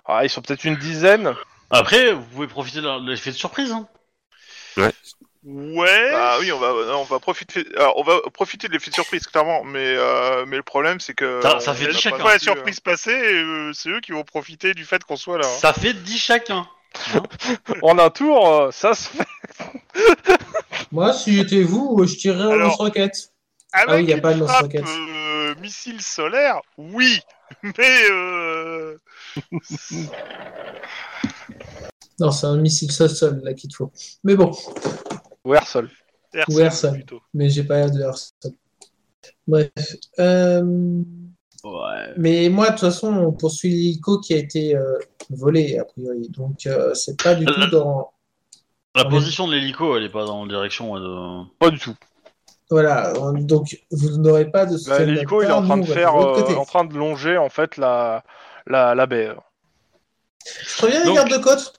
S2: ah, ils sont peut-être une dizaine.
S1: Après, vous pouvez profiter de la- de l'effet de surprise. Hein.
S3: Ouais.
S5: Bah oui, on va, non, on va profiter. alors, on va profiter de l'effet de surprise clairement, mais euh, mais le problème c'est que.
S1: Ça- ça fait
S5: on
S1: dix
S5: a
S1: chacun.
S5: pas
S3: Après la
S5: non plus,
S3: surprise passée, hein, euh, c'est eux qui vont profiter du fait qu'on soit là. hein.
S1: Ça fait 10 chacun.
S2: En un tour, euh, ça se fait.
S6: Moi, si j'étais vous, euh, je tirerais un
S3: Alors-
S6: lance-roquette.
S3: Avec
S6: Ah oui, y a
S3: une
S6: pas de
S3: frappe,
S6: lance-roquette.
S3: euh, missile solaire, oui, mais euh,
S6: Non, c'est un missile sol là qu'il te faut. Mais bon,
S2: Ouais, seul.
S3: Airsoft,
S6: Ou Airsoft.
S3: plutôt.
S6: mais j'ai pas l'air de leur Bref. Euh,
S1: Ouais.
S6: Mais moi, de toute façon, on poursuit l'hélico qui a été euh, volé, a priori. Donc, euh, c'est pas du tout dans.
S1: La
S6: Ouais.
S1: position de l'hélico, elle est pas dans la direction euh, de.
S2: Pas du tout.
S6: Voilà. on- Donc, vous n'aurez pas de.
S2: Là,
S6: système
S2: Bah, L'hélico, il est en
S6: d'apport,
S2: train
S6: nous,
S2: de
S6: on va
S2: faire,
S6: l'autre
S2: euh,
S6: côté.
S2: en train de longer en fait la la, la baie.
S6: Je préviens les
S1: Donc-
S6: gardes de côte.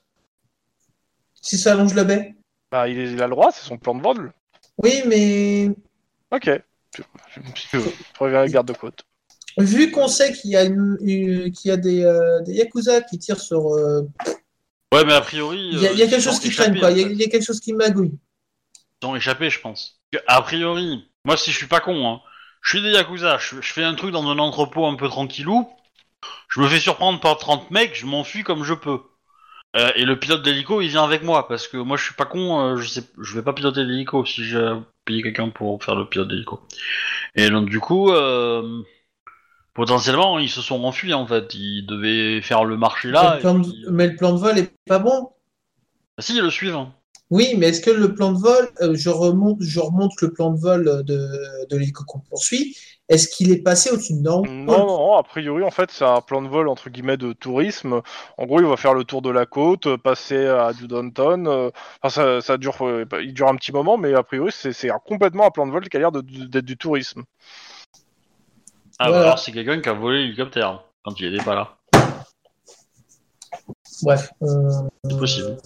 S6: Si ça allonge la baie.
S2: Bah, il, est- il a le droit, c'est son plan de vol.
S6: Oui, mais
S2: Ok. Je, je, je, je reviens à la garde de côte.
S6: vu qu'on sait qu'il y a, une- une- qu'il y a des, euh, des yakuza qui tirent sur. euh,
S1: Ouais, mais a priori.
S6: Il y, a-
S1: euh,
S6: il y a quelque
S1: ils
S6: chose
S1: sont
S6: qui
S1: échappés,
S6: traîne, quoi.
S1: en
S6: Il y a-
S1: fait.
S6: il y, a quelque chose qui magouille.
S1: Ils ont échappé, je pense. A priori, moi si je suis pas con, hein, je suis des Yakuza, je, je fais un truc dans un entrepôt un peu tranquillou, je me fais surprendre par 30 mecs, je m'enfuis comme je peux. Euh, et le pilote d'hélico, il vient avec moi, parce que moi je suis pas con, euh, je sais, je vais pas piloter l'hélico si j'ai payé quelqu'un pour faire le pilote d'hélico. Et donc du coup, euh, potentiellement, ils se sont enfuis en fait, ils devaient faire le marché là.
S6: mais, le plan
S1: et
S6: de-
S1: puis- euh,
S6: mais le plan de vol est pas bon.
S1: Ah, si, ils le suivent.
S6: Oui, mais est-ce que le plan de vol, euh, je remonte, je remonte le plan de vol euh, de, de l'hélico qu'on poursuit, est-ce qu'il est passé au-dessus de norme
S2: Non, non, non, a priori, en fait, c'est un plan de vol entre guillemets de tourisme. En gros, il va faire le tour de la côte, euh, passer à Dudanton. euh, Enfin, ça, ça dure, euh, il dure un petit moment, mais a priori, c'est c'est un- complètement un plan de vol qui a l'air de- de- d'être du tourisme.
S1: Ah
S6: Voilà.
S1: bah alors c'est quelqu'un qui a volé l'hélicoptère, hein, quand il était pas là.
S6: Bref. euh,
S1: C'est possible.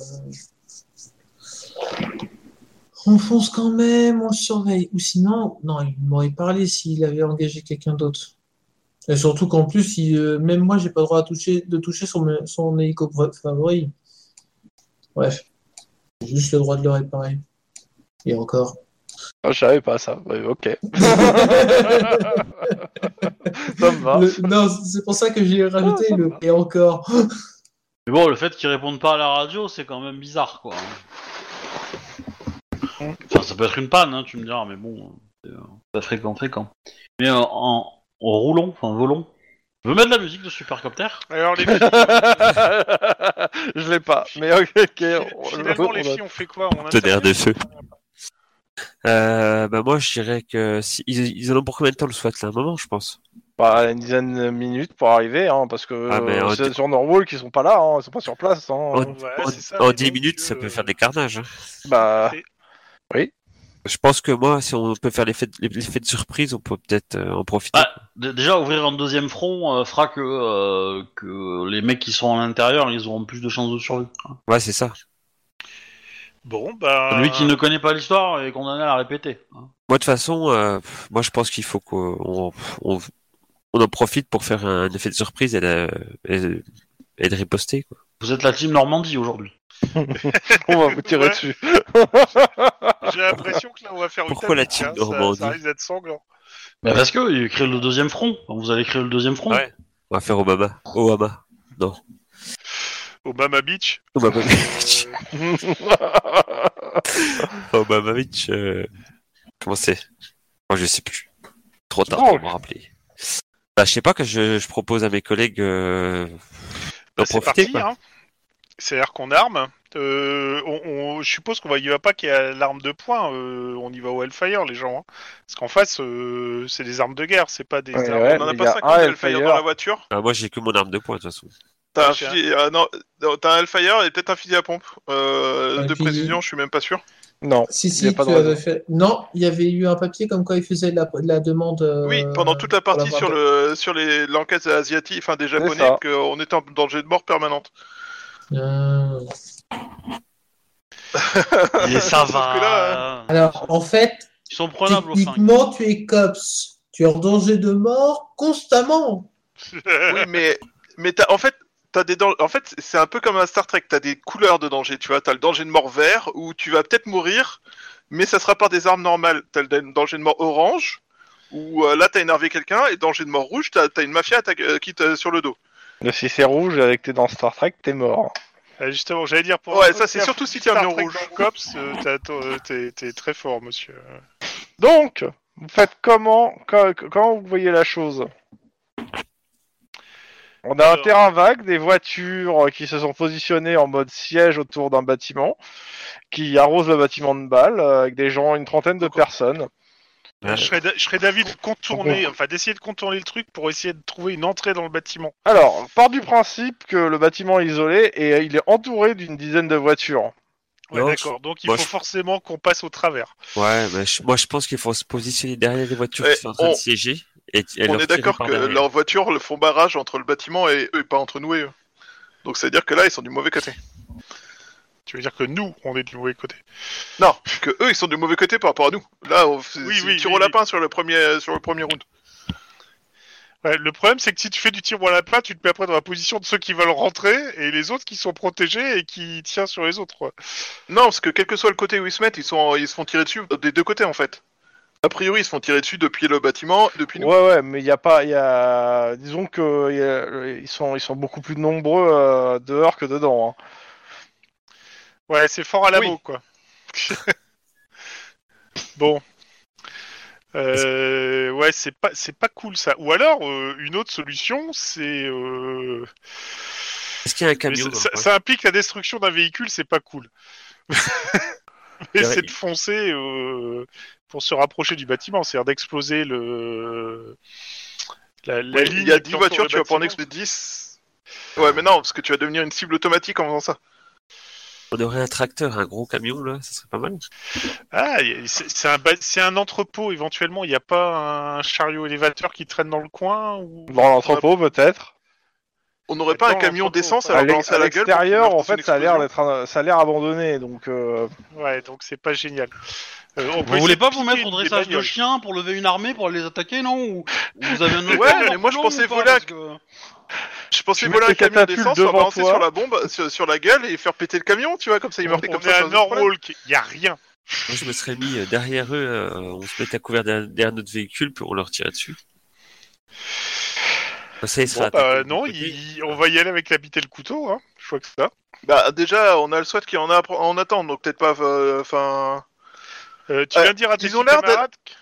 S6: on fonce quand même, on le surveille. Ou sinon, non, il m'aurait parlé s'il avait engagé quelqu'un d'autre. Et surtout qu'en plus, il, euh, même moi, j'ai pas le droit à toucher, de toucher son, son hélico pre- favori. Bref. J'ai juste le droit de le réparer. Et encore.
S2: Ah, je savais pas ça. Ouais, ok, ça me va.
S6: Le- non, c'est pour ça que j'ai rajouté le et encore.
S1: Mais bon, le fait qu'ils répondent pas à la radio, c'est quand même bizarre, quoi. Enfin, ça peut être une panne, hein, tu me diras, mais bon, c'est euh, pas fréquent, fréquent. Mais euh, en, en roulant, enfin, volant. Je veux mettre de la musique de Supercopter
S3: Alors les filles,
S2: je l'ai pas. Mais ok, ok, Euh, on-
S3: euh, finalement les
S2: on a-
S3: filles, on fait quoi On
S4: Tonnerre
S3: intervient
S4: de feu. Euh, bah moi, je dirais que si, ils, ils en ont pour combien de temps le SWAT là Un moment, je pense.
S2: bah, une dizaine de minutes pour arriver, hein, parce que
S4: Ah, mais,
S2: euh,
S4: euh,
S2: c'est
S4: t'es-
S2: sur Norwalk, ils sont pas là, hein, ils sont pas sur place. Hein.
S4: Oh,
S3: Ouais,
S4: en
S3: c'est ça,
S4: en
S3: mais
S4: 10
S3: donc,
S4: minutes, ça
S3: euh,
S4: peut faire des carnages. hein.
S2: Bah,
S3: c'est-
S4: Je pense que moi, si on peut faire l'effet de, l'effet de surprise, on peut peut-être euh, en profiter.
S1: Ah. D- Déjà, ouvrir un deuxième front euh, fera que, euh, que les mecs qui sont à l'intérieur, ils auront plus de chances de survie.
S5: Euh.
S4: Ouais, c'est ça.
S3: Bon, bah.
S1: Celui qui ne connaît pas l'histoire est condamné à la répéter. hein.
S4: Moi, de toute façon, euh, pff, moi, je pense qu'il faut qu'on on, on en profite pour faire un, un effet de surprise et de, et de- et de riposter. Quoi.
S1: Vous êtes la team Normandie aujourd'hui.
S2: on va vous tirer
S3: Ouais.
S2: dessus.
S3: J'ai l'impression que là, on va faire une
S4: Pourquoi la
S3: tactique,
S4: team
S3: hein, ça-
S4: Normandie
S3: ça, risque d'être sanglant.
S1: Bah parce que ils créent le deuxième front. Vous allez créer le deuxième front.
S4: Ouais. On va faire Obama. Obama. Non.
S3: Obama Beach.
S4: Obama Beach. Obama Beach. euh, Comment c'est Moi, je sais plus. Trop tard pour
S2: Drôle.
S4: me rappeler. Bah, je sais pas que je, je propose à mes collègues euh, d'en
S3: Bah,
S4: profiter.
S3: c'est parti,
S4: quoi.
S3: hein. C'est-à-dire qu'on arme. Euh, on, on- je suppose qu'on va y va pas qu'il y a l'arme de poing. euh, on y va au Hellfire, les gens. hein. Parce qu'en face, euh, c'est des armes de guerre, c'est pas des
S2: Ouais,
S3: armes.
S2: ouais.
S5: On en a
S2: mais
S5: pas
S2: y a
S5: 50
S2: un
S5: Hellfire dans la
S2: Hellfire.
S5: voiture.
S4: Ah, moi, j'ai que mon arme de poing, de toute façon.
S5: T'as un,
S3: Ouais, j'ai un-
S5: fusil- ah non, non, t'as un Hellfire et peut-être un fusil à pompe. Euh,
S6: Un
S5: de
S6: fusil.
S5: précision, je suis même pas sûr.
S2: Non.
S6: Si,
S2: y
S6: si,
S2: a pas
S6: tu
S2: de
S6: avais
S2: raison.
S6: fait. Non, il y avait eu un papier comme quoi il faisait de la, de la demande. euh,
S5: Oui, pendant toute la
S6: pour
S5: partie sur le sur les l'enquête asiatique, enfin des japonais,
S2: ça.
S5: qu'on était en danger de mort permanente.
S6: Euh,
S1: Et ça va.
S5: que là, euh,
S6: Alors, en fait,
S1: Ils sont prenables au 5.
S6: techniquement, tu es cops. Tu es en danger de mort constamment.
S5: Oui, mais mais t'as- en fait t'as des dan- en fait c'est un peu comme un Star Trek, t'as des couleurs de danger, tu vois, t'as le danger de mort vert où tu vas peut-être mourir, mais ça sera par des armes normales. T'as le dan- danger de mort orange où euh, là t'as énervé quelqu'un et danger de mort rouge, t'as t'as une mafia attaque- euh, qui te sur le dos.
S2: Le si c'est rouge avec t'es dans Star Trek, t'es mort.
S3: Ah, justement, j'allais dire pour.
S5: Ouais, ça, c'est surtout si t'es un
S3: Star
S5: lion
S3: Trek
S5: rouge.
S3: dans Cops, euh, t'as- t'as- t'es t'es très fort, monsieur.
S2: Donc, vous faites comment co- Comment vous voyez la chose On a un
S3: Alors.
S2: terrain vague, des voitures qui se sont positionnées en mode siège autour d'un bâtiment, qui arrose le bâtiment de balles, euh, avec des gens, une trentaine de personnes.
S5: Euh,
S4: Ouais.
S3: Je serais, da- je serais d'avis de contourner, enfin d'essayer de contourner le truc pour essayer de trouver une entrée dans le bâtiment.
S2: Alors, part du principe que le bâtiment est isolé et euh, il est entouré d'une dizaine de voitures.
S3: Ouais,
S4: Non,
S3: d'accord. Donc il
S4: moi,
S5: bah,
S3: faut
S4: je-
S3: forcément qu'on passe au travers.
S4: Ouais, mais je- moi je pense qu'il faut se positionner derrière les voitures
S5: Ouais,
S4: qui sont en train
S5: on-
S4: de siéger. Et, et
S5: On
S4: leur
S5: est
S4: tirer
S5: d'accord
S4: par
S5: que
S4: derrière.
S5: leurs voitures le font barrage entre le bâtiment et eux, et pas entre nous et eux. Donc ça veut dire que là ils sont du mauvais côté.
S3: Tu veux dire que nous, on est du mauvais côté.
S5: Non, que eux ils sont du mauvais côté par rapport à nous. Là, on fait
S3: Oui,
S5: c'est
S3: oui,
S5: le tir
S3: oui,
S5: au lapin sur le premier sur le premier round.
S3: Ouais, le problème, c'est que si tu fais du tir au lapin, tu te mets après dans la position de ceux qui veulent rentrer et les autres qui sont protégés et qui tirent sur les autres. quoi.
S5: Non, parce que quel que soit le côté où ils se mettent, ils sont ils se font tirer dessus euh, des deux côtés en fait. A priori, ils se font tirer dessus depuis le bâtiment, depuis nous.
S2: Ouais, ouais, mais il y a pas, il y a, disons que il y a- ils sont, ils sont beaucoup plus nombreux euh, dehors que dedans. hein.
S3: Ouais, c'est fort à la
S5: Oui.
S3: mot, quoi. bon. Euh, ouais, c'est pas c'est pas cool ça. Ou alors euh, une autre solution, c'est euh,
S4: Est-ce qu'il y a un
S3: Mais
S4: camion
S3: ça-
S4: dans le
S3: ça,
S4: coin
S3: ça implique la destruction d'un véhicule, c'est pas cool. Mais
S4: Ouais.
S3: c'est de foncer euh, pour se rapprocher du bâtiment, c'est-à-dire d'exploser le la, la
S5: Ouais,
S3: ligne
S5: il y a
S3: qui
S5: 10
S3: entoure
S5: voitures,
S3: le
S5: tu vas pas en
S3: bâtiment.
S5: exploser 10. Ouais, mais non, parce que tu vas devenir une cible automatique en faisant ça.
S4: On aurait un tracteur, un gros camion là, ça serait pas mal.
S3: Ah, y a- c'est c'est un ba- c'est un entrepôt éventuellement. Il n'y a pas un chariot élévateur qui traîne dans le coin ou
S2: Dans l'entrepôt, peut-être.
S5: On n'aurait pas un
S3: Attends,
S5: camion
S3: attends,
S5: d'essence
S3: attends.
S5: à
S2: À
S5: leur
S2: l'ex-
S5: balancer à
S2: à
S5: la gueule pour qu'ils
S2: l'extérieur,
S5: meurent
S2: en
S5: dans une
S2: fait, ça a l'air
S5: explosion.
S2: d'être, un- ça a l'air abandonné, donc. euh,
S3: Ouais, donc c'est pas génial. Euh, on peut
S1: Vous
S3: essayer
S1: voulez
S3: de
S1: pas vous
S3: piquer
S1: mettre au
S3: des
S1: dressage de
S3: bagnoles.
S1: chien pour lever une armée pour aller les attaquer, non Ou ou vous avez un autre
S5: Ouais,
S1: plan,
S5: mais moi, je
S1: non,
S5: pensais
S1: ou pas,
S5: voilà
S1: parce que-
S5: Je pensais
S2: Tu
S5: voler
S2: mets tes
S5: un camion
S2: catapultes
S5: d'essence, leur
S2: devant
S5: balancer
S2: toi.
S5: sur la bombe, sur, sur la gueule et faire péter le camion, tu vois, comme ça ils meurent
S3: on
S5: comme
S3: est
S5: ça.
S3: à
S5: sans aucun problème.
S3: Norwalk, il y a rien.
S4: Moi je me serais mis euh, derrière eux, euh, on se mettait à couvert derrière, derrière notre véhicule, puis on leur tirait dessus. Comme Ça, ils seraient
S3: Bon, bah,
S4: attaqués de
S3: non,
S4: l'autre côté.
S3: il- on va y aller avec la bite et le couteau, hein. Je crois que ça.
S5: Bah déjà, on a le SWAT qui en a à pre- en attend, donc peut-être pas. euh, Enfin,
S3: Euh, tu
S5: Euh,
S3: viens de dire à tes
S5: ils ont
S3: petits
S5: l'air d'être-
S3: camarades, que-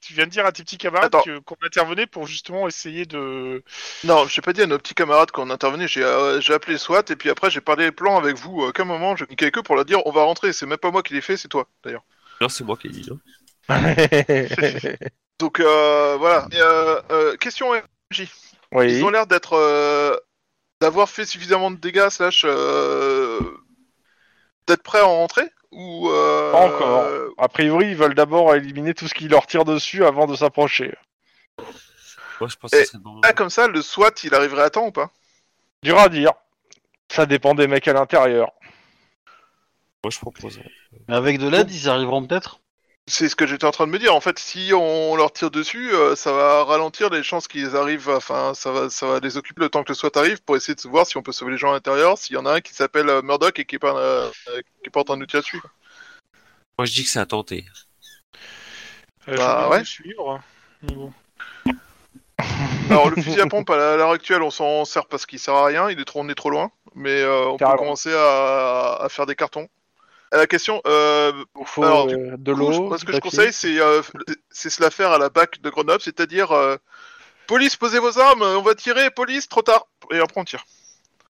S3: tu viens de dire à tes petits camarades
S5: Attends.
S3: que- qu'on intervenait pour justement essayer de.
S5: non, j'ai pas dit à nos petits camarades qu'on intervenait. J'ai euh, j'ai appelé le SWAT et puis après j'ai parlé les plans avec vous. À qu'un moment, je niquais avec eux pour leur dire on va rentrer. C'est même pas moi qui l'ai fait, c'est toi d'ailleurs.
S4: Non, c'est moi qui ai dit hein. non.
S5: Donc euh, voilà. Et, euh, euh, question
S2: oui.
S5: Ils ont l'air d'être euh, d'avoir fait suffisamment de dégâts slash euh, d'être prêts à en rentrer ou euh,
S2: Pas encore. A priori, ils veulent d'abord éliminer tout ce qui leur tire dessus avant de s'approcher.
S4: Moi, je pense que
S5: Eh,
S4: ça serait bon.
S5: Là, comme ça, le SWAT, il arriverait à temps ou pas
S2: Dur à dire. Ça dépend des mecs à l'intérieur.
S4: Moi, je propose.
S1: Mais avec de l'aide, ils arriveront peut-être.
S5: C'est ce que j'étais en train de me dire. En fait, si on leur tire dessus, euh, ça va ralentir les chances qu'ils arrivent. Enfin, ça va, ça va les occuper le temps que le SWAT arrive pour essayer de se voir si on peut sauver les gens à l'intérieur. S'il y en a un qui s'appelle euh, Murdoch et qui est pas, euh, euh, qui est pas en train de nous tirer dessus.
S4: Moi, je dis que c'est à tenter.
S3: Euh, je
S5: Bah,
S3: vais
S5: ouais.
S3: vous suivre. Mais bon.
S5: Alors, le fusil à pompe à l'heure actuelle, on s'en sert parce qu'il sert à rien. Il est trop, on est trop loin. Mais euh, on
S2: Carrément.
S5: peut commencer à, à faire des cartons. À la question, euh,
S2: Il faut
S5: Alors,
S2: euh, de
S5: Moi, je-
S2: l'eau.
S5: moi, ce
S2: du
S5: que je
S2: papier.
S5: conseille, c'est euh, c'est se la faire à la BAC de Grenoble, c'est-à-dire euh, police, posez vos armes, on va tirer, police, trop tard, et après on tire.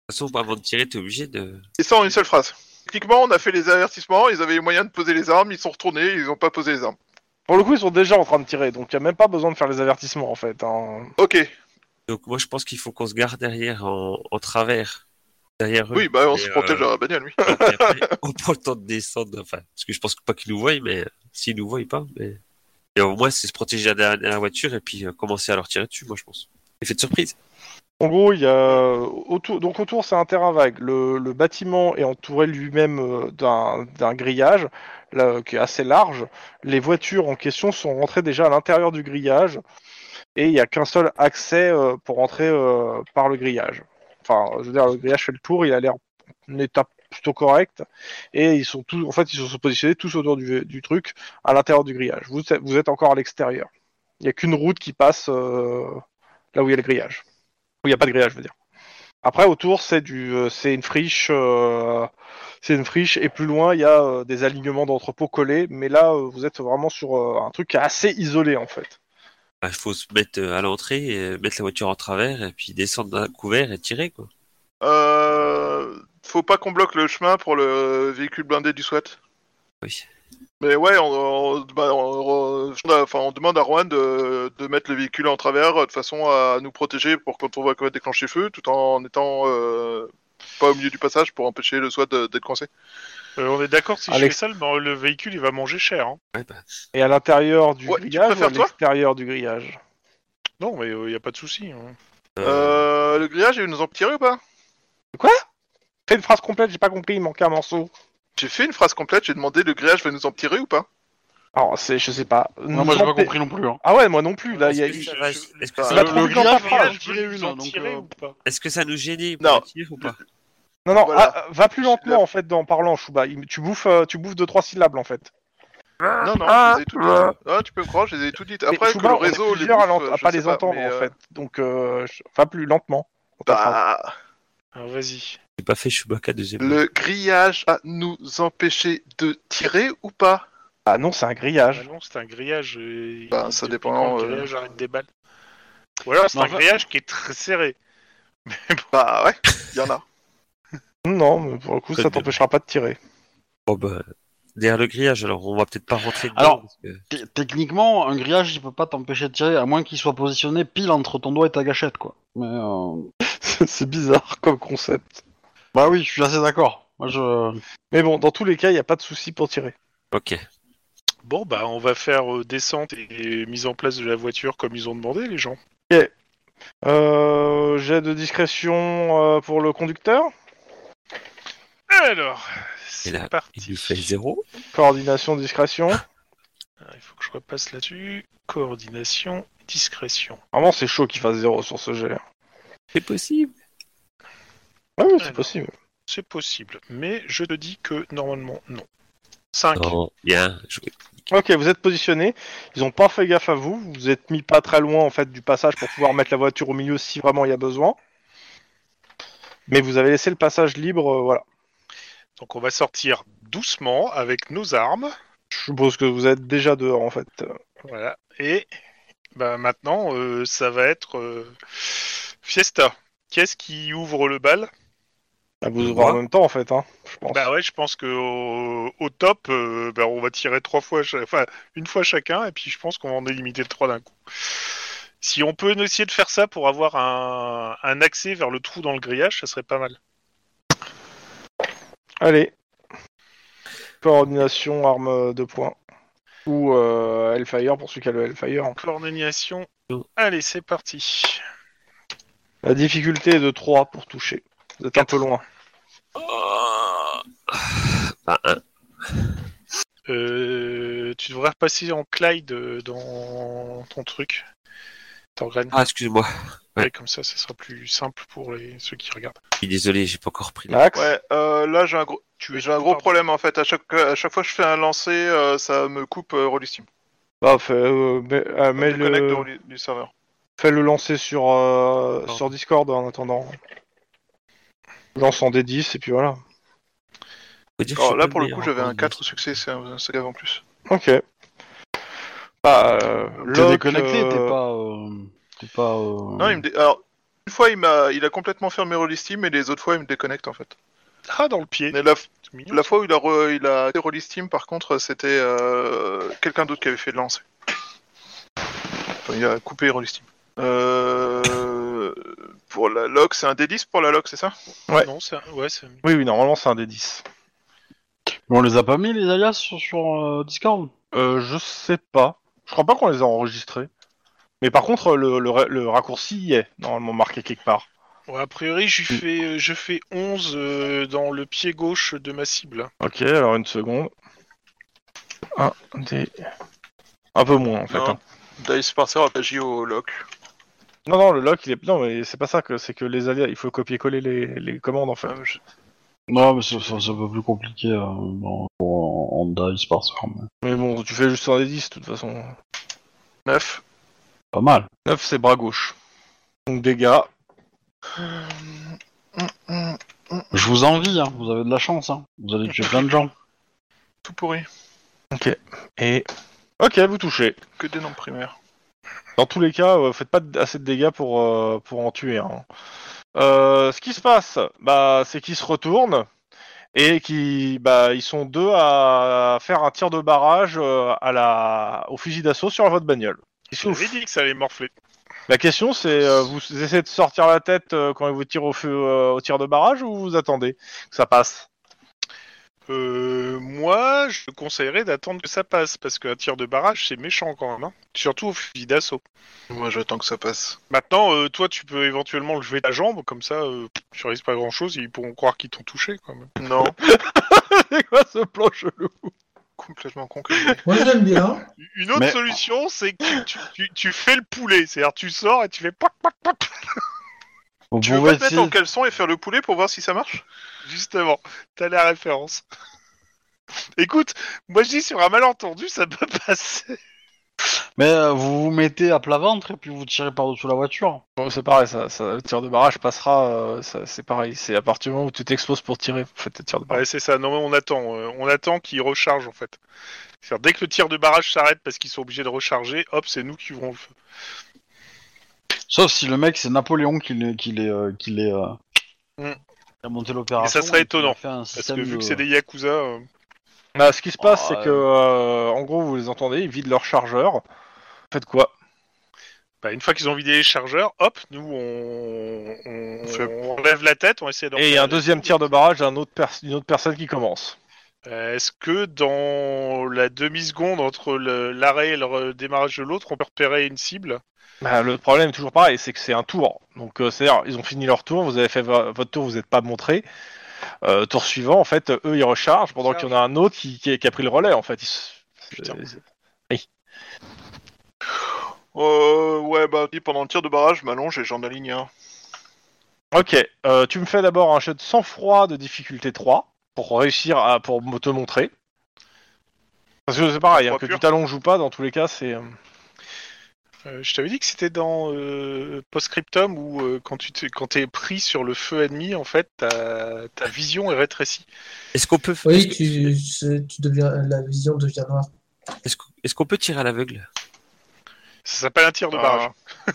S4: De toute façon, avant de tirer, t'es obligé de.
S5: Et ça en une seule phrase. Techniquement, on a fait les avertissements, ils avaient les moyens de poser les armes, ils sont retournés, ils n'ont pas posé les armes.
S2: Pour le coup, ils sont déjà en train de tirer, donc il n'y a même pas besoin de faire les avertissements en fait. hein.
S5: Ok,
S4: Donc, moi, je pense qu'il faut qu'on se garde derrière en, en travers derrière eux.
S5: Oui, bah on
S4: Et,
S5: se
S4: euh,
S5: protège à la bagnole, oui.
S4: Et puis après, on prend le temps de descendre. Enfin, parce que je pense pas qu'ils nous voient, mais euh, s'ils nous voient pas. Mais... Et au moins, c'est se protéger derrière derrière la voiture et puis euh, commencer à leur tirer dessus, moi, je pense. Effet de surprise.
S2: En gros, il y a autour, donc autour c'est un terrain vague. Le, le bâtiment est entouré lui-même euh, d'un d'un grillage là, qui est assez large. Les voitures en question sont rentrées déjà à l'intérieur du grillage et il n'y a qu'un seul accès euh, pour entrer euh, par le grillage. Enfin, je veux dire, le grillage fait le tour, il a l'air en état plutôt correct et ils sont tous, en fait, ils se sont positionnés tous autour du, du truc à l'intérieur du grillage. Vous, êtes- vous êtes encore à l'extérieur. Il n'y a qu'une route qui passe euh, là où il y a le grillage où il n'y a pas de grillage, je veux dire. Après, autour, c'est du, euh, c'est une friche, euh, c'est une friche, et plus loin, il y a euh, des alignements d'entrepôts collés, mais là, euh, vous êtes vraiment sur euh, un truc assez isolé, en fait.
S4: Il faut se mettre euh, à l'entrée, et, euh, mettre la voiture en travers et puis descendre d'un couvert et tirer, quoi.
S5: Euh, faut pas qu'on bloque le chemin pour le véhicule blindé du SWAT.
S4: Oui.
S5: Mais ouais, on, on- bah, on- on- enfin, on demande à Juan de, de mettre le véhicule en travers euh, de façon à nous protéger pour quand on va commettre déclencher feu, tout en étant euh, pas au milieu du passage pour empêcher le SWAT de- d'être coincé.
S3: Euh, on est d'accord, si
S2: Alex-
S3: je fais ça, le, le véhicule il va manger cher. hein.
S4: Ouais, bah,
S2: Et à l'intérieur du
S5: Ouais, tu
S2: grillage, ou à
S5: préfères, toi
S2: l'extérieur du grillage.
S3: Non, mais il n'y a pas de souci. hein.
S4: euh,
S5: Euh, le grillage, ils nous ont tiré ou pas
S2: Fais une phrase complète, j'ai pas compris, il manquait un morceau.
S5: J'ai fait une phrase complète, j'ai demandé le grillage va nous en tirer ou pas
S2: Alors, c'est, je sais pas.
S1: Non, moi, j'ai pas
S2: Tentez-
S1: compris non plus. hein.
S2: Ah ouais, moi non plus. Là, il y a
S4: Est-ce que
S2: eu-
S4: ça va- est-ce que
S5: Ah,
S4: ça
S2: la
S1: le-
S4: va-
S1: Euh, le
S2: transition
S1: grillage,
S2: parfaite.
S1: voilà, je
S3: Ils
S1: dirais une,
S3: nous ont
S1: donc,
S3: tiré
S1: euh,
S3: ou pas
S4: est-ce que ça nous gênait
S5: Non.
S4: pour tirer ou pas
S2: Non, non,
S5: Voilà.
S2: ah, euh, va plus lentement, en fait, dans- en parlant, Chouba. Il- Tu bouffes, euh, tu bouffes deux, trois syllabes, en fait.
S5: Non, non, je les ai toutes dites. Ah, tu peux me croire, je les ai toutes dites. Après,
S2: Mais
S5: que
S2: Chouba,
S5: le
S2: on est
S5: réseau les
S2: plusieurs à, l'ent-
S5: bouffe,
S2: à
S5: euh, je
S2: pas
S5: sais
S2: les entendre,
S5: mais,
S2: en
S5: euh,
S2: fait. Donc, euh, je- va plus lentement. dans ta phrase.
S5: Bah,
S3: Alors, Ah, Vas-y.
S4: J'ai pas fait Chewbacca deuxième.
S5: Le grillage à nous empêcher de tirer ou pas
S2: Ah non, c'est un
S3: Ah
S2: grillage.
S3: non, c'est un grillage. euh,
S5: Bah,
S3: il-
S5: ça
S3: depuis
S5: dépend,
S3: quand le
S5: euh.
S3: grillage arrête des balles. Ou alors c'est
S1: Non,
S3: un
S1: enfin-
S3: grillage qui est très serré.
S5: Bah ouais, il y en a.
S2: Non, mais pour le coup, ça
S4: Peut-être.
S2: t'empêchera pas de tirer.
S4: Bon, bah, derrière le grillage, alors on va peut-être pas rentrer dedans.
S1: Alors-
S4: parce que-
S1: Té- Techniquement, un grillage, il peut pas t'empêcher de tirer, à moins qu'il soit positionné pile entre ton doigt et ta gâchette, quoi. Mais, euh,
S2: c'est bizarre comme concept.
S1: Bah oui, je suis assez d'accord. Moi, je...
S2: Mais bon, dans tous les cas, il n'y a pas de souci pour tirer.
S4: Ok.
S3: Bon, bah, on va faire euh, descente et mise en place de la voiture comme ils ont demandé, les gens.
S2: Euh, J'ai de discrétion euh, pour le conducteur.
S3: Alors,
S4: Et là,
S3: c'est
S4: Il
S3: parti.
S4: nous fait zéro.
S2: Coordination, discrétion.
S3: Ah, Il faut que je repasse là-dessus. Coordination, discrétion.
S2: Vraiment, c'est chaud qu'il fasse zéro sur ce jet. hein.
S4: C'est possible.
S2: Ouais, ouais, c'est
S3: Alors.
S2: possible.
S3: C'est possible, mais je te dis que normalement, non. 5.
S4: Non, bien. joué.
S2: Ok, vous êtes positionné. Ils ont pas fait gaffe à vous. Vous vous êtes mis pas très loin en fait du passage pour pouvoir mettre la voiture au milieu si vraiment il y a besoin. Mais vous avez laissé le passage libre, euh, voilà.
S3: Donc on va sortir doucement avec nos armes.
S2: Je suppose que vous êtes déjà dehors en fait. Euh,
S3: Voilà. Et bah, maintenant, euh, ça va être euh, Fiesta. Qu'est-ce qui ouvre le bal
S2: À vous
S4: Le
S2: ouvrir en
S4: droit.
S2: même temps en fait, hein, je pense.
S3: Bah ouais, je pense que au, au top, euh, bah, on va tirer trois fois, cha- enfin une fois chacun, et puis je pense qu'on va en éliminer trois d'un coup. Si on peut essayer de faire ça pour avoir un, un accès vers le trou dans le grillage, ça serait pas mal.
S2: Allez. Coordination, arme de poing. Ou euh, Hellfire pour celui qui a le Hellfire.
S3: Coordination. Allez, c'est parti.
S2: La difficulté est de 3 pour toucher. Vous êtes un peu loin.
S4: Oh. Bah, un.
S3: Euh, tu devrais repasser en Clyde euh, dans ton truc. T'engraines.
S4: Ah, excuse-moi. ouais.
S3: Ouais, comme ça, ça sera plus simple pour les... ceux qui regardent.
S4: Je suis désolé, j'ai pas encore pris. la-
S2: Max
S5: Ouais, euh, là j'ai un gros,
S3: Tu
S5: j'ai un gros problème en fait. À chaque, à chaque fois que je fais un lancer, euh, ça me coupe euh, Roll Steam.
S2: bah, fais, euh, mets- euh,
S5: Ça
S2: mets
S5: me déconnecte
S2: le...
S5: de Roll- du serveur.
S2: fais le lancer sur, euh,
S4: Bon.
S2: sur Discord en attendant. Lance en D10 et puis voilà.
S4: Faut dire hein, que je
S5: Alors
S4: suis
S5: oh, là
S4: pas
S5: pour le
S4: meilleur
S5: coup
S4: en
S5: j'avais un
S4: coordination.
S5: 4 succès, c'est un, un gave en plus.
S2: Ok. Bah, euh,
S1: T'es
S2: Locke,
S1: déconnecté,
S2: euh,
S1: t'es pas... euh, T'es pas... euh,
S5: Non, il me dé- Alors, une fois il m'a, il a complètement fermé Roll Steam et les autres fois il me déconnecte en fait.
S3: Ah, dans le pied.
S5: Mais la,
S3: C'est mignon.
S5: la fois où il a, re- il a fait Roll Steam par contre c'était euh, quelqu'un d'autre qui avait fait le lancer. Enfin, il a coupé Roll Steam. Euh... pour la loc, c'est un D10 pour la loc, c'est ça
S2: Ouais.
S3: Non, c'est un- ouais, c'est un-
S2: Oui, oui, normalement c'est un des 10.
S1: Mais on les a pas mis les alias sur, sur, euh, Discord
S2: Euh, je sais pas. Je crois pas qu'on les a enregistrés. Mais par contre, le, le ra- le raccourci y est normalement marqué quelque part.
S3: ouais, a priori, je fais, euh, je fais 11 euh, dans le pied gauche de ma cible.
S2: Ok, alors une seconde. Un des... Un peu moins en fait.
S5: Non.
S2: hein.
S5: Dice Sparcer agit au loc.
S2: Non, non, le lock, il est... Non, mais c'est pas ça, que c'est que les alias, il faut copier-coller les, les commandes, en fait.
S1: Non, mais c'est c'est- c'est un peu plus compliqué euh, dans- pour en, en dice par soir, mais
S2: Mais bon, tu fais juste un des 10, de toute façon.
S5: 9.
S1: Pas mal.
S2: 9, c'est bras gauche. Donc dégâts.
S1: Je vous envie, hein, vous avez de la chance. Hein. Vous allez tuer plein de gens.
S5: Tout pourri.
S2: Et... Ok, vous touchez.
S5: Que des noms primaires.
S2: Dans tous les cas, euh, faites pas d- assez de dégâts pour, euh, pour en tuer. hein. Euh, ce qui se passe, bah, c'est qu'ils se retournent et qui, bah, ils sont deux à faire un tir de barrage euh, à la, au fusil d'assaut sur votre bagnole. Qu'est-ce que
S3: Je
S2: vous
S3: dit que ça allait morfler.
S2: La question, c'est euh, vous essayez de sortir la tête euh, quand ils vous tirent au feu euh, au tir de barrage ou vous attendez que ça passe
S3: Euh, moi, je conseillerais d'attendre que ça passe, parce qu'un tir de barrage, c'est méchant quand même. hein. Surtout au fusil d'assaut.
S5: Moi, j'attends que ça passe.
S3: Maintenant, euh, toi, tu peux éventuellement lever ta jambe, comme ça, euh, tu risques pas grand-chose, ils pourront croire qu'ils t'ont touché, quand même.
S5: Non,
S2: C'est quoi ce plan chelou
S5: complètement con. comme idée.
S6: Moi, j'aime bien. hein.
S3: Une autre
S1: Mais-
S3: solution, c'est que tu, tu- tu fais le poulet, c'est-à-dire tu sors et tu fais pac, pac, pac,
S1: Vous
S5: Tu veux
S1: pouvez
S5: pas te mettre
S1: essayer.
S5: en caleçon et faire le poulet pour voir si ça marche
S3: Justement, t'as la référence. Écoute, moi je dis sur un malentendu, ça peut passer.
S1: Mais euh, vous vous mettez à plat ventre et puis vous tirez par-dessous la voiture.
S2: Bon, c'est pareil, ça, ça- le tir de barrage passera, euh, ça- c'est pareil. C'est à partir du moment où tu t'exposes pour tirer, vous faites le tir de barrage.
S3: Ouais, c'est ça. Non, mais on attend. euh, on attend qu'ils rechargent en fait. C'est-à-dire, dès que le tir de barrage s'arrête parce qu'ils sont obligés de recharger, hop, c'est nous qui ouvrons le feu.
S1: Sauf si le mec, c'est Napoléon qui l'est. Qui l'est, euh, qui l'est, euh,
S3: Mm.
S1: qui a monté l'opération.
S3: Et ça serait
S1: et qui a
S3: étonnant,
S1: fait un
S3: Parce
S1: système
S3: que vu
S1: de-
S3: que c'est des yakuza, euh,
S2: Bah, ce qui se passe,
S1: Oh,
S2: c'est
S1: euh.
S2: que, euh, en gros, vous les entendez, ils vident leur chargeur. Faites quoi
S3: bah, une fois qu'ils ont vidé les chargeurs, hop, nous on, on,
S5: On fait-
S3: on lève la tête, on essaie de.
S2: Et il y a un deuxième tir de barrage d'un autre pers- d'une autre personne qui commence.
S3: Euh, Est-ce que dans la demi-seconde entre le- l'arrêt et le redémarrage de l'autre, on peut repérer une cible
S2: Bah, le problème, toujours pareil, c'est que c'est un tour. Donc, euh, c'est-à-dire, ils ont fini leur tour, vous avez fait vo- votre tour, vous n'êtes pas montré. Euh, tour suivant, en fait, euh, eux, ils rechargent, pendant qu'il y en a un autre qui, qui- qui a pris le relais, en fait. Ils se-
S3: Putain.
S2: Euh,
S5: Euh, ouais, bah, dis, pendant le tir de barrage, je m'allonge et j'en aligne un.
S2: Ok, euh, tu me fais d'abord un jeu de sang-froid de difficulté 3, pour réussir à pour me- te montrer. Parce que c'est pareil, hein,
S5: Sang-froid
S2: que
S5: pur.
S2: tu t'allonges ou pas, dans tous les cas, c'est... euh,
S3: Euh, je t'avais dit que c'était dans euh, Postscriptum où euh, quand tu te- quand t'es pris sur le feu ennemi, en fait, ta, ta vision est rétrécie.
S4: Est-ce qu'on peut,
S6: Oui, tu, c'est- tu deviens, la vision devient noire.
S4: est-ce qu'on- est-ce qu'on peut tirer à l'aveugle
S3: Ça s'appelle un tir de
S5: Ah.
S3: barrage.
S1: Ça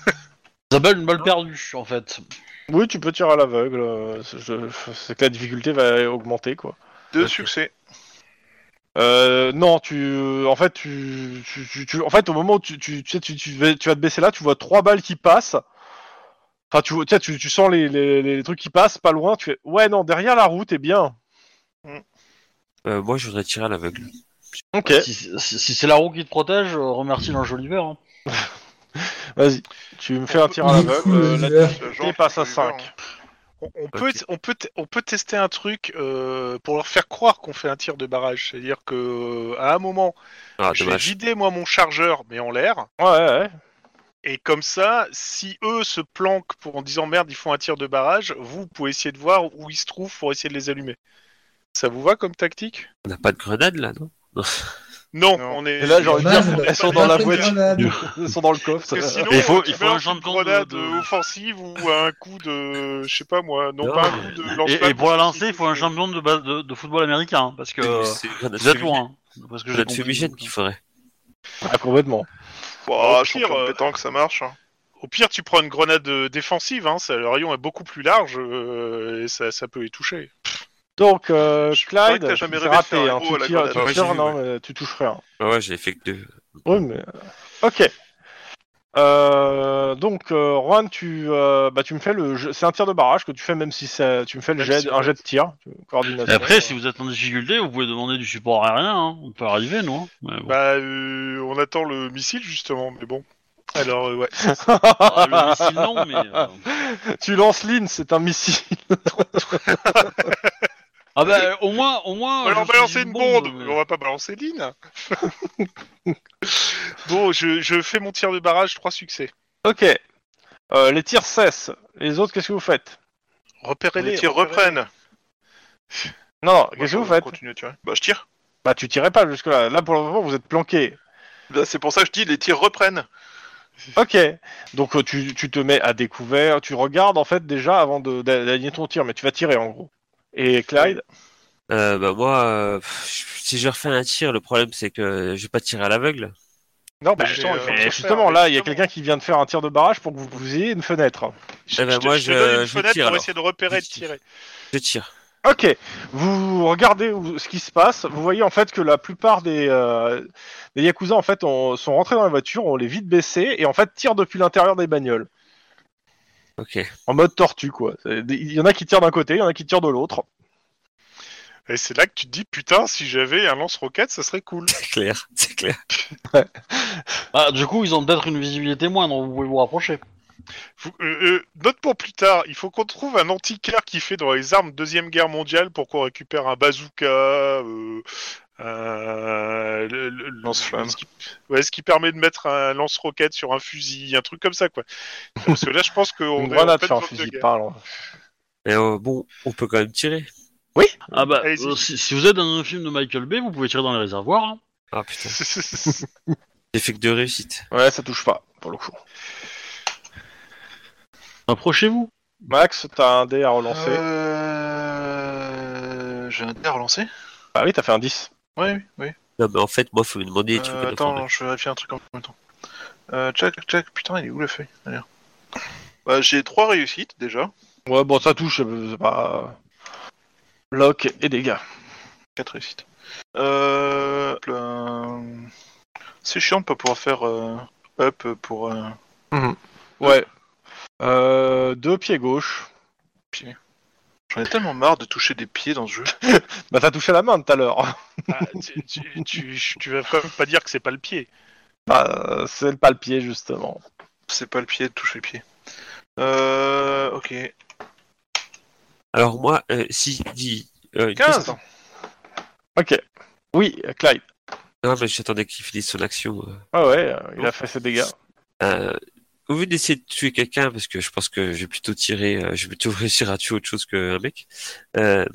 S1: s'appelle une balle perdue, en fait.
S2: Oui, tu peux tirer à l'aveugle. euh, C'est je- c'est que la difficulté va augmenter, quoi.
S5: Deux
S4: Ok.
S5: succès.
S2: Euh, non, tu, en fait, tu, tu, tu- tu- en fait, au moment où tu, tu, tu, sais, tu, tu vas tu vas te baisser là, tu vois trois balles qui passent. Enfin, tu, vois- tu, sais, tu, tu sens les, les, les trucs qui passent pas loin. Tu fais, ouais, non, derrière la route, eh bien.
S4: Euh, Moi, je voudrais tirer à l'aveugle.
S2: Ok,
S1: Si, si- si c'est la roue qui te protège, euh, remercie l'ange Oliver. hein.
S2: vas-y. Tu me fais un tir à
S6: Il est
S2: l'aveugle.
S6: fou,
S2: euh,
S6: le
S2: la
S6: joueur.
S2: difficulté passe à 5.
S3: On, on peut on peut te- on peut tester un truc euh, pour leur faire croire qu'on fait un tir de barrage, c'est-à-dire que euh, à un moment,
S4: Ah,
S3: je vais
S4: dommage.
S3: vider moi mon chargeur, mais en l'air.
S2: hein. Ouais, ouais, ouais.
S3: Et comme ça, si eux se planquent pour en disant merde, ils font un tir de barrage, vous pouvez essayer de voir où ils se trouvent pour essayer de les allumer. Ça vous va comme tactique
S4: On n'a pas de grenade là, non
S3: non,
S5: Non.
S3: on est.
S2: Et là, j'ai envie de
S6: Dommage, on
S2: dire,
S6: a
S2: elles sont
S6: pas
S2: dans la
S6: pris de
S2: voiture.
S6: Bah, grenade.
S2: Elles sont dans le coffre.
S3: Parce que sinon,
S1: Il faut-
S3: tu
S1: il faut
S3: balances
S1: un champ
S3: une
S1: de camp
S3: grenade
S1: de-
S3: euh, offensive ou un coup de, je sais pas moi, non,
S4: Non,
S3: pas un
S4: mais-
S3: coup de
S1: Et,
S3: lance-flamme,
S1: et pour la
S3: mais
S1: lancer, il faut un
S3: de-
S1: champion de, base- de, de football américain, hein, parce que euh,
S4: C'est une grenade
S1: vous êtes
S4: fumigène-
S1: loin. hein, parce que j'ai
S4: grenade
S1: compris.
S4: fumigène qu'il faudrait.
S2: Ah, complètement.
S5: Bah,
S3: Au
S5: je suis
S3: pire, euh,
S5: compétent que ça marche. hein.
S3: Au pire, tu prends une grenade euh, défensive, hein, ça, le rayon est beaucoup plus large euh, et ça, ça peut les toucher.
S2: Donc, euh,
S5: Je croyais
S2: Clyde,
S5: que t'as jamais
S2: c'est
S5: rêvé de
S2: raté.
S5: faire un
S2: hein,
S5: gros à
S2: Tu
S5: la
S2: tires,
S5: grenade.
S2: tu
S4: Ouais, j'ai
S2: tires,
S4: vu,
S2: non, mais tu touches rien.
S4: Ah ouais, j'ai fait que deux.
S2: Oui, mais... Ok. Euh, donc, euh, Juan, tu, euh, bah, tu me fais le, jeu- c'est un tir de barrage que tu fais même si ça, tu me fais le
S3: Même
S2: jet,
S3: si-
S2: un jet de tir, tu-
S1: Et
S2: coordination.
S1: après, si vous êtes en difficulté, vous pouvez demander du support aérien. Hein. On peut arriver, non Mais bon.
S3: Bah, euh, on attend le missile justement, mais bon. Alors, euh, ouais.
S1: Ah, Le missile, non, mais. euh,
S2: tu lances l'in, c'est un missile.
S1: Ah bah, au moins, au moins.
S3: Alors, on
S1: je
S3: va
S1: suis euh.
S3: balancer une bombe,
S1: mais-
S3: mais on va pas balancer l'ine. bon, je, je fais mon tir de barrage, trois succès.
S2: ok. Euh, les tirs cessent. Les autres, qu'est-ce que vous faites
S3: Repérez-les.
S5: Les tirs
S3: repérez-les.
S5: reprennent.
S2: Non,
S5: Moi,
S2: qu'est-ce que
S5: je
S2: vous faites
S5: Continue à tirer. Bah, je tire.
S2: Bah, tu tirais pas jusque là. Là, pour le moment, vous êtes planqué.
S5: Là, c'est pour ça que je dis les tirs reprennent.
S2: Ok. Donc, euh, tu, tu te mets à découvert. Tu regardes en fait déjà avant de- d'a- d'aligner ton tir, mais tu vas tirer en gros. Et Clyde
S4: Euh, bah moi, euh, pff, si je refais un tir, le problème c'est que euh, je vais pas tirer à l'aveugle.
S2: Non,
S3: Bah, justement, il faut
S2: mais
S3: le faire,
S2: justement, là, il y a
S3: justement.
S2: quelqu'un qui vient de faire un tir de barrage pour que vous, vous ayez une fenêtre.
S3: Je,
S4: Eh ben,
S3: je te-
S4: moi,
S3: je te
S4: je-
S3: donne une
S4: je
S3: fenêtre
S4: tire,
S3: pour
S4: alors.
S3: essayer de repérer et de
S4: Je
S3: tirer.
S4: Je tire.
S2: Ok, vous regardez où- ce qui se passe, vous voyez en fait que la plupart des, euh, des Yakuza en fait ont- sont rentrés dans les voitures, on les vite baissés et en fait tirent depuis l'intérieur des bagnoles,
S4: Ok.
S2: en mode tortue quoi. C'est- Il y en a qui tirent d'un côté, il y en a qui tirent de l'autre.
S3: Et c'est là que tu te dis, putain, si j'avais un lance-roquette, ça serait cool.
S4: C'est clair. C'est clair.
S1: Ah, du coup, ils ont peut-être une visibilité moindre, vous pouvez vous rapprocher.
S3: Faut- euh, euh, note pour plus tard, il faut qu'on trouve un antiquaire qui fait dans les armes Deuxième Guerre mondiale pour qu'on récupère un bazooka, euh, euh, le- le- le-
S5: Lance-flamme.
S3: Ce qui, ouais, ce qui permet de mettre un lance-roquette sur un fusil, un truc comme ça, quoi. Parce que là, je pense qu'on
S2: Une
S3: est en
S2: grenade
S3: pleine
S2: sur un
S3: forme de
S2: fusil,
S3: guerre.
S2: pardon.
S4: Mais euh, bon, on peut quand même tirer.
S1: Ah bah,
S3: Allez-y.
S1: euh, si, si vous êtes dans un film de Michael Bay, vous pouvez tirer dans les réservoirs. hein.
S4: Ah putain. J'ai fait que deux réussites.
S2: Ouais, ça touche pas, pour le coup.
S1: Approchez-vous.
S2: Max, t'as un dé à relancer.
S5: Euh... J'ai un dé à relancer
S2: Ah oui, t'as fait un 10.
S5: Ouais, oui, oui.
S4: Non, mais en fait, moi, faut me demander des trucs.
S5: Euh,
S4: à la
S5: attends,
S4: forme.
S5: je vérifie un truc en même temps. Euh, check, check. Putain, il est où la feuille D'ailleurs. Bah, J'ai trois réussites déjà.
S2: Ouais, bon, ça touche, euh, c'est pas... Lock et dégâts.
S5: 4 réussites. Euh, hop là. C'est chiant de pas pouvoir faire euh, up pour. euh,
S2: Ouais. Euh, deux pieds gauche.
S5: J'en ai tellement marre de toucher des pieds dans ce jeu.
S2: Bah t'as touché la main tout à l'heure.
S3: Ah, tu, tu, tu- tu vas quand même pas dire que c'est pas le pied.
S2: Bah, c'est pas le pied justement.
S5: C'est pas le pied de toucher le pied. Euh, ok.
S4: Alors moi, euh, si je dis euh, une
S5: 15
S4: question-
S2: Ok. Oui, euh, Clyde.
S4: Non, mais j'attendais qu'il finisse son action. euh.
S2: Ah ouais, euh, il a fait ses dégâts.
S4: Euh, au vu d'essayer de tuer quelqu'un, parce que je pense que je vais plutôt tirer, euh, je vais plutôt réussir à tuer autre chose qu'un mec. euh,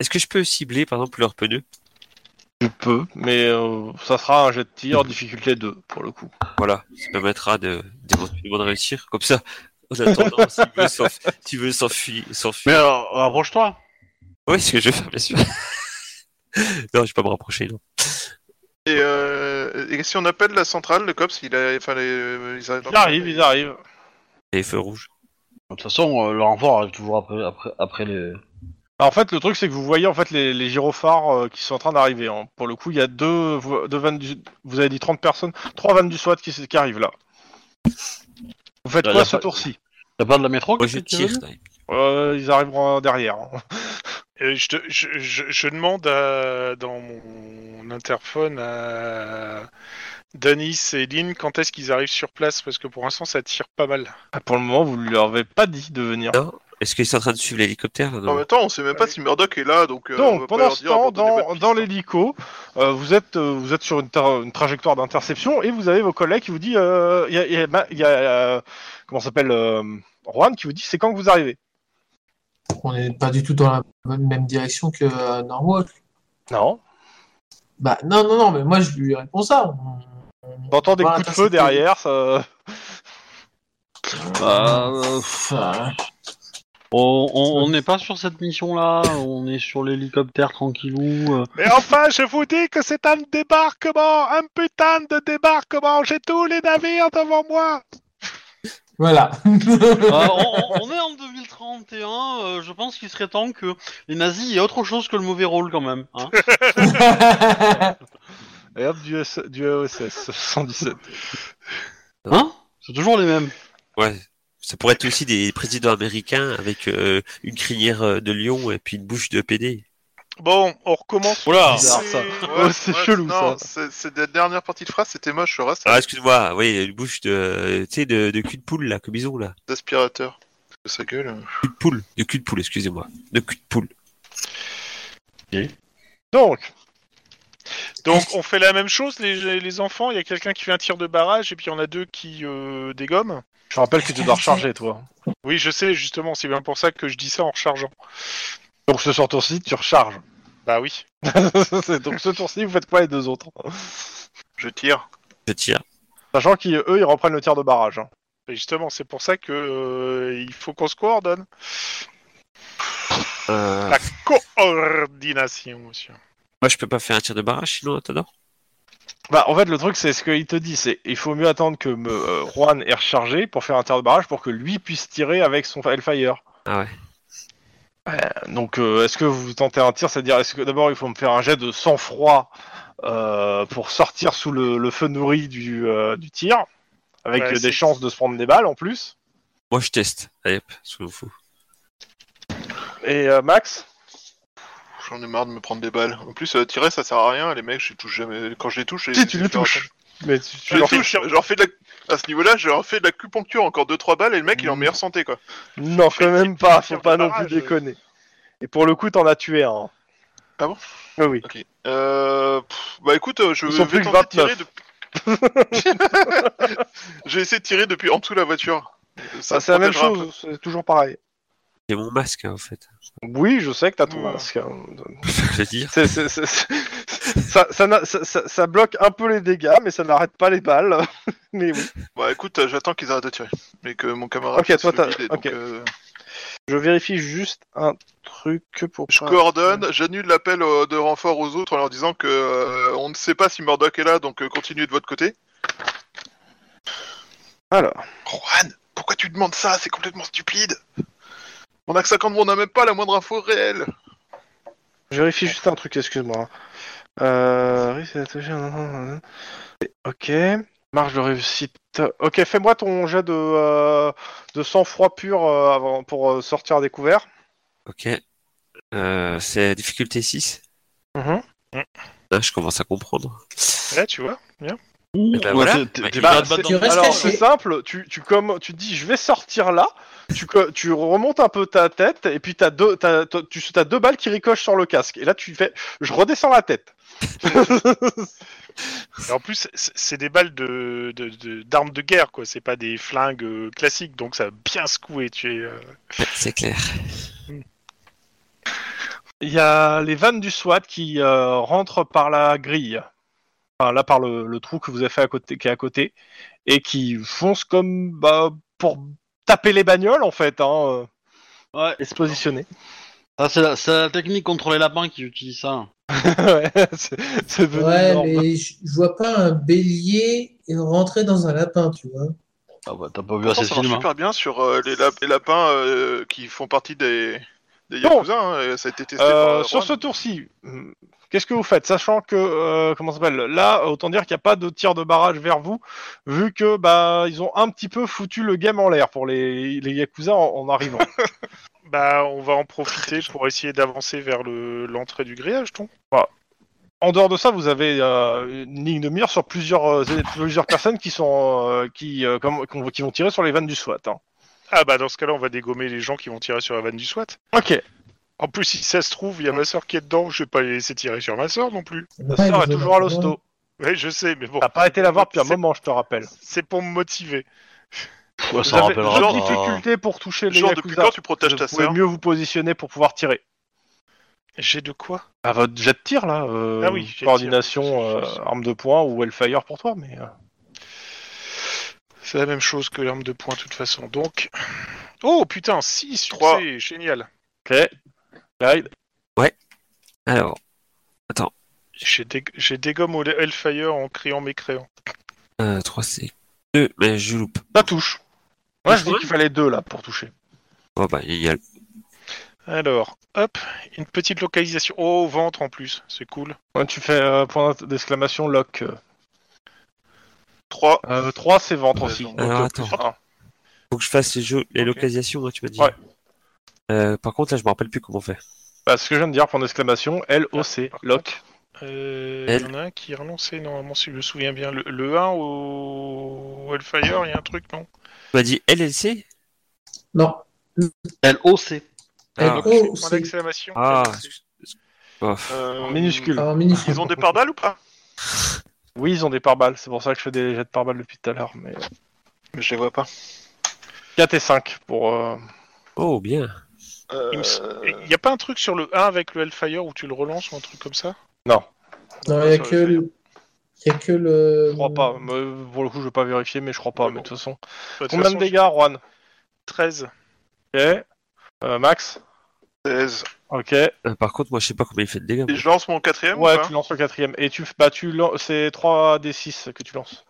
S4: Est-ce que je peux cibler, par exemple, leur pneu
S2: Tu peux, mais euh, ça sera un jet de tir, difficulté 2 pour le coup.
S4: Voilà, ça permettra de d'éventuellement de réussir. Comme ça, en attendant, s'il veut s'enf- s'il veut s'enfuir,
S1: Mais
S4: s'enfuir.
S1: alors, rapproche-toi.
S4: Oui, ce que je vais faire, bien sûr. non, je vais pas me rapprocher, non.
S5: et, euh, et si on appelle la centrale, le COPS, il a, enfin, les, euh, ils arrivent.
S2: Ils arrivent, ils arrivent.
S4: Les feux rouges.
S1: De toute façon, euh, le renfort arrive toujours après, après, après les.
S2: Alors, Bah, en fait, le truc c'est que vous voyez en fait les, les gyrophares euh, qui sont en train d'arriver. hein. Pour le coup, il y a deux, vo- deux vannes du- vous avez dit 30 personnes, trois vannes du SWAT qui, s- qui arrivent là. Vous faites
S1: Bah, y
S2: quoi
S1: a
S2: ce
S1: pas-
S2: tour-ci
S1: T'as pas de la métro que
S4: Moi, je
S1: tu
S4: tire.
S1: veux
S2: Euh, Ils arriveront derrière. hein.
S3: Euh, je, te- je, je, je demande à- dans mon interphone à Danis et Lynn quand est-ce qu'ils arrivent sur place parce que pour l'instant ça tire pas mal.
S2: Pour le moment, vous ne leur avez pas dit de venir.
S4: Non Est-ce qu'ils sont en train de suivre l'hélicoptère là, non
S5: En même temps, on sait même pas si Murdoch est là, donc. euh, on va
S2: Donc
S5: pas
S2: pendant
S5: leur
S2: ce
S5: dire,
S2: temps,
S5: abandonnez
S2: dans,
S5: votre
S2: dans
S5: piste.
S2: l'hélico, euh, vous êtes euh, vous êtes sur une, tra- une trajectoire d'interception et vous avez vos collègues qui vous dit euh, il y a, il y a- bah, il y a, euh, comment ça s'appelle euh, Juan qui vous dit c'est quand que vous arrivez
S6: On n'est pas du tout dans la bonne- même direction que euh, Norwalk.
S2: Non.
S6: Bah, non, non, non, mais moi je lui réponds ça. On- on-
S2: On entend des
S6: Bah,
S2: coups de
S6: intercepté.
S2: feu derrière. Ça...
S1: Bah, euh,
S6: Enfin,
S1: on on- on n'est pas sur cette mission-là. On est sur l'hélicoptère tranquillou. euh.
S3: Mais enfin, je vous dis que c'est un débarquement, un putain de débarquement. J'ai tous les navires devant moi.
S6: voilà.
S1: Euh, on, on- on est en 2031. euh, je pense qu'il serait temps que les nazis aient autre chose que le mauvais rôle quand même. hein.
S2: Et hop du, S- du EOSS 117.
S1: Hein C'est toujours les mêmes.
S4: Ouais. Ça pourrait être aussi des présidents américains avec euh, une crinière euh, de lion et puis une bouche de PD.
S3: Bon, on recommence.
S1: Oula
S5: C'est-
S2: ça.
S5: ouais,
S2: Ouais, c'est
S5: ouais,
S2: chelou,
S5: non, c'est- C'est la dernière partie de phrase, c'était moche, le reste,
S4: Ah, excuse-moi, oui, une bouche de, euh, tu sais, de, de cul de poule, là, comme ils ont, là.
S5: c'est d'aspirateur. Sa gueule. euh.
S4: Cul de poule, de cul de poule, excusez-moi. De cul de poule.
S2: Donc,
S3: Donc on fait la même chose, les, les enfants. Il y a quelqu'un qui fait un tir de barrage et puis il y en a deux qui euh, dégomment.
S2: je te rappelle que tu dois recharger, toi.
S3: Oui, je sais, justement, c'est bien pour ça que je dis ça en rechargeant.
S2: Donc, ce sur ton site, tu recharges.
S3: Bah oui.
S2: Donc, ce tour-ci, vous faites quoi les deux autres
S5: Je tire.
S4: Je tire.
S2: Sachant qu'eux, ils reprennent le tir de barrage. hein.
S3: Et justement, c'est pour ça que euh, il faut qu'on se coordonne.
S4: Euh,
S3: La coordination, monsieur.
S4: moi, je peux pas faire un tir de barrage, sinon, attends.
S2: Bah, en fait, le truc, c'est ce qu'il te dit c'est il faut mieux attendre que me, euh, Juan ait rechargé pour faire un tir de barrage pour que lui puisse tirer avec son Hellfire.
S4: Ah ouais.
S2: Euh, Donc, euh, est-ce que vous tentez un tir C'est-à-dire, est-ce que d'abord, il faut me faire un jet de sang-froid euh, pour sortir sous le, le feu nourri du, euh, du tir Avec
S3: Ouais,
S2: euh,
S3: c'est-
S2: des chances de se prendre des balles en plus.
S4: Moi, je teste. Allez, hop, soyons fous.
S2: Et euh, Max
S5: J'en ai marre de me prendre des balles. En plus, euh, tirer, ça sert à rien. Les mecs, je les touche jamais. Quand je les touche,
S2: Si, tu les touches. Mais tu,
S5: Je les touche. Je leur fais de la... À ce niveau-là, je leur fais de l'acupuncture. Encore 2-3 balles et le mec, il est en
S2: Mm.
S5: meilleure santé, quoi.
S2: Non, quand même
S5: petit
S2: pas,
S5: tir
S2: faut
S5: de
S2: pas non
S5: barrage,
S2: plus
S5: euh.
S2: déconner. Et pour le coup, t'en as tué un.
S5: Ah bon
S2: Oui, oui.
S5: Ok. Euh... pff, Bah écoute, euh, je
S2: Ils sont
S5: vais
S2: plus que
S5: tenter de tirer
S2: 29.
S5: depuis- J'ai essayé de tirer depuis en dessous de la voiture.
S2: Bah, c'est la même
S5: protégera un
S2: chose, c'est toujours pareil.
S4: J'ai mon masque, hein, en fait.
S2: Oui, je sais que t'as ton
S5: Ouais.
S2: masque.
S4: Je veux dire.
S2: C'est- c'est- c'est- c'est- ça, ça, n'a- ça- ça- ça bloque un peu les dégâts, mais ça n'arrête pas les balles. mais oui.
S5: peu. Bah écoute, euh, j'attends qu'ils arrêtent de tirer. Mais que mon camarade.
S2: Ok,
S5: fasse
S2: toi,
S5: le
S2: t'as-
S5: vide, et
S2: ok.
S5: donc, euh,
S2: Je vérifie juste un truc pour.
S5: Je
S2: pas-
S5: coordonne, j'annule l'appel euh, de renfort aux autres en leur disant que euh, on ne sait pas si Murdoch est là, donc euh, continuez de votre côté.
S2: Alors,
S5: Juan, pourquoi tu demandes ça C'est complètement stupide. On a que 50 mots, on n'a même pas la moindre info réelle.
S2: je vérifie juste un truc, excuse-moi. Euh... risque d'attacher un- hein, Ok. Marge de réussite. Ok, fais-moi ton jet de, euh, de sang-froid pur euh, avant, pour euh, sortir à découvert.
S4: Ok. Euh, c'est difficulté 6.
S2: Mhm.
S4: Là, je commence à comprendre.
S3: Là, tu vois.
S4: Eh ben voilà.
S1: T'es
S4: Ouais.
S1: t'es
S2: Bah,
S1: pas à te battre
S2: c'est-
S1: dans le-
S6: restes
S2: alors
S6: caché.
S2: c'est simple, tu, tu, comme, tu dis je vais sortir là, tu, co- tu remontes un peu ta tête et puis t'as deux, t'as, t'as- tu as deux balles qui ricochent sur le casque. Et là tu fais je redescends la tête.
S3: Et en plus, c'est c'est des balles de de- de- d'armes de, guerre, quoi. C'est pas des flingues euh, classiques, donc ça a bien secoué. Tu es. euh,
S4: Ouais, C'est clair.
S2: Il y a les vannes du SWAT qui euh, rentrent par la grille, enfin là par le, le trou que vous avez fait à côté, qui est à côté, et qui foncent comme bah, pour taper les bagnoles en fait, hein, euh,
S1: Ouais.
S2: et se positionner.
S1: Ah, c'est la, c'est la technique contre les lapins qui utilise ça.
S2: Ouais, c'est, c'est devenu
S6: Ouais,
S2: énorme.
S6: mais je je vois pas un bélier rentrer dans un lapin, tu vois.
S1: Ah bah t'as pas vu
S5: Pourtant,
S1: assez de
S5: ça marche
S1: films. hein.
S5: super bien sur euh, les, lap- les lapins euh, qui font partie des, des
S2: Bon.
S5: Yakuza. hein, et ça a été testé par
S2: Euh,
S5: euh,
S2: sur
S5: Juan.
S2: ce tour-ci, hum, qu'est-ce que vous faites Sachant que, euh, comment ça s'appelle Là, autant dire qu'il n'y a pas de tir de barrage vers vous, vu que bah ils ont un petit peu foutu le game en l'air pour les, les Yakuza en, en arrivant.
S3: Bah, on va en profiter pour essayer d'avancer vers le l'entrée du grillage, ton.
S2: en dehors de ça, vous avez euh, une ligne de mire sur plusieurs, euh, plusieurs personnes qui, sont, euh, qui, euh, comme- qu'on- qui vont tirer sur les vannes du SWAT. hein.
S3: Ah bah dans ce cas-là, on va dégommer les gens qui vont tirer sur la vanne du SWAT.
S2: Ok,
S3: En plus, si ça se trouve, il y a ma soeur qui est dedans, je vais pas les laisser tirer sur ma soeur non plus.
S2: la sœur est toujours à l'hosto.
S3: Oui, je sais, mais bon.
S1: Ah.
S2: T'as pas été la voir depuis un
S3: C'est-
S2: moment, je te rappelle.
S3: C'est pour me motiver.
S1: Ouais,
S2: Vous
S1: ça
S2: avez
S1: rappellera
S2: genre
S1: pas-
S2: difficulté pour toucher les
S5: Genre, depuis
S2: Yakuza.
S5: quand tu protèges
S2: Vous
S5: ta
S2: pouvez
S5: sœur
S2: mieux vous positionner pour pouvoir tirer.
S3: J'ai de quoi
S2: Ah, votre jet de tir là euh,
S3: Ah oui, jet de
S2: Coordination,
S3: tir.
S2: euh, arme de poing ou Hellfire pour toi, mais. euh,
S3: C'est la même chose que l'arme de poing, de toute façon. Donc. Oh putain, 6
S5: Trois.
S3: succès, génial.
S2: Ok. Clyde.
S4: Alors,
S3: J'ai dé- j'ai dégomme au Hellfire en criant mes créants.
S4: euh, 3, c'est 2, mais je loupe.
S2: Ça touche. Moi je dis
S4: Ouais.
S2: qu'il fallait deux là pour toucher.
S4: Oh bah, génial.
S3: Alors, hop, une petite localisation. Oh, ventre en plus, c'est cool.
S2: Ouais, tu fais euh, point d'exclamation lock. euh.
S5: 3.
S2: Euh, 3, c'est ventre aussi.
S5: Ouais,
S4: Alors,
S2: Donc,
S4: attends.
S2: plus
S3: Ah,
S2: un.
S4: Faut que je fasse les, jeux, les
S5: Ok.
S4: localisations, hein, tu m'as dit.
S2: Ouais.
S4: Euh, par contre, là, je me rappelle plus comment on fait.
S2: Bah, ce que je viens de dire, point d'exclamation, L-O-C, lock.
S3: Euh,
S4: Elle.
S3: Il y en a un qui est relancé normalement, si je me souviens bien. Le, le 1 au Hellfire, il y a un truc, non
S4: Tu m'as dit LLC
S6: Non. Oh,
S1: L-O-C.
S4: Ah,
S6: L,
S4: ok.
S6: O,
S3: Point
S6: C.
S3: d'exclamation.
S4: Ah, excuse- oh,
S5: Euh,
S2: En minuscule.
S6: Alors, minuscule.
S5: Ils ont des pare-balles ou pas
S2: Oui, ils ont des pare-balles, c'est pour ça que je fais des jets de pare-balles depuis tout à l'heure. Mais...
S5: Je les vois pas.
S2: 4 et 5 pour. euh,
S4: Oh, bien.
S5: Euh,
S3: Il me s- Il n'y a pas un truc sur le 1 avec le Hellfire où tu le relances ou un truc comme ça
S6: Non, il n'y a que le. Il y a que le.
S2: Je crois pas, mais, euh, pour le coup, je vais pas vérifier, mais je crois pas,
S3: Ouais,
S2: mais
S3: bon.
S2: de toute façon.
S3: Bah, de toute
S2: Combien de
S3: façon,
S2: dégâts, Juan Ok.
S3: 13.
S2: Euh, Max
S5: 16.
S2: Ok.
S4: Euh, par contre, moi, je sais pas combien il fait de dégâts.
S5: Et je lance mon quatrième ou
S2: Ouais,
S5: pas
S2: tu lances le quatrième. Et tu. Bah, tu lan- C'est 3 des 6 que tu lances.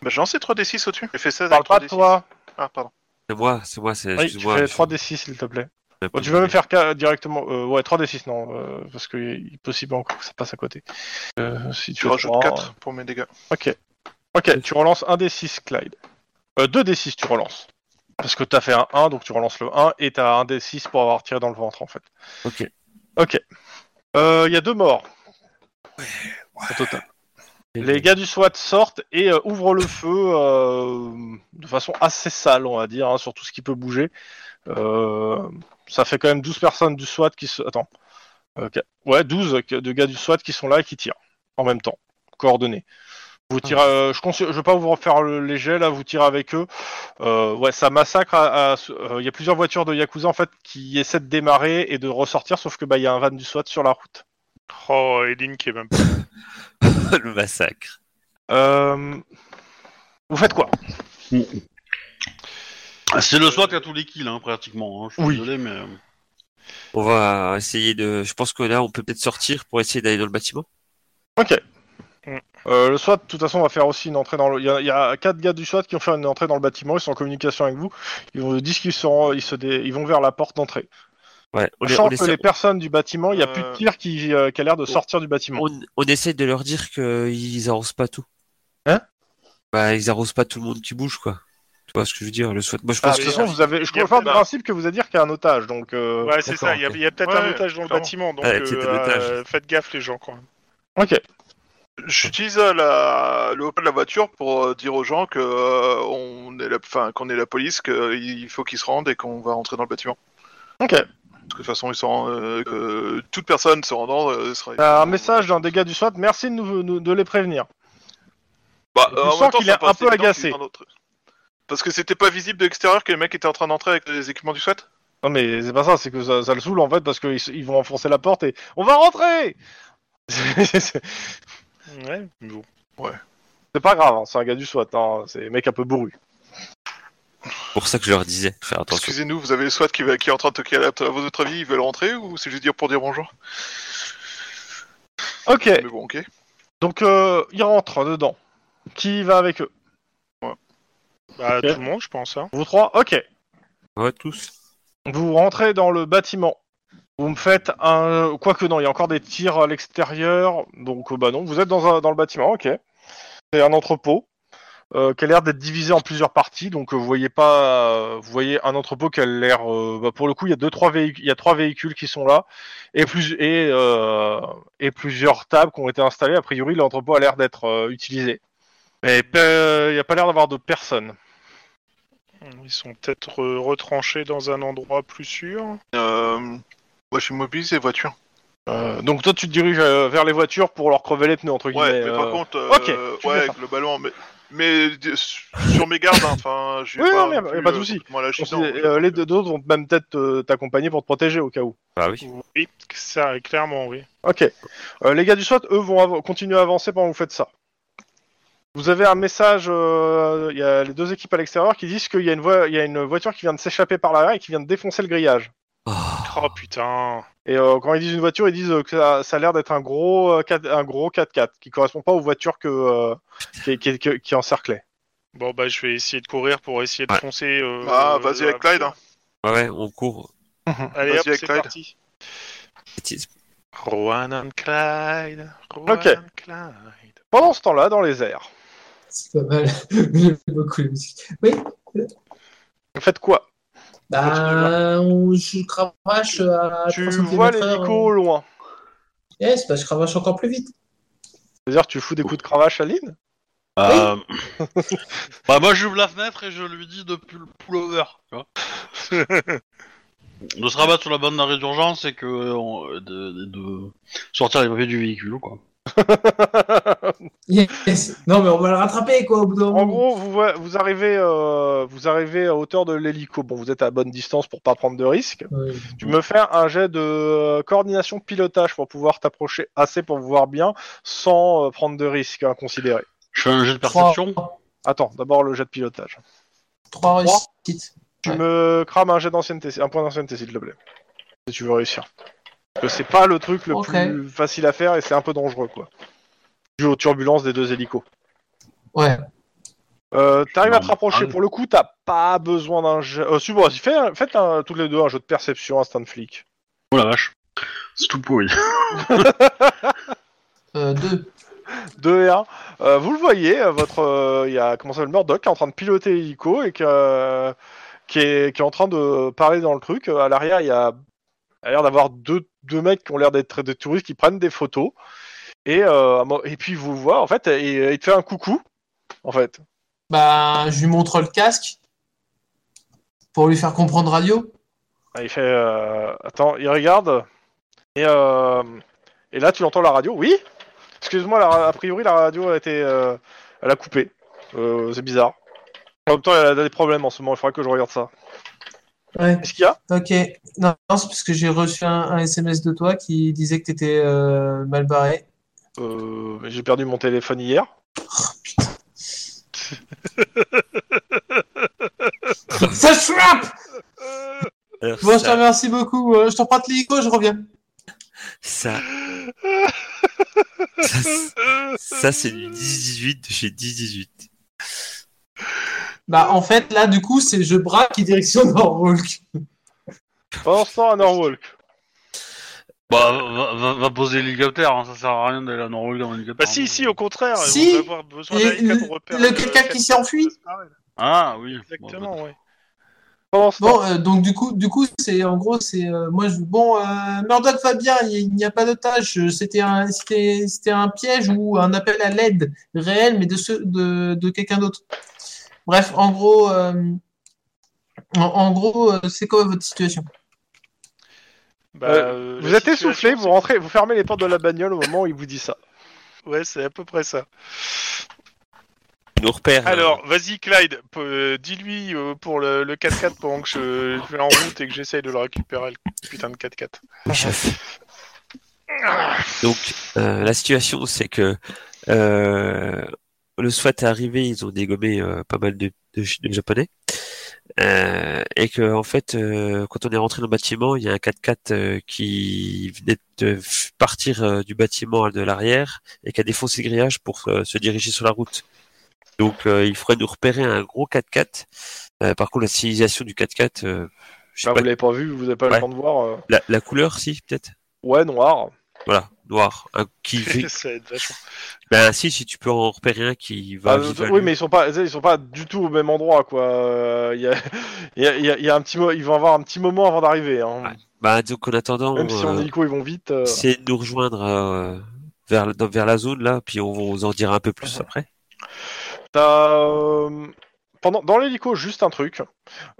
S5: Bah, J'ai lancé 3d6 au-dessus. J'ai fait 16
S2: Parle
S5: avec
S2: pas
S5: 3d6.
S2: de toi
S5: Ah, pardon.
S4: C'est moi, c'est moi, c'est.
S2: Oui, tu
S4: excuse-moi,
S2: fais
S4: je-
S2: 3 des 6 s'il te plaît.
S4: je sais
S2: Bon,
S4: pas
S2: tu vas
S4: où
S2: me
S4: je
S2: faire ca- directement. euh, ouais, 3 des 6, non, euh, parce que il est possible encore que ça passe à côté. Euh, si tu
S5: Tu rajoutes
S2: trois,
S5: 4 pour mes dégâts.
S2: Ok. Ok, tu relances 1 des 6, Clyde. Euh, 2 des 6, tu relances. Parce que t'as fait un 1, donc tu relances le 1, et t'as un des 6 pour avoir tiré dans le ventre, en fait.
S4: Ok.
S2: Ok. Euh, Il y a deux morts. Au total.
S4: vais.
S2: Les gars du SWAT sortent et euh, ouvrent le feu euh, de façon assez sale, on va dire, hein, sur tout ce qui peut bouger. Euh, ça fait quand même 12 personnes du SWAT qui se... Attends. Ok. Ouais, 12 que- de gars du SWAT qui sont là et qui tirent en même temps, coordonnés. Vous tirez, euh, je ne vais pas vous refaire le, les jets, là, vous tirez avec eux. Euh, ouais, ça massacre. à- à- euh, Il y a plusieurs voitures de Yakuza en fait qui essaient de démarrer et de ressortir, sauf que bah il y a un van du SWAT sur la route.
S3: Oh, Eileen qui est même pas.
S4: le massacre.
S2: Euh, Vous faites quoi
S1: C'est le SWAT qui a tous les kills, hein, pratiquement. hein. Je suis
S2: Oui.
S1: désolé, mais.
S4: On va essayer de. Je pense que là, on peut peut-être sortir pour essayer d'aller dans le bâtiment.
S2: Ok.
S3: Mm.
S2: Euh, le SWAT, de toute façon, va faire aussi une entrée dans le. Il y a- il y, a quatre gars du SWAT qui ont fait une entrée dans le bâtiment. Ils sont en communication avec vous. Ils vous disent qu'ils sont, ils se, dé- ils vont vers la porte d'entrée.
S4: Ouais. On, les-
S2: Sachant
S4: on,
S2: que
S4: essaie...
S2: les personnes du bâtiment, il n'y a
S5: Euh,
S2: plus de tir qui, euh, qui a l'air de sortir du bâtiment.
S4: on... on essaie de leur dire qu'ils arrosent pas tout.
S2: Hein
S4: Bah, ils arrosent pas tout le monde qui bouge, quoi. Tu vois ce que je veux dire Le souhait. Moi, je
S2: Ah,
S4: pense
S2: de toute
S4: que.
S2: façon, vous avez. Je
S3: il y a-
S2: comprends le
S3: bah-
S2: principe que vous allez dire qu'il y a un otage, donc. euh,
S3: Ouais, c'est
S4: d'accord,
S3: ça, il y a,
S4: ok.
S3: il y a peut-être un
S5: Ouais,
S3: otage dans le
S5: clairement.
S3: bâtiment, donc
S4: Ouais, c'était
S3: euh,
S4: un otage.
S3: euh, faites gaffe les gens, quoi.
S2: Ok.
S5: J'utilise euh, la... le haut de la voiture pour euh, dire aux gens que euh, on est la... Enfin, qu'on est la police, qu'il faut qu'ils se rendent et qu'on va rentrer dans le bâtiment.
S2: Ok.
S5: De toute façon, ils sont, euh, que toute personne se rendant euh, sera.
S2: T'as un message d'un dégât du SWAT. Merci de, nous, nous- de les prévenir.
S5: Bah,
S2: Je
S5: euh, en
S2: sens
S5: même temps,
S2: qu'il
S5: ça
S2: est
S5: me paraît
S2: un peu
S5: évident
S2: agacé.
S5: qu'il est dans notre- Parce que c'était pas visible de l'extérieur que les mecs étaient en train d'entrer avec les équipements du SWAT.
S2: Non mais c'est pas ça, c'est que ça, ça le saoule en fait parce qu'ils ils vont enfoncer la porte et on va rentrer. c'est
S3: Ouais, mais bon.
S2: c'est pas grave, hein, c'est un gars du SWAT, hein, c'est un mec un peu bourru.
S4: C'est pour ça que je leur disais. Faire attention.
S5: Excusez-nous, vous avez le SWAT qui, va- qui est en train de toquer à, la... à votre avis, ils veulent rentrer ou c'est juste dire pour dire bonjour
S2: Ok,
S5: Mais bon, ok.
S2: donc euh, ils rentrent dedans. Qui va avec eux
S3: Bah,
S2: Ok.
S3: tout le monde, je pense. Hein.
S2: Vous trois Ok.
S4: Ouais, tous.
S2: Vous rentrez dans le bâtiment. Vous me faites un... Quoique non, il y a encore des tirs à l'extérieur. Donc euh, bah non, vous êtes dans, un- dans le bâtiment, ok. C'est un entrepôt euh, qui a l'air d'être divisé en plusieurs parties. Donc euh, vous voyez pas... euh, vous voyez un entrepôt qui a l'air... euh, bah, pour le coup, il y, a deux, trois véhicules- il y a trois véhicules qui sont là. Et, plus... et, euh, et plusieurs tables qui ont été installées. A priori, l'entrepôt a l'air d'être euh, utilisé. Mais euh, il n'y a pas l'air d'avoir de personnes.
S3: Ils sont peut-être euh, retranchés dans un endroit plus sûr.
S5: Euh... Moi, je suis mobilisé voiture.
S2: Euh, donc toi, tu te diriges euh, vers les voitures pour leur crever les pneus, entre
S5: Ouais,
S2: guillemets.
S5: mais par
S2: euh,
S5: contre,
S2: ok,
S5: euh,
S2: tu fais
S5: ouais,
S2: ça.
S5: globalement, mais, mais d- sur mes gardes, hein, enfin, je suis
S2: Oui,
S5: pas.
S2: non, mais y a- y a
S5: plus,
S2: pas de
S5: euh,
S2: souci.
S5: complètement lâché,
S2: On sait-
S5: non.
S2: euh, les deux d'autres vont même peut-être euh, t'accompagner pour te protéger au cas où.
S4: Bah oui.
S3: Oui, ça, clairement, oui.
S2: Ok. Euh, les gars du SWAT, eux, vont av- continuer à avancer pendant que vous faites ça. Vous avez un message, euh, il y a les deux équipes à l'extérieur qui disent qu'il y, a une voi- il y a une voiture qui vient de s'échapper par l'arrière et qui vient de défoncer le grillage.
S4: Oh,
S3: Oh putain.
S2: Et euh, quand ils disent une voiture, ils disent euh, que ça, ça a l'air d'être un gros euh, 4, un gros 4x4 qui correspond pas aux voitures que, euh, qui, qui, qui, qui encerclaient.
S3: Bon, bah, je vais essayer de courir pour essayer de
S4: Ouais.
S3: foncer. euh,
S5: Ah, vas-y
S3: euh,
S5: avec Clyde. hein.
S4: ouais, on court.
S3: Allez,
S5: Vas-y
S3: hop,
S5: avec
S3: c'est
S5: Clyde.
S3: parti.
S4: Bêtise.
S3: Rowan and Clyde. Rowan
S2: Ok.
S3: and Clyde.
S2: Pendant ce temps-là, dans les airs,
S6: C'est pas mal. J'aime beaucoup les musiques. Oui,
S2: En fait, quoi
S6: bah, on, je cravache à.
S2: Tu
S6: 300
S2: vois les
S6: km/h, hein.
S2: hélicos au loin.
S6: Yes, bah, je cravache encore plus vite.
S2: C'est-à-dire, tu fous des coups de cravache à Lynn
S1: Euh, bah moi j'ouvre la fenêtre et je lui dis de pull pullover. Tu vois de se rabattre sur la bande d'arrêt d'urgence et que on- de, de- de sortir les papiers du véhicule quoi.
S6: Yes. Non, mais on va le rattraper, quoi, au bout d'un
S2: En
S6: moment.
S2: gros, vous, voi- vous, arrivez, euh, vous arrivez à hauteur de l'hélico. Bon, vous êtes à bonne distance pour pas prendre de risques.
S6: Ouais.
S2: Tu me fais un jet de euh, coordination pilotage pour pouvoir t'approcher assez pour voir bien sans euh, prendre de risques inconsidérés.
S1: Je fais un jeu de perception.
S6: Trois,
S2: Attends, d'abord le jet de pilotage.
S6: trois réussites.
S2: Tu
S6: Ouais.
S2: me crames un jet d'ancienneté, un point d'ancienneté s'il te plaît. Si tu veux réussir. Parce que c'est pas le truc le
S6: Ok.
S2: plus facile à faire et c'est un peu dangereux quoi. Dû aux turbulences des deux hélicos.
S6: Ouais.
S2: Euh, T'arrives à te
S1: Non,
S2: rapprocher.
S1: ah.
S2: Pour le coup, t'as pas besoin d'un jeu. Euh, si, bon, vas-y, fais un- faites un- toutes les deux un jeu de perception instant flic.
S1: Oh la vache. C'est tout pourri.
S6: Euh, deux.
S2: 2 et 1. vous le voyez, euh, votre, euh, il y a comment ça s'appelle Murdoch qui est en train de piloter l'hélico et que, euh, qui, est, qui est en train de parler dans le truc. Euh, À l'arrière, il y a, il a l'air d'avoir deux, deux mecs qui ont l'air d'être des touristes qui prennent des photos. Et, euh, à mo- et puis, il vous voit, en fait, et, et il te fait un coucou, en fait.
S6: Bah, je lui montre le casque pour lui faire comprendre radio.
S2: Ah, Il fait, euh, attends, il regarde. Et, euh, et là, tu entends la radio. Oui Excuse-moi, la ra- a priori, la radio a été, euh, elle a coupé. Euh, c'est bizarre. En même temps, elle a des problèmes en ce moment. Il faudra que je regarde ça.
S6: Ouais.
S2: Qu'est-ce qu'il y a
S6: Ok. Non, non, c'est parce que j'ai reçu un, un SMS de toi qui disait que t'étais euh, mal barré.
S2: Euh, J'ai perdu mon téléphone hier.
S6: Ça se frappe
S4: Alors,
S6: Bon, je te
S4: ça,
S6: remercie beaucoup. Euh, Je t'emprunte l'hélico, je reviens.
S4: ça, ça, ça, c'est du 10-18 de chez 10-18.
S6: Bah, en fait, là, du coup, c'est je braque et direction Norwalk.
S2: Pendant ce temps, à Norwalk.
S1: Bah va, va- va poser l'hélicoptère, hein, ça sert à rien d'aller à Norwalk dans l'hélicoptère. hein.
S3: Bah si, si, au contraire,
S6: Si.
S3: on va avoir besoin
S6: Et
S3: d'un hélicoptère
S6: le-
S3: pour repérer
S6: le quelqu'un qui s'est enfui.
S1: Ah oui. Bon,
S3: Exactement, ouais.
S2: Pendant ce temps,
S6: Bon, euh, donc du coup, du coup, c'est en gros, c'est euh, moi je bon, euh, Murdoch va bien, il il n'y a pas d'otage. euh, C'était un, c'était, c'était un piège ou un appel à l'aide réel, mais de ceux de, de quelqu'un d'autre. Bref, en gros, euh, en, en gros, euh, c'est quoi votre situation
S3: Bah, euh,
S2: vous
S3: la
S2: êtes
S3: situation,
S2: essoufflé, vous
S3: c'est-
S2: rentrez, vous fermez les portes de la bagnole au moment où il vous dit ça.
S3: Ouais, c'est à peu près ça.
S4: Il nous repère. euh,
S3: Alors, vas-y, Clyde, p- euh, dis-lui euh, pour le, le 4x4 pendant que je, je vais en route et que j'essaye de le récupérer, le putain de 4x4.
S4: Oui, chef. Donc, euh, la situation, c'est que euh, le SWAT est arrivé, ils ont dégommé euh, pas mal de, de Ch- de Japonais. Euh, et que, en fait, euh, quand on est rentré dans le bâtiment, il y a un 4x4 euh, qui venait de f- partir euh, du bâtiment de l'arrière et qui a défoncé le grillage pour euh, se diriger sur la route. Donc, euh, il faudrait nous repérer un gros 4x4. Euh, par contre, la signalisation du 4x4, euh, je sais
S2: Là,
S4: pas,
S2: vous l'avez pas vu, vous n'avez pas
S4: Ouais.
S2: le temps de voir. euh.
S4: la, la couleur, si, peut-être
S2: Ouais, noir.
S4: voilà, noir, un qui vit.
S3: ça aide vachement.
S4: ben si, si tu peux en repérer un qui va.
S2: Ah,
S4: vivre à
S2: oui,
S4: lui.
S2: mais ils sont pas, ils sont pas du tout au même endroit, quoi. Euh, Il y, a, il y a- il y a- il y a un petit, mo- ils vont avoir un petit moment avant d'arriver. hein.
S4: Ouais. Ben donc en attendant,
S2: Même si en
S4: euh,
S2: hélico ils vont vite. euh.
S4: c'est de nous rejoindre euh, vers la- dans- vers la zone là, puis on vous en dira un peu plus après.
S2: T'as, euh, pendant dans l'hélico juste un truc.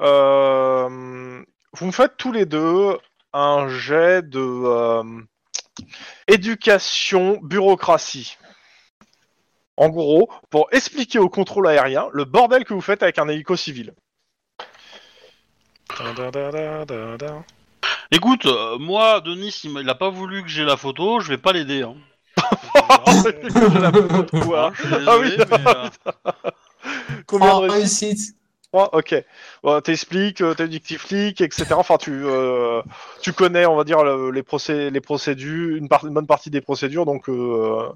S2: Euh, Vous me faites tous les deux un jet de euh, éducation bureaucratie. En gros, pour expliquer au contrôle aérien le bordel que vous faites avec un hélico civil.
S3: Dindindindindindin.
S1: Écoute, euh, moi Denis il, m'a- il a pas voulu que j'ai la photo, je vais pas l'aider. Hein.
S2: Quoi
S1: Hein, je suis désolé,
S2: Ah oui.
S1: mais, euh,
S2: Combien de
S6: Trois
S2: réussites
S6: réussites.
S2: Trois Ok. Bon, t'expliques, euh, t'es du petit flic, etc. Enfin, tu, euh, tu connais, on va dire, le- les, procé les procédures, une, par- une bonne partie des procédures, donc euh,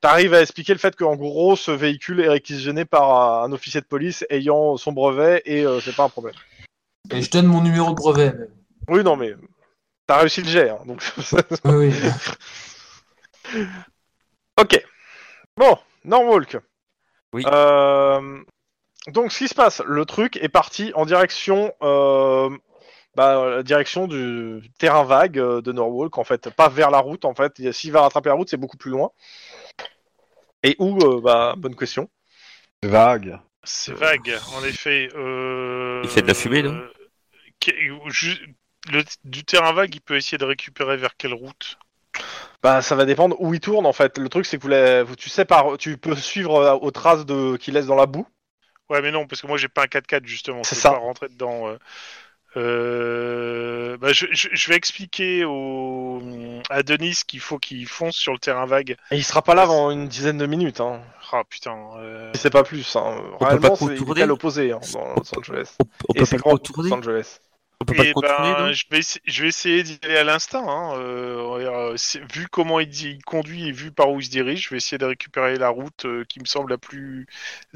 S2: t'arrives à expliquer le fait qu'en gros, ce véhicule est réquisitionné par un officier de police ayant son brevet et euh, c'est pas un problème.
S6: Et je donne mon numéro de brevet. même.
S2: Oui, non, mais t'as réussi le jet, hein, donc
S6: Oui, oui.
S2: Ok. Bon, Norwalk.
S4: Oui.
S2: Euh, donc, ce qui se passe, le truc est parti en direction, euh, bah, la direction du terrain vague euh, de Norwalk, en fait, pas vers la route, en fait. Et S'il va rattraper la route, c'est beaucoup plus loin. Et où euh, bah, Bonne question.
S7: Vague.
S3: C'est vague, en effet. euh,
S4: Il fait de la fumée, non
S3: euh, que- ju- le- Du terrain vague, il peut essayer de récupérer vers quelle route
S2: Bah, ça va dépendre où il tourne, en fait. Le truc, c'est que vous la- vous- tu sais par, tu peux suivre euh, aux traces de qu'il laisse dans la boue.
S3: Ouais, mais non, parce que moi, j'ai pas un 4x4, justement.
S2: C'est
S3: je peux
S2: ça.
S3: pas rentrer dedans. euh. Euh, bah, je, je- je vais expliquer au... à Denis qu'il faut qu'il fonce sur le terrain vague.
S2: Et il sera pas là avant une dizaine de minutes. Hein.
S3: Ah putain. euh,
S2: C'est pas plus. Hein.
S4: peut
S2: Réellement,
S4: pas
S2: c'est il
S4: contourner
S2: est à l'opposé hein, dans Los Angeles.
S4: On, on
S2: Et
S4: peut
S2: c'est
S4: pas le
S2: grand,
S4: contourner
S2: Los Angeles.
S4: On peut pas
S3: Eh
S4: le contourner,
S3: ben,
S4: non
S3: je, vais essa- je vais essayer d'y aller à l'instinct. hein, euh, on va dire, euh, c'est- vu comment il, dit- il conduit et vu par où il se dirige, je vais essayer de récupérer la route euh, qui me semble la plus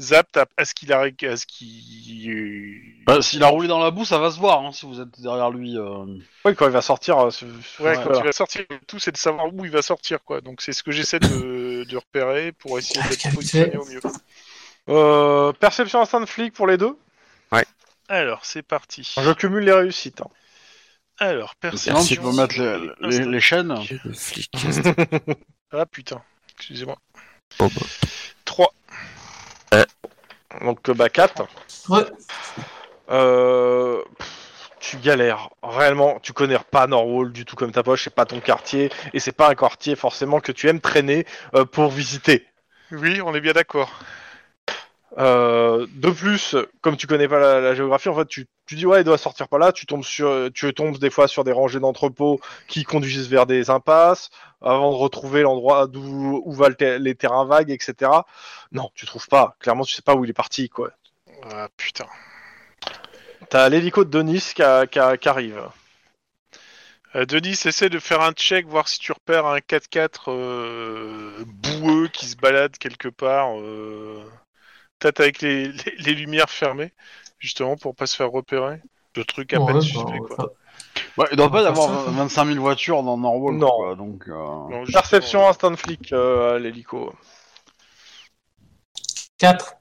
S3: apte à, à ce qu'il a, ré- à ce qu'il. euh,
S1: Bah, s'il a roulé dans la boue, ça va se voir hein, si vous êtes derrière lui. euh.
S2: Oui, quand il va sortir. euh, c'est-
S3: Ouais,
S2: voilà.
S3: quand il va sortir, le tout c'est de savoir où il va sortir, quoi. Donc c'est ce que j'essaie de, de repérer pour essayer de le positionner au mieux.
S2: Euh, perception instinct de flic pour les deux.
S3: Alors c'est parti.
S2: Je cumule les réussites. hein.
S3: Alors personne.
S1: Sinon, tu peux mettre les, les- les chaînes.
S4: Le flic.
S2: hein.
S3: Ah putain, excusez-moi.
S4: Bon, bah.
S3: 3.
S2: Donc euh, bah 4.
S6: Ouais.
S2: Euh, pff, tu galères. Réellement, tu connais pas Norwalk du tout comme ta poche, c'est pas ton quartier, et c'est pas un quartier forcément que tu aimes traîner euh, pour visiter.
S3: Oui, on est bien d'accord.
S2: Euh, de plus, comme tu connais pas la, la géographie, en fait, tu, tu dis ouais, il doit sortir par là. Tu tombes sur, tu tombes des fois sur des rangées d'entrepôts qui conduisent vers des impasses avant de retrouver l'endroit d'où où va le ter- les terrains vagues, etc. Non, tu trouves pas. Clairement, tu sais pas où il est parti, quoi.
S3: Ah putain.
S2: T'as l'hélico de Denis qui, a- qui a- qui arrive.
S3: Euh, Denis, essaie de faire un check, voir si tu repères un 4x4 euh, boueux qui se balade quelque part. euh, Peut-être avec les, les- les lumières fermées, justement, pour pas se faire repérer. Le truc à
S6: Ouais,
S3: peine
S6: bah,
S3: suspect,
S6: ouais,
S3: quoi.
S6: ça-
S1: Ouais, il doit pas y
S6: Enfin,
S1: avoir
S6: ça, ça.
S1: 25 000 voitures dans Norwalk.
S2: Non.
S1: quoi, donc, euh,
S3: Non, justement,
S2: Perception
S3: euh,
S2: instant flic euh, à l'hélico.
S6: 4.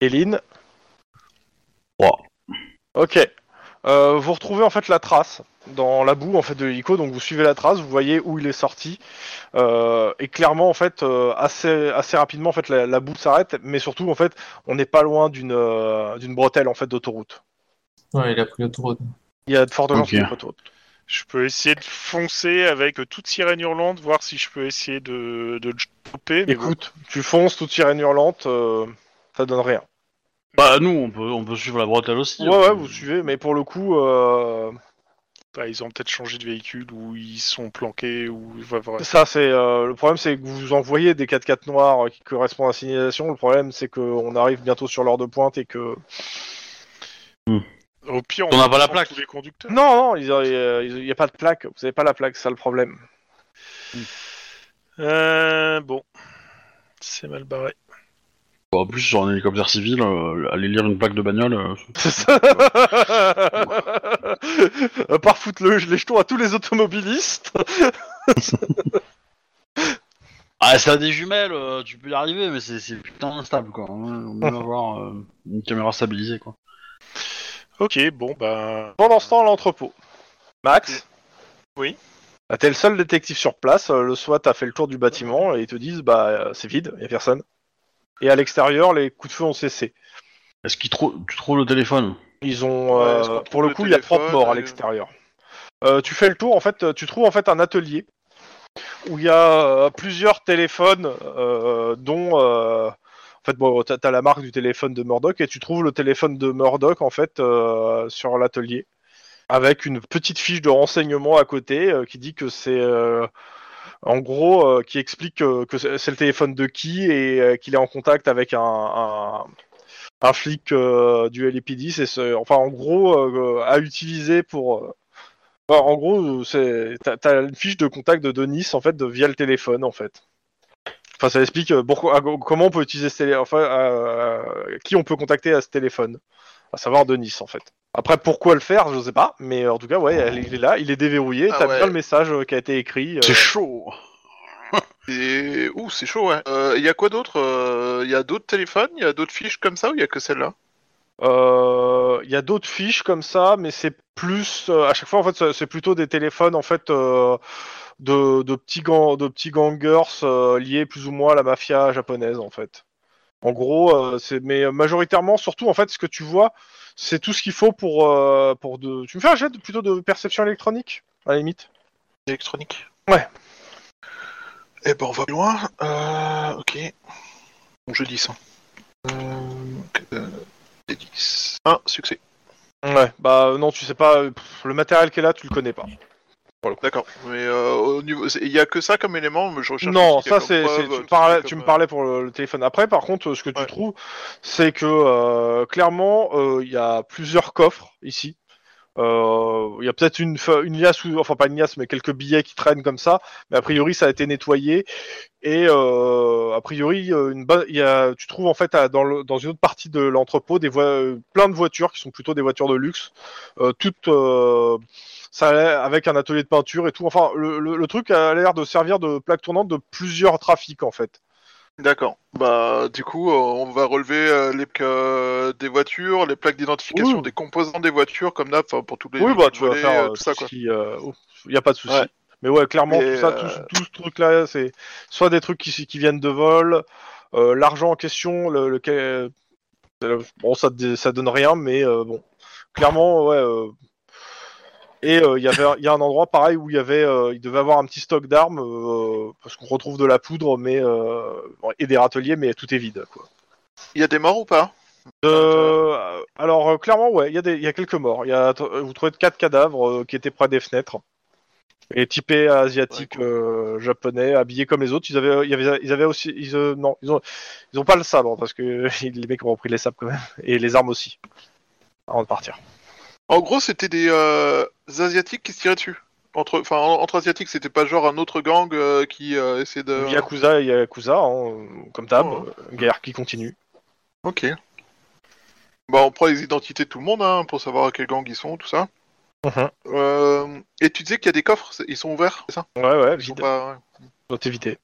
S2: Eline.
S1: Trois.
S2: Ok. Euh, vous retrouvez en fait la trace dans la boue en fait de l'hélico, donc vous suivez la trace, vous voyez où il est sorti, Euh, et clairement en fait euh, assez assez rapidement en fait la, la boue s'arrête, mais surtout en fait on n'est pas loin d'une euh, d'une bretelle en fait d'autoroute.
S6: Ouais, il a pris l'autoroute.
S2: Il y a de fortes chances
S1: Ok.
S2: qu'il y ait une autoroute.
S3: Je peux essayer de foncer avec euh, toute sirène hurlante, voir si je peux essayer de, de le choper. mais bon.
S2: Écoute, tu fonces toute sirène hurlante, euh, ça donne rien.
S1: Bah, nous, on peut, on peut suivre la bretelle aussi.
S2: Ouais
S1: hein.
S2: ouais vous suivez, mais pour le coup euh,
S3: Bah, ils ont peut-être changé de véhicule ou ils sont planqués ou enfin, voilà.
S2: Ça, c'est euh, le problème, c'est que vous envoyez des 4x4 noirs euh, qui correspondent à la signalisation. Le problème, c'est qu'on arrive bientôt sur l'heure de pointe et que
S3: Au pire,
S1: On n'a pas la
S3: prend
S1: plaque.
S3: Tous les conducteurs.
S2: non, non, euh, il n'y a pas de plaque. Vous avez pas la plaque, c'est ça le problème.
S3: Hmm. Euh, bon, c'est mal barré.
S1: Bah, en plus, sur un hélicoptère civil, euh, aller lire une plaque de bagnole. euh,
S2: C'est ça. Euh, Par foutre le les jetons à tous les automobilistes.
S1: Ah, ça a des jumelles, euh, tu peux y arriver, mais c'est c'est putain instable quoi. hein. On va avoir euh, une caméra stabilisée quoi.
S3: Ok, bon, bah.
S2: Pendant ce temps, à l'entrepôt. Max.
S5: Oui.
S2: Bah, T'es le seul détective sur place. Euh, Le SWAT a fait le tour du bâtiment et ils te disent bah euh, c'est vide, il y a personne. Et à l'extérieur, les coups de feu ont cessé.
S1: Est-ce qu'il trouve tu trouves le téléphone
S2: Ils ont,
S5: Ouais,
S2: euh,
S5: est-ce qu'on
S2: pour
S5: trouve
S2: le
S5: le
S2: coup, il y a 30
S5: téléphone,
S2: morts à
S5: euh,
S2: l'extérieur. Euh, tu fais le tour, en fait, euh, tu trouves en fait un atelier où il y a euh, plusieurs téléphones, euh, dont, euh, en fait, bon, t'as t'as la marque du téléphone de Murdoch et tu trouves le téléphone de Murdoch en fait euh, sur l'atelier avec une petite fiche de renseignement à côté euh, qui dit que c'est euh, en gros, euh, qui explique euh, que c'est c'est le téléphone de qui et euh, qu'il est en contact avec un, un, un flic euh, du LAPD, c'est ce, enfin en gros euh, à utiliser pour. euh, enfin, en gros, euh, c'est t'as- t'as une fiche de contact de Denis en fait de, via le téléphone en fait. Enfin, ça explique euh, pourquoi, à- comment on peut utiliser ce téléphone, enfin euh, qui on peut contacter à ce téléphone, à savoir Denis en fait. Après, pourquoi le faire, je sais pas, mais en tout cas, ouais, elle- il est là, il est déverrouillé,
S5: Ah
S2: t'as
S5: ouais.
S2: bien le message euh, qui a été écrit. euh,
S1: C'est chaud
S5: Et ouh, c'est chaud, ouais. Euh, Il y a quoi d'autre Euh, Il y a d'autres téléphones Il y a d'autres fiches comme ça ou il y a que celle-là
S2: Euh, Il y a d'autres fiches comme ça, mais c'est plus euh, à chaque fois en fait c'est- c'est plutôt des téléphones en fait euh, de, de petits gan- de petits gangers euh, liés plus ou moins à la mafia japonaise en fait. En gros, euh, c'est mais majoritairement surtout en fait ce que tu vois, c'est tout ce qu'il faut pour euh, pour de. Tu me fais un jet de- plutôt de perception électronique à la limite.
S5: Électronique
S2: Ouais.
S5: Eh ben, on va plus loin. Euh, ok. Bon, je dis 100. Euh, euh, des 10. Un succès.
S2: Ouais. Bah euh, non, tu sais pas euh, pff, le matériel qui est là, tu le connais pas.
S5: D'accord. Mais euh, au niveau, c'est- il y a que ça comme élément. mais Je recherche
S2: Non,
S5: aussi qu'il y a
S2: ça
S5: comme
S2: c'est.
S5: preuve,
S2: c'est-
S5: euh,
S2: Tu me
S5: truc
S2: parlais,
S5: comme,
S2: tu me
S5: euh,
S2: parlais pour le, le téléphone. Après, par contre, ce que tu
S5: Ouais.
S2: trouves, c'est que euh, clairement, euh, il y a plusieurs coffres ici. Euh, Il y a peut-être une, fe- une liasse, ou, enfin pas une liasse, mais quelques billets qui traînent comme ça. Mais a priori, ça a été nettoyé. Et euh, a priori, euh, une bonne- il y a, tu trouves en fait à- dans, le- dans une autre partie de l'entrepôt des voi- plein de voitures qui sont plutôt des voitures de luxe, euh, toutes euh, ça a l'air- avec un atelier de peinture et tout. Enfin, le, le- le truc a l'air de servir de plaque tournante de plusieurs trafics en fait.
S5: euh. D'accord. Bah, du coup, euh, on va relever euh, les plaques euh, des voitures, les plaques d'identification
S2: Oui.
S5: des composants des voitures, comme là, enfin, pour tous les.
S2: Oui, bah tu vas
S5: volets,
S2: faire
S5: euh,
S2: euh,
S5: tout ça,
S2: tout
S5: quoi.
S2: ce qui, euh, ouf, y a pas de souci.
S5: Ouais.
S2: Mais ouais, clairement,
S5: Mais,
S2: tout ça,
S5: euh,
S2: tout, tout ce truc-là, c'est soit des trucs qui, qui viennent de vol, euh, l'argent en question, le, lequel- euh, bon, ça, te- ça donne rien, mais euh, bon, clairement, ouais. euh, Et euh, il y avait, il y a un endroit pareil où il y avait, euh, il devait avoir un petit stock d'armes euh, parce qu'on retrouve de la poudre, mais euh, et des râteliers, mais tout est vide, quoi.
S5: Il y a des morts ou pas
S2: Euh, alors euh, clairement ouais, il y, a des- il y a quelques morts. Il Y a, euh, vous trouvez quatre cadavres euh, qui étaient près des fenêtres. Et typés asiatiques, euh, japonais, habillés comme les autres. Ils avaient, il y avait- ils avaient aussi, ils, euh, non, ils ont, ils ont pas le sabre parce que les mecs ont repris les sabres quand même et les armes aussi avant de partir.
S5: En gros, c'était des euh, asiatiques qui se tiraient dessus. Entre, enfin, en- entre asiatiques, c'était pas genre un autre gang euh, qui euh, essaie de.
S2: Yakuza et Yakuza, hein, comme d'hab,
S5: Oh.
S2: euh, guerre qui continue.
S5: Ok. Bah, on prend les identités de tout le monde hein, pour savoir à quel gang ils sont, tout ça.
S3: Uh-huh.
S2: Mhm.
S5: Euh, et tu disais qu'il y a des coffres, c'est- ils sont ouverts, c'est ça
S2: Ouais ouais,
S5: Ils sont
S2: vide,
S5: pas- ouais.
S2: doit éviter.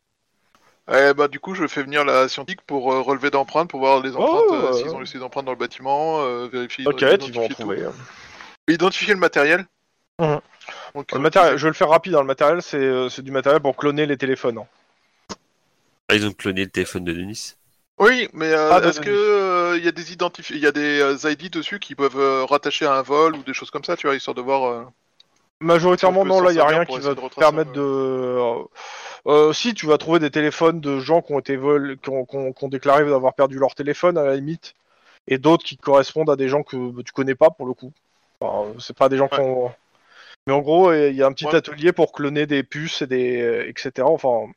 S5: Eh ben, du coup, je fais venir la scientifique pour euh, relever d'empreintes, pour voir les empreintes,
S2: Oh,
S5: euh,
S2: ouais.
S5: s'ils ont laissé des empreintes dans le bâtiment, euh, vérifier.
S2: Ok,
S5: identifier
S2: ils vont en
S5: tout.
S2: trouver.
S5: Identifier le matériel.
S2: Mhm.
S5: Donc,
S2: Le
S5: euh,
S2: matériel, je vais le faire rapide. hein, le matériel, c'est euh, c'est du matériel pour cloner les téléphones. hein.
S4: Ah, ils ont cloné le téléphone de Denis.
S5: Oui, mais euh,
S2: Ah,
S5: est-ce
S2: bah,
S5: que euh, il y a des identifi... il y a des euh, ID dessus qui peuvent euh, rattacher à un vol ou des choses comme ça, tu vois, histoire de voir. euh,
S2: Majoritairement,
S5: Si on
S2: non,
S5: peut
S2: là,
S5: s'en
S2: il n'y a
S5: servir
S2: rien
S5: pour
S2: qui
S5: essayer
S2: va
S5: de
S2: te
S5: retracer,
S2: permettre de. Euh, si, tu vas trouver des téléphones de gens qui ont été vol... qui ont, qui ont- qui ont déclaré d'avoir perdu leur téléphone, à la limite, et d'autres qui correspondent à des gens que tu connais pas, pour le coup. Enfin, euh, c'est pas des gens qui ont. Mais en gros, il y a un petit
S5: Ouais.
S2: atelier pour cloner des puces et des. euh, etc. Enfin,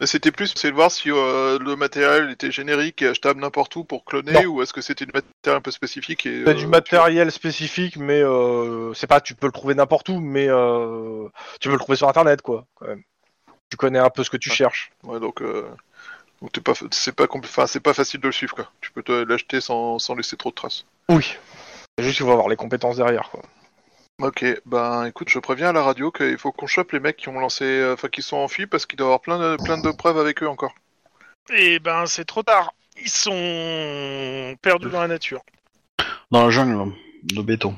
S5: mais C'était plus, c'est de voir si euh, le matériel était générique et achetable n'importe où pour cloner ou est-ce que c'était du matériel un peu spécifique et.
S2: c'est
S5: euh,
S2: du
S5: tu
S2: matériel spécifique, mais euh, c'est pas. Tu peux le trouver n'importe où, mais euh, tu peux le trouver sur internet, quoi, quand même. Tu connais un peu ce que tu
S5: Ouais.
S2: cherches.
S5: vois. Ouais, donc. euh, donc t'es pas, fa- c'est pas, compl- enfin, c'est pas facile de le suivre quoi. Tu peux te l'acheter sans, sans laisser trop de traces.
S2: Oui. C'est Juste qu'il faut avoir les compétences derrière, quoi.
S5: Ok, ben écoute, je préviens à la radio qu'il faut qu'on chope les mecs qui ont lancé, euh, enfin qui sont en fuite parce qu'il doit y avoir plein de, plein de preuves avec eux encore.
S3: Eh ben, c'est trop tard. Ils sont perdus dans la nature.
S1: Dans la jungle de béton.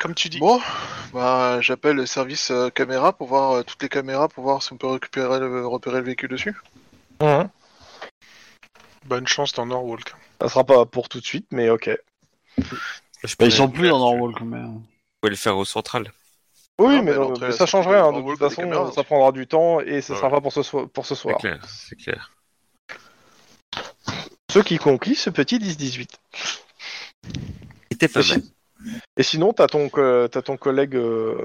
S3: Comme tu dis,
S5: Bon, bah, j'appelle le service euh, caméra pour voir euh, toutes les caméras pour voir si on peut récupérer le, repérer le véhicule dessus.
S3: bonne chance dans Norwalk.
S2: Ça sera pas pour tout de suite, mais ok.
S4: Je
S1: Bah,
S4: peux
S1: ils sont plus dans
S4: Norwalk.
S1: Norwalk quand même.
S4: Vous pouvez le faire au central.
S2: Oui, mais,
S5: Ah, mais
S2: non,
S5: l'entrée,
S2: mais
S5: elle
S2: ça
S5: se
S2: change
S5: trouve
S2: rien.
S5: dans
S2: De
S5: le hall
S2: toute
S5: des
S2: façon,
S5: caméras,
S2: ça prendra du temps et ça
S4: Ouais.
S2: sera pas pour ce, so- pour ce
S4: C'est
S2: soir.
S4: clair, c'est clair.
S2: Ceux qui conclisent ce petit 10-18.
S4: C'était pas
S2: Et,
S4: mal.
S2: si- et sinon, t'as ton, co- t'as ton collègue. euh,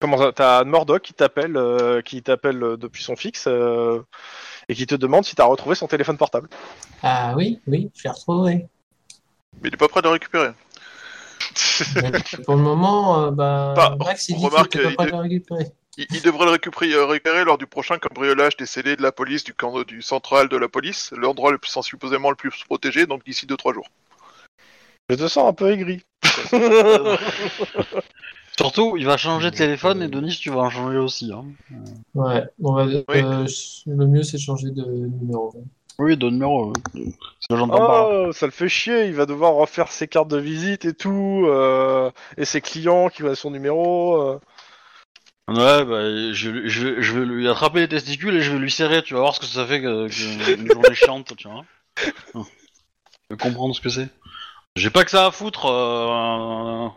S2: Comment ça T'as Murdoch qui t'appelle, euh, qui t'appelle euh, depuis son fixe euh, et qui te demande si t'as retrouvé son téléphone portable.
S6: Ah oui, oui, je l'ai retrouvé.
S5: Mais il est pas prêt de le récupérer.
S6: Mais pour le moment, euh, bah,
S5: Bah,
S6: Max il dit
S5: remarque,
S6: qu'il était
S5: il
S6: pas prêt
S5: est-
S6: de le récupérer.
S5: Il, il devrait le récupérer, euh, récupérer lors du prochain cambriolage des scellés de la police du, camp- du central de la police, l'endroit le plus supposément le plus protégé, donc d'ici 2-3 jours.
S1: euh.
S2: Je te sens un peu aigri.
S1: Surtout, il va changer de téléphone et Denis, tu vas en changer aussi. Hein.
S6: Ouais, on va,
S5: Oui.
S6: euh, le mieux c'est de changer de numéro.
S1: Oui, de numéro. euh, C'est que j'entends par là.
S2: Oh, ça le fait chier, il va devoir refaire ses cartes de visite et tout, euh, et ses clients qui ont son numéro. euh.
S1: Ouais, bah, je, je, je vais lui attraper les testicules et je vais lui serrer, tu vas voir ce que ça fait que, que une journée chiante, tu vois. Ah. Je vais comprendre ce que c'est. J'ai pas que ça à foutre, euh,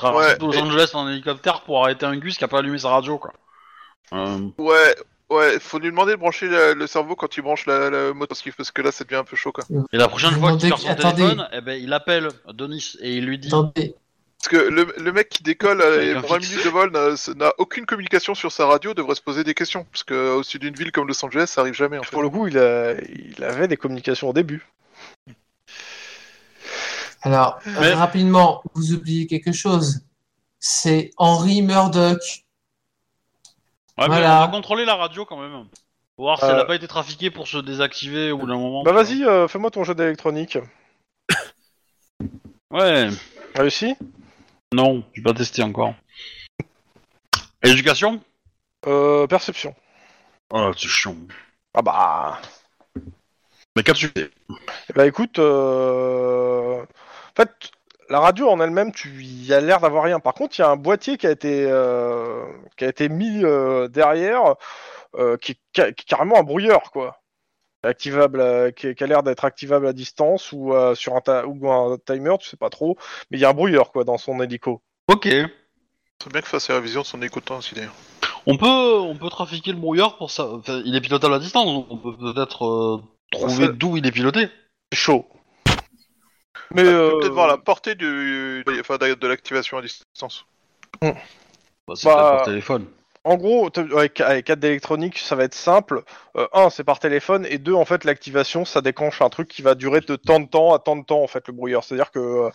S1: traverser
S5: Ouais,
S1: Los
S5: et-
S1: Angeles en hélicoptère pour arrêter un gus qui a pas allumé sa radio, quoi. Euh,
S5: Ouais, ouais, faut lui demander de brancher la- le cerveau quand il branche la, la moto, parce que- parce que là, ça devient un peu chaud, quoi.
S1: et la prochaine
S6: Vous
S1: fois qu'il
S6: demandez-
S1: perd son
S6: attendez.
S1: téléphone, eh ben, il appelle Denis et il lui dit
S6: Attendez,
S5: Parce que le, le mec qui décolle euh,
S1: Avec
S5: et
S1: un
S5: pour un
S1: fixe.
S5: minute de vol n'a- n'a aucune communication sur sa radio devrait se poser des questions. Parce que euh, au-dessus d'une ville comme Los Angeles, ça arrive jamais, en fait.
S2: Pour le coup, il, a- il avait des communications au début.
S6: alors
S1: Mais-
S6: euh, rapidement, vous oubliez quelque chose. C'est Henry Murdoch.
S1: Ouais, mais
S6: Voilà.
S1: on va contrôler la radio quand même. Pour voir si
S2: Euh.
S1: elle a pas été trafiquée pour se désactiver au bout d'un moment.
S2: Bah
S1: tu vois.
S2: vas-y, euh, fais-moi ton jeu d'électronique.
S1: Ouais.
S2: Réussi
S1: Non, j'ai pas testé encore. Éducation
S2: euh, Perception.
S1: Oh, c'est chiant.
S2: Ah bah...
S1: Mais quatre succès.
S2: Eh Bah écoute, euh, en fait, la radio en elle-même, tu y a l'air d'avoir rien. Par contre, il y a un boîtier qui a été euh, qui a été mis euh, derrière, euh, qui, est ca- qui est carrément un brouilleur quoi, activable, à- qui, est- qui a l'air d'être activable à distance ou euh, sur un ta- ou un timer, tu sais pas trop, mais il y a un brouilleur quoi dans son hélico.
S1: Ok.
S5: Très bien qu'il fasse la révision de son écoutant aussi, d'ailleurs.
S1: On peut, on peut trafiquer le brouillard pour ça. Enfin, il est pilotable à distance, donc on peut peut-être euh, trouver
S2: Ça-
S1: d'où il est piloté.
S2: C'est chaud. Mais
S5: Ah, tu peux
S2: euh,
S5: Peut-être voir la portée du, enfin, de de l'activation à distance.
S1: Bah, c'est
S2: Bah,
S1: peut-être par téléphone.
S2: En gros, t'as- avec, avec 4 d'électronique, ça va être simple. Euh, un, c'est par téléphone, et deux, en fait, l'activation, ça déclenche un truc qui va durer de tant de temps à tant de temps, en fait, le brouilleur. C'est-à-dire que, euh,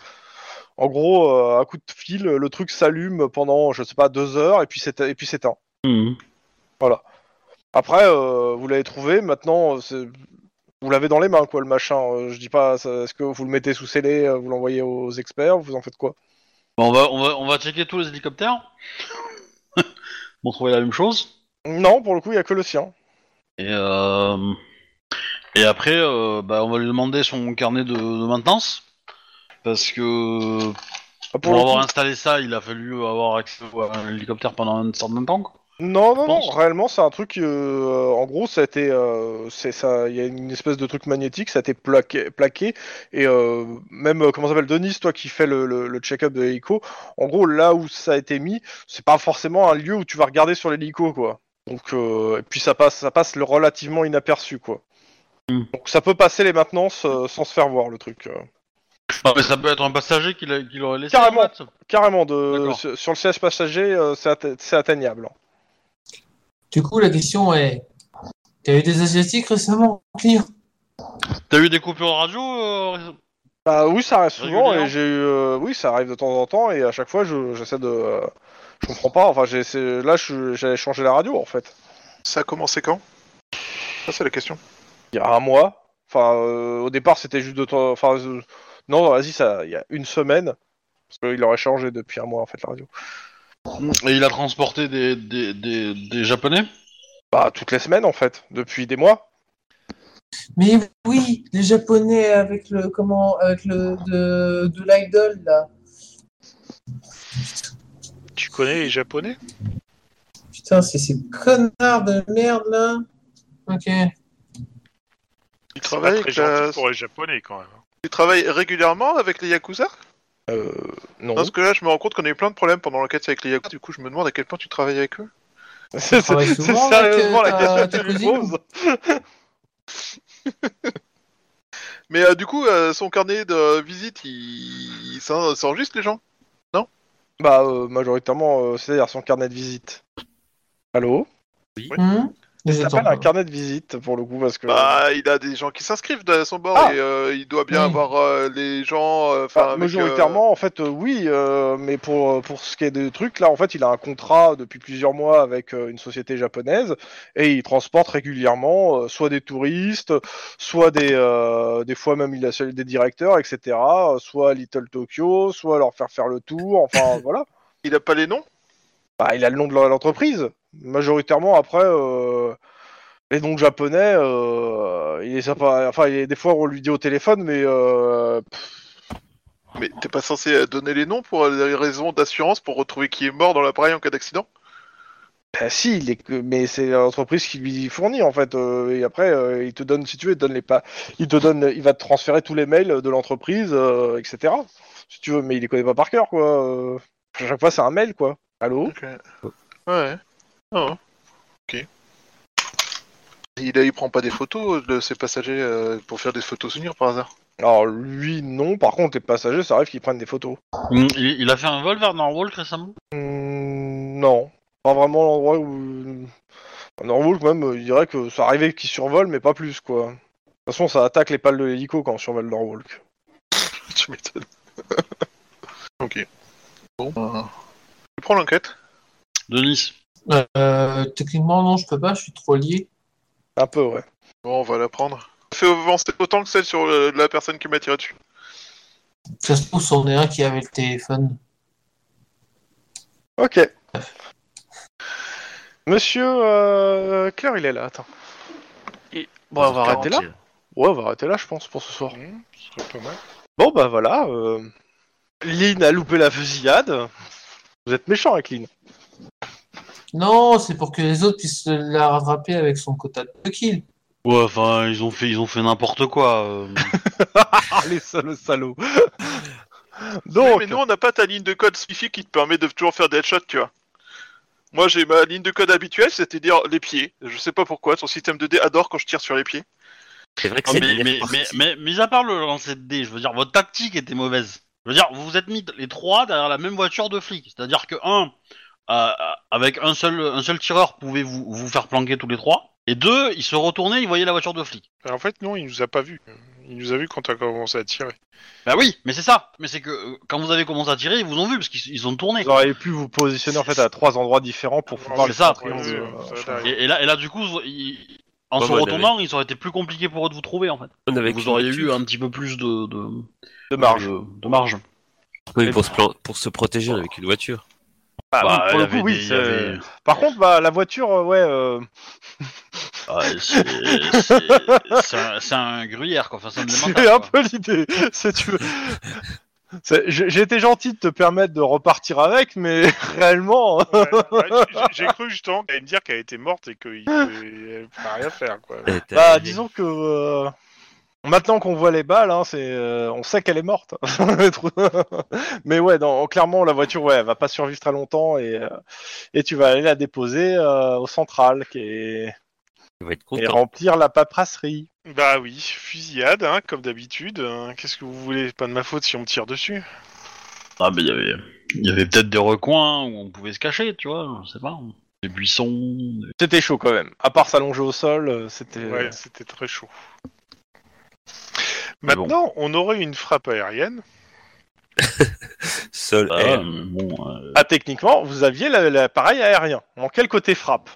S2: en gros, euh, à coup de fil, le truc s'allume pendant, je sais pas, deux heures, et puis c'est et puis s'éteint. hmm.
S1: Mhm.
S2: Après, euh, vous l'avez trouvé, maintenant, euh, c'est- vous l'avez dans les mains, quoi, le machin. Euh, je dis pas, ça- est-ce que vous le mettez sous scellé, euh, vous l'envoyez aux experts, vous en faites quoi
S1: Bah, on, va, on, va, on va checker tous les hélicoptères. on trouver la même chose.
S2: Non, pour le coup, il y a que le sien.
S1: Et, euh, et après, euh, bah, on va lui demander son carnet de, de maintenance. Parce que
S2: Ah,
S1: pour
S2: le
S1: avoir
S2: coup-
S1: installé ça, il a fallu avoir accès à un hélicoptère pendant un certain temps. quoi.
S2: Non, non, non,
S1: pense.
S2: réellement, c'est un truc. euh, en gros, ça a été. euh, c'est ça, il y a une espèce de truc magnétique, ça a été plaqué. plaqué et euh, même, euh, comment ça s'appelle, Denis, toi qui fais le, le- le check-up de l'hélico, en gros, là où ça a été mis, c'est pas forcément un lieu où tu vas regarder sur l'hélico, quoi. Donc, euh, et puis ça passe, ça passe le relativement inaperçu, quoi.
S1: Hmm.
S2: Donc ça peut passer les maintenances euh, sans se faire voir, le truc. euh.
S1: Non, Ah, mais ça peut être un passager qui l'a- qui l'aurait laissé.
S2: Carrément.
S1: en fait.
S2: Carrément, de,
S1: D'accord.
S2: sur sur le siège passager, euh, c'est atte- c'est atteignable. hein.
S6: Du coup, la question est T'as eu des Asiatiques récemment, client
S1: T'as eu des coupures radio euh,
S2: Bah oui, ça arrive souvent
S1: Régulièrement.
S2: et j'ai eu, euh, oui, ça arrive de temps en temps et à chaque fois, je, j'essaie de, euh, je comprends pas. Enfin, j'ai, c'est- là, je- j'avais changé la radio en fait.
S5: Ça a commencé quand Ça, c'est la question.
S2: Il y a un mois. Enfin, euh, au départ, c'était juste de temps. Enfin, euh, non, vas-y, ça, il y a une semaine. Parce qu'il aurait changé depuis un mois en fait la radio.
S1: Et il a transporté des, des, des, des Japonais
S2: Bah toutes les semaines en fait, depuis des mois.
S6: Mais oui, les Japonais avec le comment avec le de, de l'idol là.
S3: Tu connais les Japonais
S6: Putain, c'est ces connards de merde là. Ok.
S5: Il
S3: C'est pas
S5: travaille,
S3: très
S5: avec
S3: gentil
S5: la-
S3: pour les Japonais quand même.
S5: il travaille régulièrement avec les Yakuza
S2: Euh, non.
S5: Parce que là, je me rends compte qu'on a eu plein de problèmes pendant l'enquête avec les Yakuza. Du coup, je me demande à quel point tu travailles avec eux.
S2: C'est,
S6: travaille
S2: c'est-
S6: souvent
S2: c'est
S6: avec,
S2: sérieusement
S6: euh,
S2: la question
S6: ta-
S2: que tu
S6: ta
S2: lui
S6: cousine
S2: poses.
S5: Mais euh, du coup, euh, son carnet de euh, visite, il, il s'en- s'enregistre les gens
S2: Bah euh, majoritairement, euh, c'est-à-dire son carnet de visite. Allô.
S6: Hmm
S2: Ça
S6: J'attends.
S2: s'appelle un carnet de visite pour le coup parce que.
S5: Bah, il a des gens qui s'inscrivent à son bord
S2: Ah.
S5: et euh, il doit bien
S6: Oui.
S5: avoir euh, les gens. euh, enfin,
S2: Enfin,
S5: avec, euh,
S2: majoritairement, en fait, euh, oui, euh, mais pour, pour ce qui est des trucs, là, en fait, il a un contrat depuis plusieurs mois avec euh, une société japonaise et il transporte régulièrement euh, soit des touristes, soit des, euh, des fois même il a des directeurs, etc., euh, soit à Little Tokyo, soit leur faire faire le tour, enfin voilà.
S5: Il a pas les noms
S2: Bah, il a le nom de l'entreprise. Majoritairement, après, euh, les noms de japonais, euh, il est sympa. Enfin, il est- des fois, on lui dit au téléphone, mais euh,
S5: Mais t'es pas censé euh, donner les noms pour euh, des raisons d'assurance pour retrouver qui est mort dans l'appareil en cas d'accident
S2: Bah si, il est que- mais c'est l'entreprise qui lui fournit en fait. euh, et après, euh, il te donne, si tu veux, il te donne les pas. Il te donne, il va te transférer tous les mails de l'entreprise, euh, etc. Si tu veux, mais il les connaît pas par cœur, quoi. euh. à chaque fois, c'est un mail, quoi. Allô.
S5: Ok. Ouais. Ah. Ok. Il, a- il prend pas des photos de ses passagers euh, pour faire des photos souvenirs par hasard
S2: Alors lui, non. Par contre, les passagers, ça arrive qu'ils prennent des photos.
S1: Mm, Il, il a fait un vol vers Norwalk récemment
S2: Hmm, non, pas vraiment l'endroit où. Normal, quand même, je dirais que ça arrivait qu'ils survolent, mais pas plus, quoi. De toute façon, ça attaque les pales de l'hélico quand on survole Norwalk.
S5: Tu m'étonnes. ok. Bon. ben, Tu prends l'enquête
S1: Denis
S6: Euh, techniquement, non, je peux pas, je suis trop lié.
S2: Un peu, ouais.
S5: Bon, on va la prendre. Fais avancer autant que celle sur euh, la personne qui m'a tiré dessus.
S6: Ça se trouve, c'en est un qui avait le téléphone.
S2: Ok. Monsieur euh, Claire, il est là, attends. Bon, on va arrêter là Ouais, on va arrêter là, je pense, pour ce soir.
S3: Mmh, ce serait pas mal.
S2: Bon, bah voilà. Euh... Lynn a loupé la fusillade. Vous êtes méchant avec Lynn.
S6: Non, c'est pour que les autres puissent la rattraper avec son quota de kills.
S1: Ouais, enfin, ils ont fait, ils ont fait n'importe quoi. euh.
S2: Ah, les salauds salauds.
S5: Oui,
S2: Donc,
S5: mais nous, on n'a pas ta ligne de code spécifique qui te permet de toujours faire des headshots, tu vois. Moi, j'ai ma ligne de code habituelle, c'est-à-dire les pieds. Je sais pas pourquoi, son système de dé adore quand je tire sur les pieds.
S4: C'est vrai que
S1: Ah,
S4: c'est
S1: mais,
S4: une
S1: mais, mais, mais, mis à part le lancer de dés, je veux dire, votre tactique était mauvaise. Je veux dire, vous vous êtes mis les trois derrière la même voiture de flic. C'est-à-dire que, un, euh, avec un seul, un seul tireur, pouvait vous, vous faire planquer tous les trois. Et deux, ils se retournaient, ils voyaient la voiture de flic.
S3: Et En fait, non, il nous a pas vus. Il nous a vus quand on a commencé à tirer.
S1: Bah oui, mais c'est ça. Mais c'est que euh, quand vous avez commencé à tirer, ils vous ont vu parce qu'ils ils ont tourné.
S2: vous auriez pu vous positionner en fait à trois endroits différents pour
S3: Ah,
S2: pouvoir
S1: c'est
S2: les
S1: ça.
S2: triangles,
S3: Oui, oui,
S2: euh,
S3: ça,
S2: je
S3: là,
S1: Et, et là, et là, du coup, ils- en
S4: Pas
S1: se
S4: mal,
S1: retournant, il aurait été plus compliqué pour eux de vous trouver en fait.
S4: On avait
S1: vous
S4: qu'une
S1: auriez
S4: voiture.
S1: eu un petit peu plus de, de,
S2: de marge.
S1: de- de marge.
S4: Oui, pour se, plan- pour se protéger avec une voiture.
S2: Ah, oui, pour
S1: Bah, il y
S2: le
S1: avait
S2: coup, oui,
S1: des- il y
S2: c'est-
S1: avait-
S2: Par contre, bah, la voiture, euh, ouais. euh,
S1: Ouais, Ah, c'est- c'est c'est un, c'est un gruyère, quoi. Enfin, c'est un
S2: C'est un peu l'idée, si tu veux. C'est- J'ai j'ai été gentil de te permettre de repartir avec, mais réellement,
S3: Ouais, ouais, j'ai- J'ai cru justement qu'elle allait me dire qu'elle était morte et qu'elle ne pouvait rien faire. Quoi.
S4: Euh, t'as-
S2: bah, disons que euh, maintenant qu'on voit les balles, hein, c'est, euh, on sait qu'elle est morte. mais ouais, non, clairement, la voiture, ouais, elle va pas survivre très longtemps et, euh, et tu vas aller la déposer euh, au central qui est-
S4: Il va être
S2: et
S4: content.
S2: remplir la paperasserie.
S3: Bah oui, fusillade, hein, comme d'habitude. hein. Qu'est-ce que vous voulez Pas de ma faute si on me tire dessus.
S1: Ah, mais il y avait, il y avait peut-être des recoins où on pouvait se cacher, tu vois. Je sais pas. Des buissons. des-
S2: C'était chaud quand même. À part s'allonger au sol, euh, c'était.
S3: Ouais, c'était très chaud.
S1: Mais bon.
S3: Maintenant, on aurait une frappe aérienne.
S4: Seul
S1: Bah,
S4: elle.
S1: euh, bon, euh,
S2: Ah, techniquement, vous aviez la- l'appareil aérien. En quel côté frappe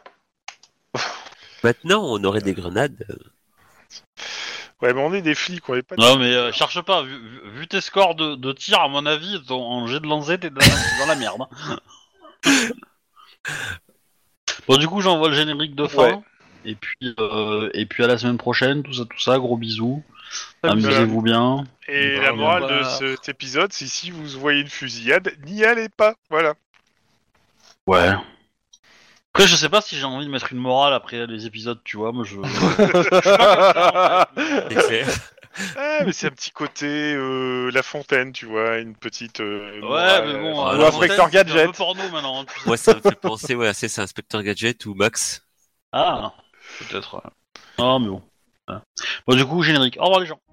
S4: Maintenant, on aurait des grenades.
S3: Ouais, mais on est des flics, on est pas. des-
S1: Non, mais euh, cherche pas. Vu, vu- vu tes scores de, de tir, à mon avis, ton, en jet de lancer, t'es dans, la- dans la merde. hein. bon, du coup, j'envoie le générique de fin.
S2: Ouais.
S1: Et puis, euh, et puis à la semaine prochaine, tout ça, tout ça, gros bisous.
S3: Salut.
S1: Amusez-vous bien.
S3: Et
S1: Bah,
S3: la
S1: on
S3: morale
S6: va-
S3: de cet épisode, c'est si vous voyez une fusillade, n'y allez pas. Voilà.
S1: Ouais. Après, je sais pas si j'ai envie de mettre une morale après les épisodes, tu vois. Moi, je.
S4: C'est clair.
S3: Ah, mais c'est un petit côté euh, la fontaine, tu vois, une petite. euh,
S1: Ouais,
S3: morale.
S1: mais bon.
S4: Ou
S1: euh,
S4: un
S1: la
S2: Inspecteur
S1: montagne, c'est
S2: Gadget.
S1: Un peu porno maintenant. hein, tu sais.
S4: Moi, ça me fait penser, ouais, c'est ça, Inspecteur Gadget ou Max.
S1: Ah, peut-être. ouais. Non, mais bon. Ouais. Bon, du coup, générique. Au revoir, les gens.